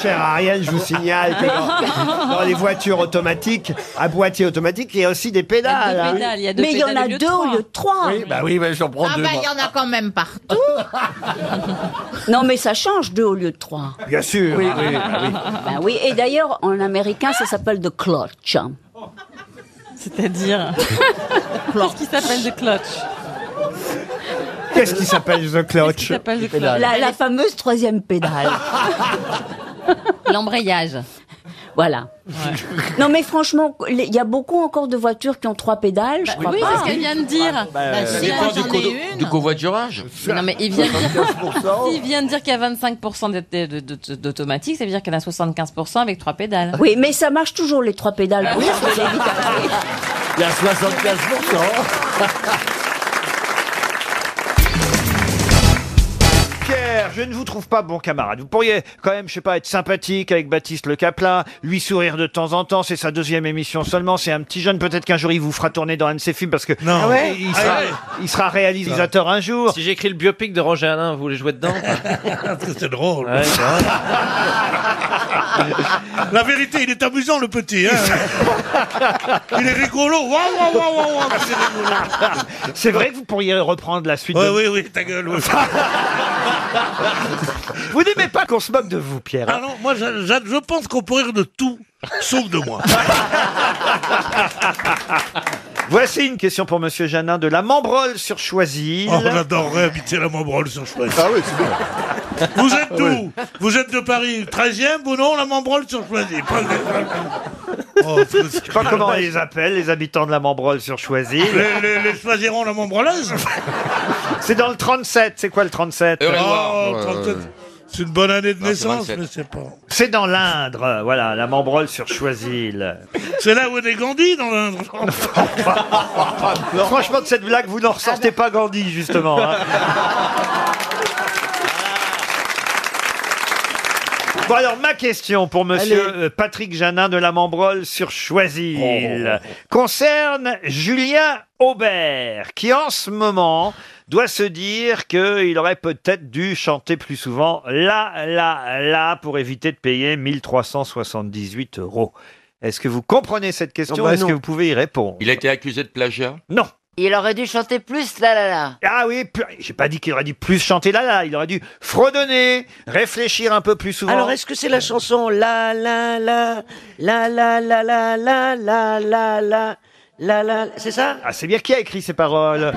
Cher Ariel, je vous signale que dans, <laughs> dans les voitures automatiques, à boîtier automatique, il y a aussi des pédales. hein. Mais il y en a deux au lieu de trois. Ah, Oui, bah oui, bah, j'en prends Ah deux. bah moi. il y en a quand même partout. <laughs> Non, mais ça change deux au lieu de trois. Bien sûr. Oui, oui, bah oui. <laughs> Bah oui, et d'ailleurs, en américain, ça s'appelle the clutch. hein. <laughs> C'est-à-dire Qu'est-ce qui s'appelle de clutch Qu'est-ce qui s'appelle The Clutch s'appelle the clutch La- la fameuse troisième pédale. <laughs> L'embrayage. Voilà. Non mais franchement, les- il y a beaucoup encore de voitures qui ont trois pédales, je crois Bah oui, pas. c'est ce qu'elle vient de dire. Bah, Euh, Ça dépend bah, du, co- du covoiturage. Non mais il vient de dire, s'il vient de dire qu'il y a 25% d'être- de- de- de- d'automatique, ça veut dire qu'il y en a 75% avec trois pédales. Oui, mais ça marche toujours les trois pédales. Ah pour ça, c'est évident. Il y a 75 Pierre, je ne vous trouve pas bon camarade. Vous pourriez quand même, je sais pas, être sympathique avec Baptiste Le Caplin, lui sourire de temps en temps. C'est sa deuxième émission seulement. C'est un petit jeune. Peut-être qu'un jour il vous fera tourner dans un de ses films parce que Non. Ah ouais il, sera, Ah ouais. il sera réalisateur un jour. Si j'écris le biopic de Roger Alain, vous voulez jouer dedans <laughs> Parce que c'est drôle. La vérité, il est amusant le petit. hein. il est rigolo. Waouh, waouh, waouh, waouh, waouh, c'est rigolo. C'est vrai que vous pourriez reprendre la suite. Oui, de... oui, oui, ta gueule. oui. <laughs> Vous n'aimez pas qu'on se moque de vous, Pierre. hein. Ah non, moi, je, je- je pense qu'on peut rire de tout, sauf de moi. <laughs> Voici une question pour Monsieur Janin de la Membrole sur Choisy. Oh, on adorerait habiter la Membrole sur Choisy. Ah oui, c'est bien. <laughs> Vous Ah êtes d'où Ouais. Vous êtes de Paris 13e ou non La Membrole sur Choisy. Oh, Je sais pas comment on les appelle, les habitants de la Membrole sur Choisy. Les, les, les choisiront la Membrolaise C'est dans le 37. C'est quoi le 37 Oh, 37. C'est une bonne année de naissance, mais c'est pas. C'est dans l'Indre, voilà, la Membrole sur Choisil. C'est là où est né Gandhi dans l'Indre. <laughs> <laughs> Ah, Franchement, de cette blague, vous n'en ressortez pas Gandhi, justement. hein. Bon alors ma question pour monsieur euh, Patrick Janin de la Membrole sur Oh, Choisil concerne Julien Aubert qui en ce moment doit se dire qu'il aurait peut-être dû chanter plus souvent là là là pour éviter de payer 1378 euros. Est-ce que vous comprenez cette question Non, bah Est-ce que non. vous pouvez y répondre Il a été accusé de plagiat Non. Il aurait dû chanter plus là là là. Ah oui, pu- j'ai pas dit qu'il aurait dû plus chanter là là, il aurait dû fredonner, réfléchir un peu plus souvent. Alors, est-ce que c'est la chanson La la la la la la la la la la la la la c'est ça Ah, c'est bien qui a écrit ces paroles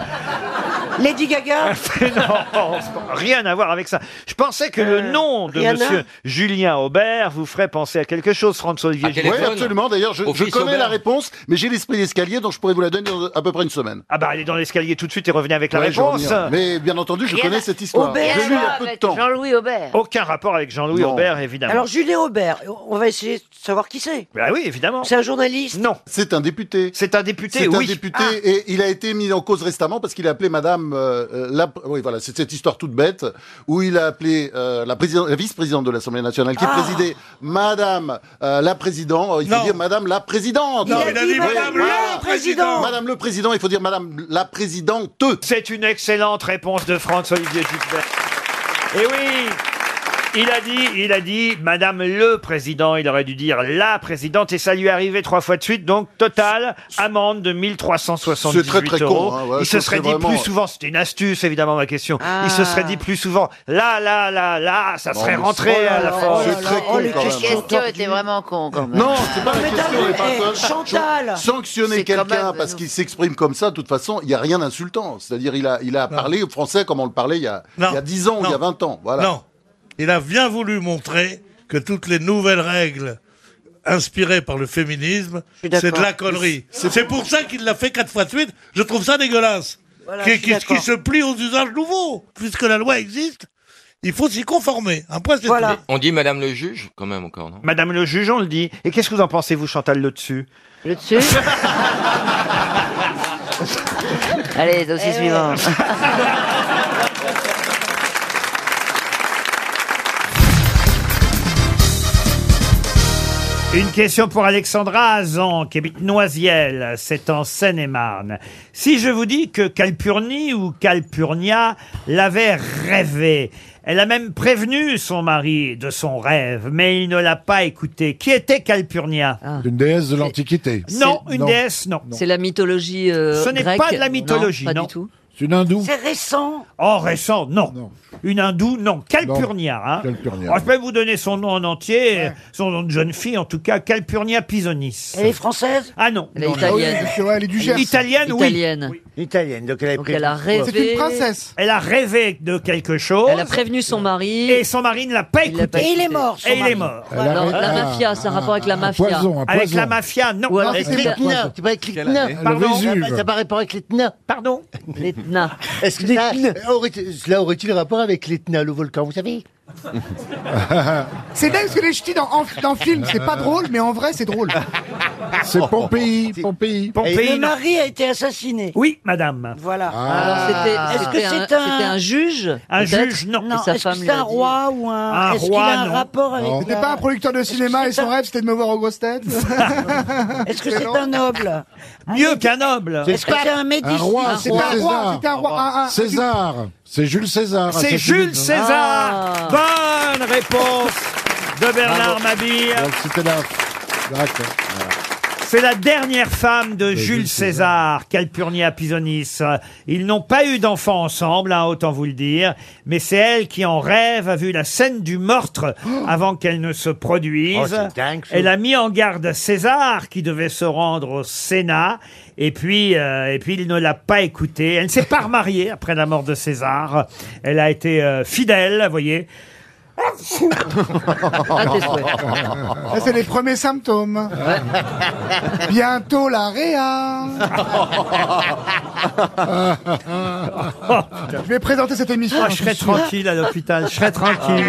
Lady <laughs> Gaga Non, c'est pas- rien à voir avec ça. Je pensais que le nom de Euh, Rihanna monsieur Julien Aubert vous ferait penser à quelque chose, François-Olivier. Oui, absolument. D'ailleurs, je, je connais la réponse, mais j'ai l'esprit d'escalier, donc je pourrais vous la donner dans à peu près une semaine. Ah bah, allez dans l'escalier tout de suite et revenez avec la Ouais, je réponse. reviens. Mais bien entendu, je Rihanna- connais cette histoire. Aubert, je l'ai lu il y a Rihanna peu de avec temps. Jean-Louis Aubert. Aucun rapport avec Jean-Louis Non. Aubert, évidemment. Alors Julien Aubert, on va essayer de savoir qui c'est. Bah oui, évidemment. C'est un journaliste Non. C'est un député. C'est un député, C'est oui. un député Ah. et il a été mis en cause récemment parce qu'il a appelé Madame. euh, euh, la, oui, voilà, c'est cette histoire toute bête où il a appelé euh, la, présidente- la vice-présidente de l'Assemblée nationale qui présidait Madame euh, la présidente. Il faut dire Madame la présidente. Non, Il a il a dit dit Madame Madame le voilà. président. Madame le président. Il faut dire Madame la présidente. C'est une excellente réponse de François-Olivier Gisbert. Et oui il a dit, il a dit, Madame le Président, il aurait dû dire la Présidente, et ça lui est arrivé trois fois de suite, donc total, amende de 1378 C'est très, très con, euros. hein, ouais, il se ça, serait c'est dit vraiment- plus souvent, c'était une astuce évidemment ma question, Ah. il se serait dit plus souvent, là, là, là, là, ça Non, serait mais rentré c'est- à la oh là force. là, C'est très oh, con, les quand La même. question était vraiment con quand même. Non, c'est pas la mais question, t'as vu, les eh, personnes. Chantal Sanctionner C'est quand quelqu'un même- parce qu'il s'exprime comme ça, de toute façon, il n'y a rien d'insultant. C'est-à-dire, il a, il a parlé au français comme on le parlait il y a, il y a 10 ans ou il y a 20 ans. Voilà. Non. il a bien voulu montrer que toutes les nouvelles règles inspirées par le féminisme, c'est suis de d'accord. la connerie. C'est pour ça qu'il l'a fait quatre fois de suite. Je trouve ça dégueulasse. Voilà, je qui, suis qui- d'accord. qui se plie aux usages nouveaux. Puisque la loi existe, il faut s'y conformer. Un point, c'est tout. On dit Madame le juge, quand même encore, non Madame le juge, on le dit. Et qu'est-ce que vous en pensez, vous, Chantal, le dessus Le dessus Allez, dossier Eh. suivant. Une question pour Alexandra Azan, qui habite Noisiel, c'est en Seine-et-Marne. Si je vous dis que Calpurnie ou Calpurnia l'avait rêvé, elle a même prévenu son mari de son rêve, mais il ne l'a pas écouté. Qui était Calpurnia Ah. Une déesse de l'Antiquité. Non, une déesse, non. C'est la mythologie euh, Ce n'est grecque. pas de la mythologie, pas non. du tout. C'est une hindoue. C'est récent. Oh, récent, non. Une hindoue, non. Calpurnia. hein. Oh, je peux vous donner son nom en entier, euh, son nom de jeune fille en tout cas, Calpurnia Pisonis. Elle est française Ah non. Elle est italienne. Elle est du Gers. Italienne, oui. Italienne. Italienne, donc elle, elle a rêvé. C'est une princesse. Elle a rêvé de quelque chose. Elle a prévenu son mari. Et son mari ne l'a pas écouté. pas écouté. Et il est mort, son Et il mari. est mort. Elle a- Non, la ah, mafia, c'est un ah, rapport avec la un mafia. poison, un Avec poison. la mafia, non. Ou alors Non, c'est c'est- Clitna. Tu parles avec Quelle l'Etna. année Pardon Ça n'a pas rapport avec l'Etna. Pardon L'Etna. Est-ce que ça- aurait- cela aurait-il rapport avec l'Etna, le volcan, vous savez C'est dingue ce que les ch'tis dans, en, dans le film, c'est pas drôle, mais en vrai c'est drôle. C'est Pompéi, Pompéi. Pompéi, le non. mari a été assassiné. Oui, madame. Voilà. Alors, Ah. c'était- Est-ce que c'était un- c'est un... c'était un juge, Un peut-être juge, non. Et sa Est-ce que femme c'est lui a un dit- <laughs> roi ou un... Un Est-ce qu'il roi, a un non. rapport avec... Non. C'était pas un producteur de cinéma et son rêve c'était de me voir aux grosses <laughs> têtes Est-ce que c'est un noble Mieux qu'un noble. Est-ce que c'est un Médicis Un roi, C'était un roi, César. c'était un roi. un- un- César. C'est Jules César. C'est Jules César. Bonne <laughs> réponse de Bernard Mabille. Donc, C'était la... D'accord. C'est la dernière femme de Jules Jules César, Calpurnia Pisonis. Ils n'ont pas eu d'enfants ensemble, hein, autant vous le dire, mais c'est elle qui en rêve a vu la scène du meurtre avant qu'elle ne se produise. Oh, c'est dingue, ça. elle a mis en garde César qui devait se rendre au Sénat et puis euh, et puis il ne l'a pas écoutée. Elle ne s'est pas remariée après la mort de César. Elle a été euh, fidèle, vous voyez. Ça, c'est les premiers symptômes. Bientôt la réa. Je vais présenter cette émission. Oh, je serais tranquille à l'hôpital, je serais tranquille.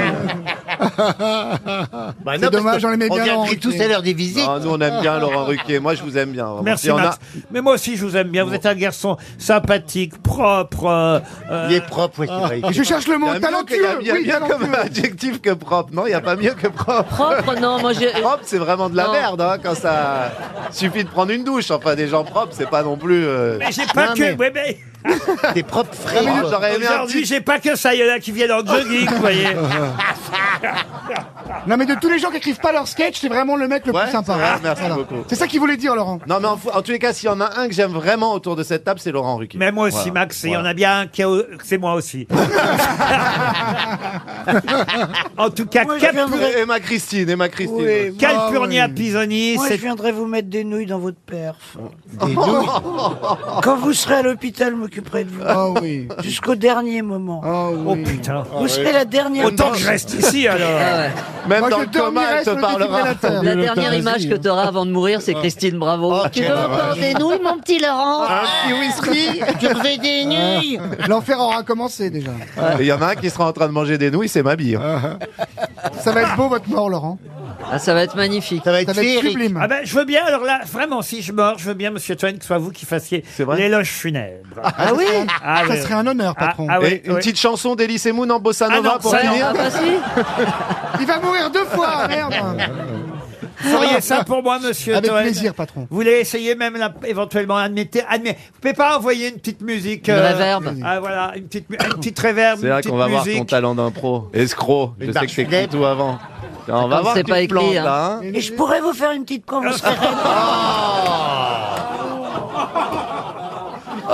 Bah, C'est dommage, on l'aimait bien, Laurent Ruquier. Ah, nous, on aime bien Laurent Ruquier. Moi, je vous aime bien. vraiment. Merci Il y en a- Max. Mais moi aussi je vous aime bien. Vous êtes un garçon sympathique, propre. euh, Il est propre, oui, c'est vrai. Et je cherche le mot Il y a mieux talentueux, que- Il y a oui, bien talentueux. comme adjectif que propre. Non, il n'y a pas mieux que propre. Propre, non, moi j'ai. Propre, c'est vraiment de la merde. hein, quand ça suffit de prendre une douche. Enfin, des gens propres, c'est pas non plus. euh, Mais j'ai pas Non, que. mais- ouais, mais- <laughs> Des propres frères. Ah, J'aurais aimé un Aujourd'hui, petit. j'ai pas que ça. Il y en a qui viennent en jogging, vous <laughs> voyez. Non, mais de tous les gens qui écrivent pas leur sketch, c'est vraiment le mec le plus sympa. c'est vrai, merci Voilà. beaucoup. C'est ça qu'il voulait dire, Laurent. Non, mais en, fou- en tous les cas, s'il y en a un que j'aime vraiment autour de cette table, c'est Laurent Ruquier. Mais moi aussi, Voilà. Max, il y en Voilà. a bien un qui est au- c'est moi <laughs> aussi. en tout cas, Moi, je Cap- viendrai- Emma Christine, Emma Christine. Oui, Calpurnia Pisoni, Moi, je c'est viendrai vous mettre des nouilles dans votre perf. <laughs> Des nouilles Quand vous serez à l'hôpital, je m'occuperai de vous. Jusqu'au dernier moment. Oh putain. Vous serez la dernière. Ah Autant que je reste <laughs> ici alors. Même Moi, dans je le coma, dormirai elle te sur le parlera. Ah. défibrillateur. La dernière image que tu auras avant de mourir, c'est Christine Bravo. Tu veux encore des nouilles, mon petit Laurent Ah, Un petit whisky Je veux des nouilles L'enfer aura commencé déjà. Ah Il y en a un qui sera en train de manger des nouilles, c'est ma bille. Ça va être beau votre mort, Laurent. Ah, ça va être magnifique. Ça va être Ça va être féerique. sublime. Ah ben, je veux bien, alors là, vraiment, si je meurs, je veux bien, monsieur Toen, que ce soit vous qui fassiez l'éloge funèbre. Ah oui Ah Ça oui. serait un honneur, Ah, patron. ah oui, Et une oui. petite chanson d'Elysée Moon en bossa Ah nova non, pour ça, non. finir Ah bah si. Il va mourir deux fois, ah, merde Vous feriez ça pour moi, monsieur Ah. Avec Toen plaisir, patron. Vous voulez essayer même la- éventuellement, admettez, admettez. Vous pouvez pas envoyer une petite musique. Une réverb. Ah voilà, une petite, mu- une petite réverb. C'est là une petite qu'on va voir ton musique. talent d'impro. Escroc, je Une sais marche que t'écris funèbre. tout avant. On va Comme voir c'est que tu pas te écrit, plantes, hein. là, hein. Ah. Et je pourrais vous faire une petite <laughs> conversation. <laughs>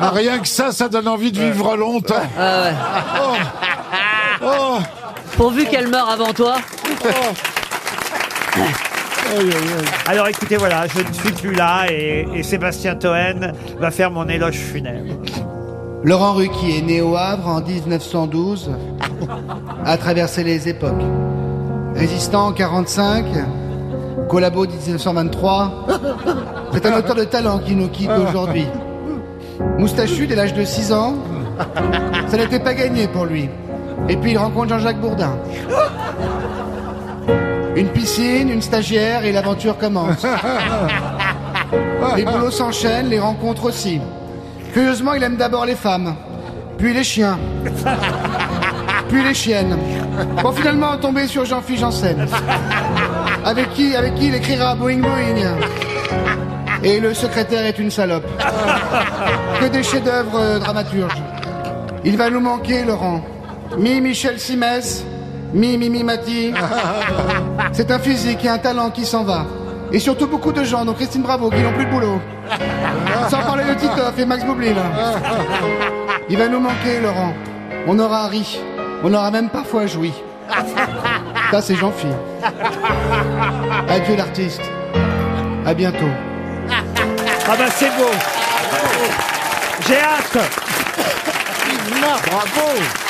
Ah, rien que ça, ça donne envie de vivre longtemps. Ah, Oh. <laughs> Pourvu qu'elle meure avant toi. <laughs> Alors écoutez, voilà, je ne suis plus là et, et Sébastien Toen va faire mon éloge funèbre. Laurent Ruquier, né au Havre en 1912, a traversé les époques. Résistant en 45, collabo 1923, c'est un auteur de talent qui nous quitte aujourd'hui. Moustachu dès l'âge de 6 ans, ça n'était pas gagné pour lui. Et puis il rencontre Jean-Jacques Bourdin. Une piscine, une stagiaire et l'aventure commence. Les boulots s'enchaînent, les rencontres aussi. Curieusement, il aime d'abord les femmes, puis les chiens, puis les chiennes. Pour finalement tomber sur Jean-Philippe Janssen, avec qui, avec qui il écrira Boeing Boeing. Et le secrétaire est une salope. Que des chefs-d'œuvre euh, dramaturges. Il va nous manquer, Laurent. Mi Michel Simès, mi Mimi Mati. C'est un physique et un talent qui s'en va. Et surtout beaucoup de gens, dont Christine Bravo, qui n'ont plus de boulot. Ah, Sans parler de Titoff et Max Boublil. Il va nous manquer, Laurent. On aura ri. On aura même parfois joui. Ça, c'est Jean-Phil. Adieu, l'artiste. À bientôt. Ah bah c'est beau. J'ai hâte. Bravo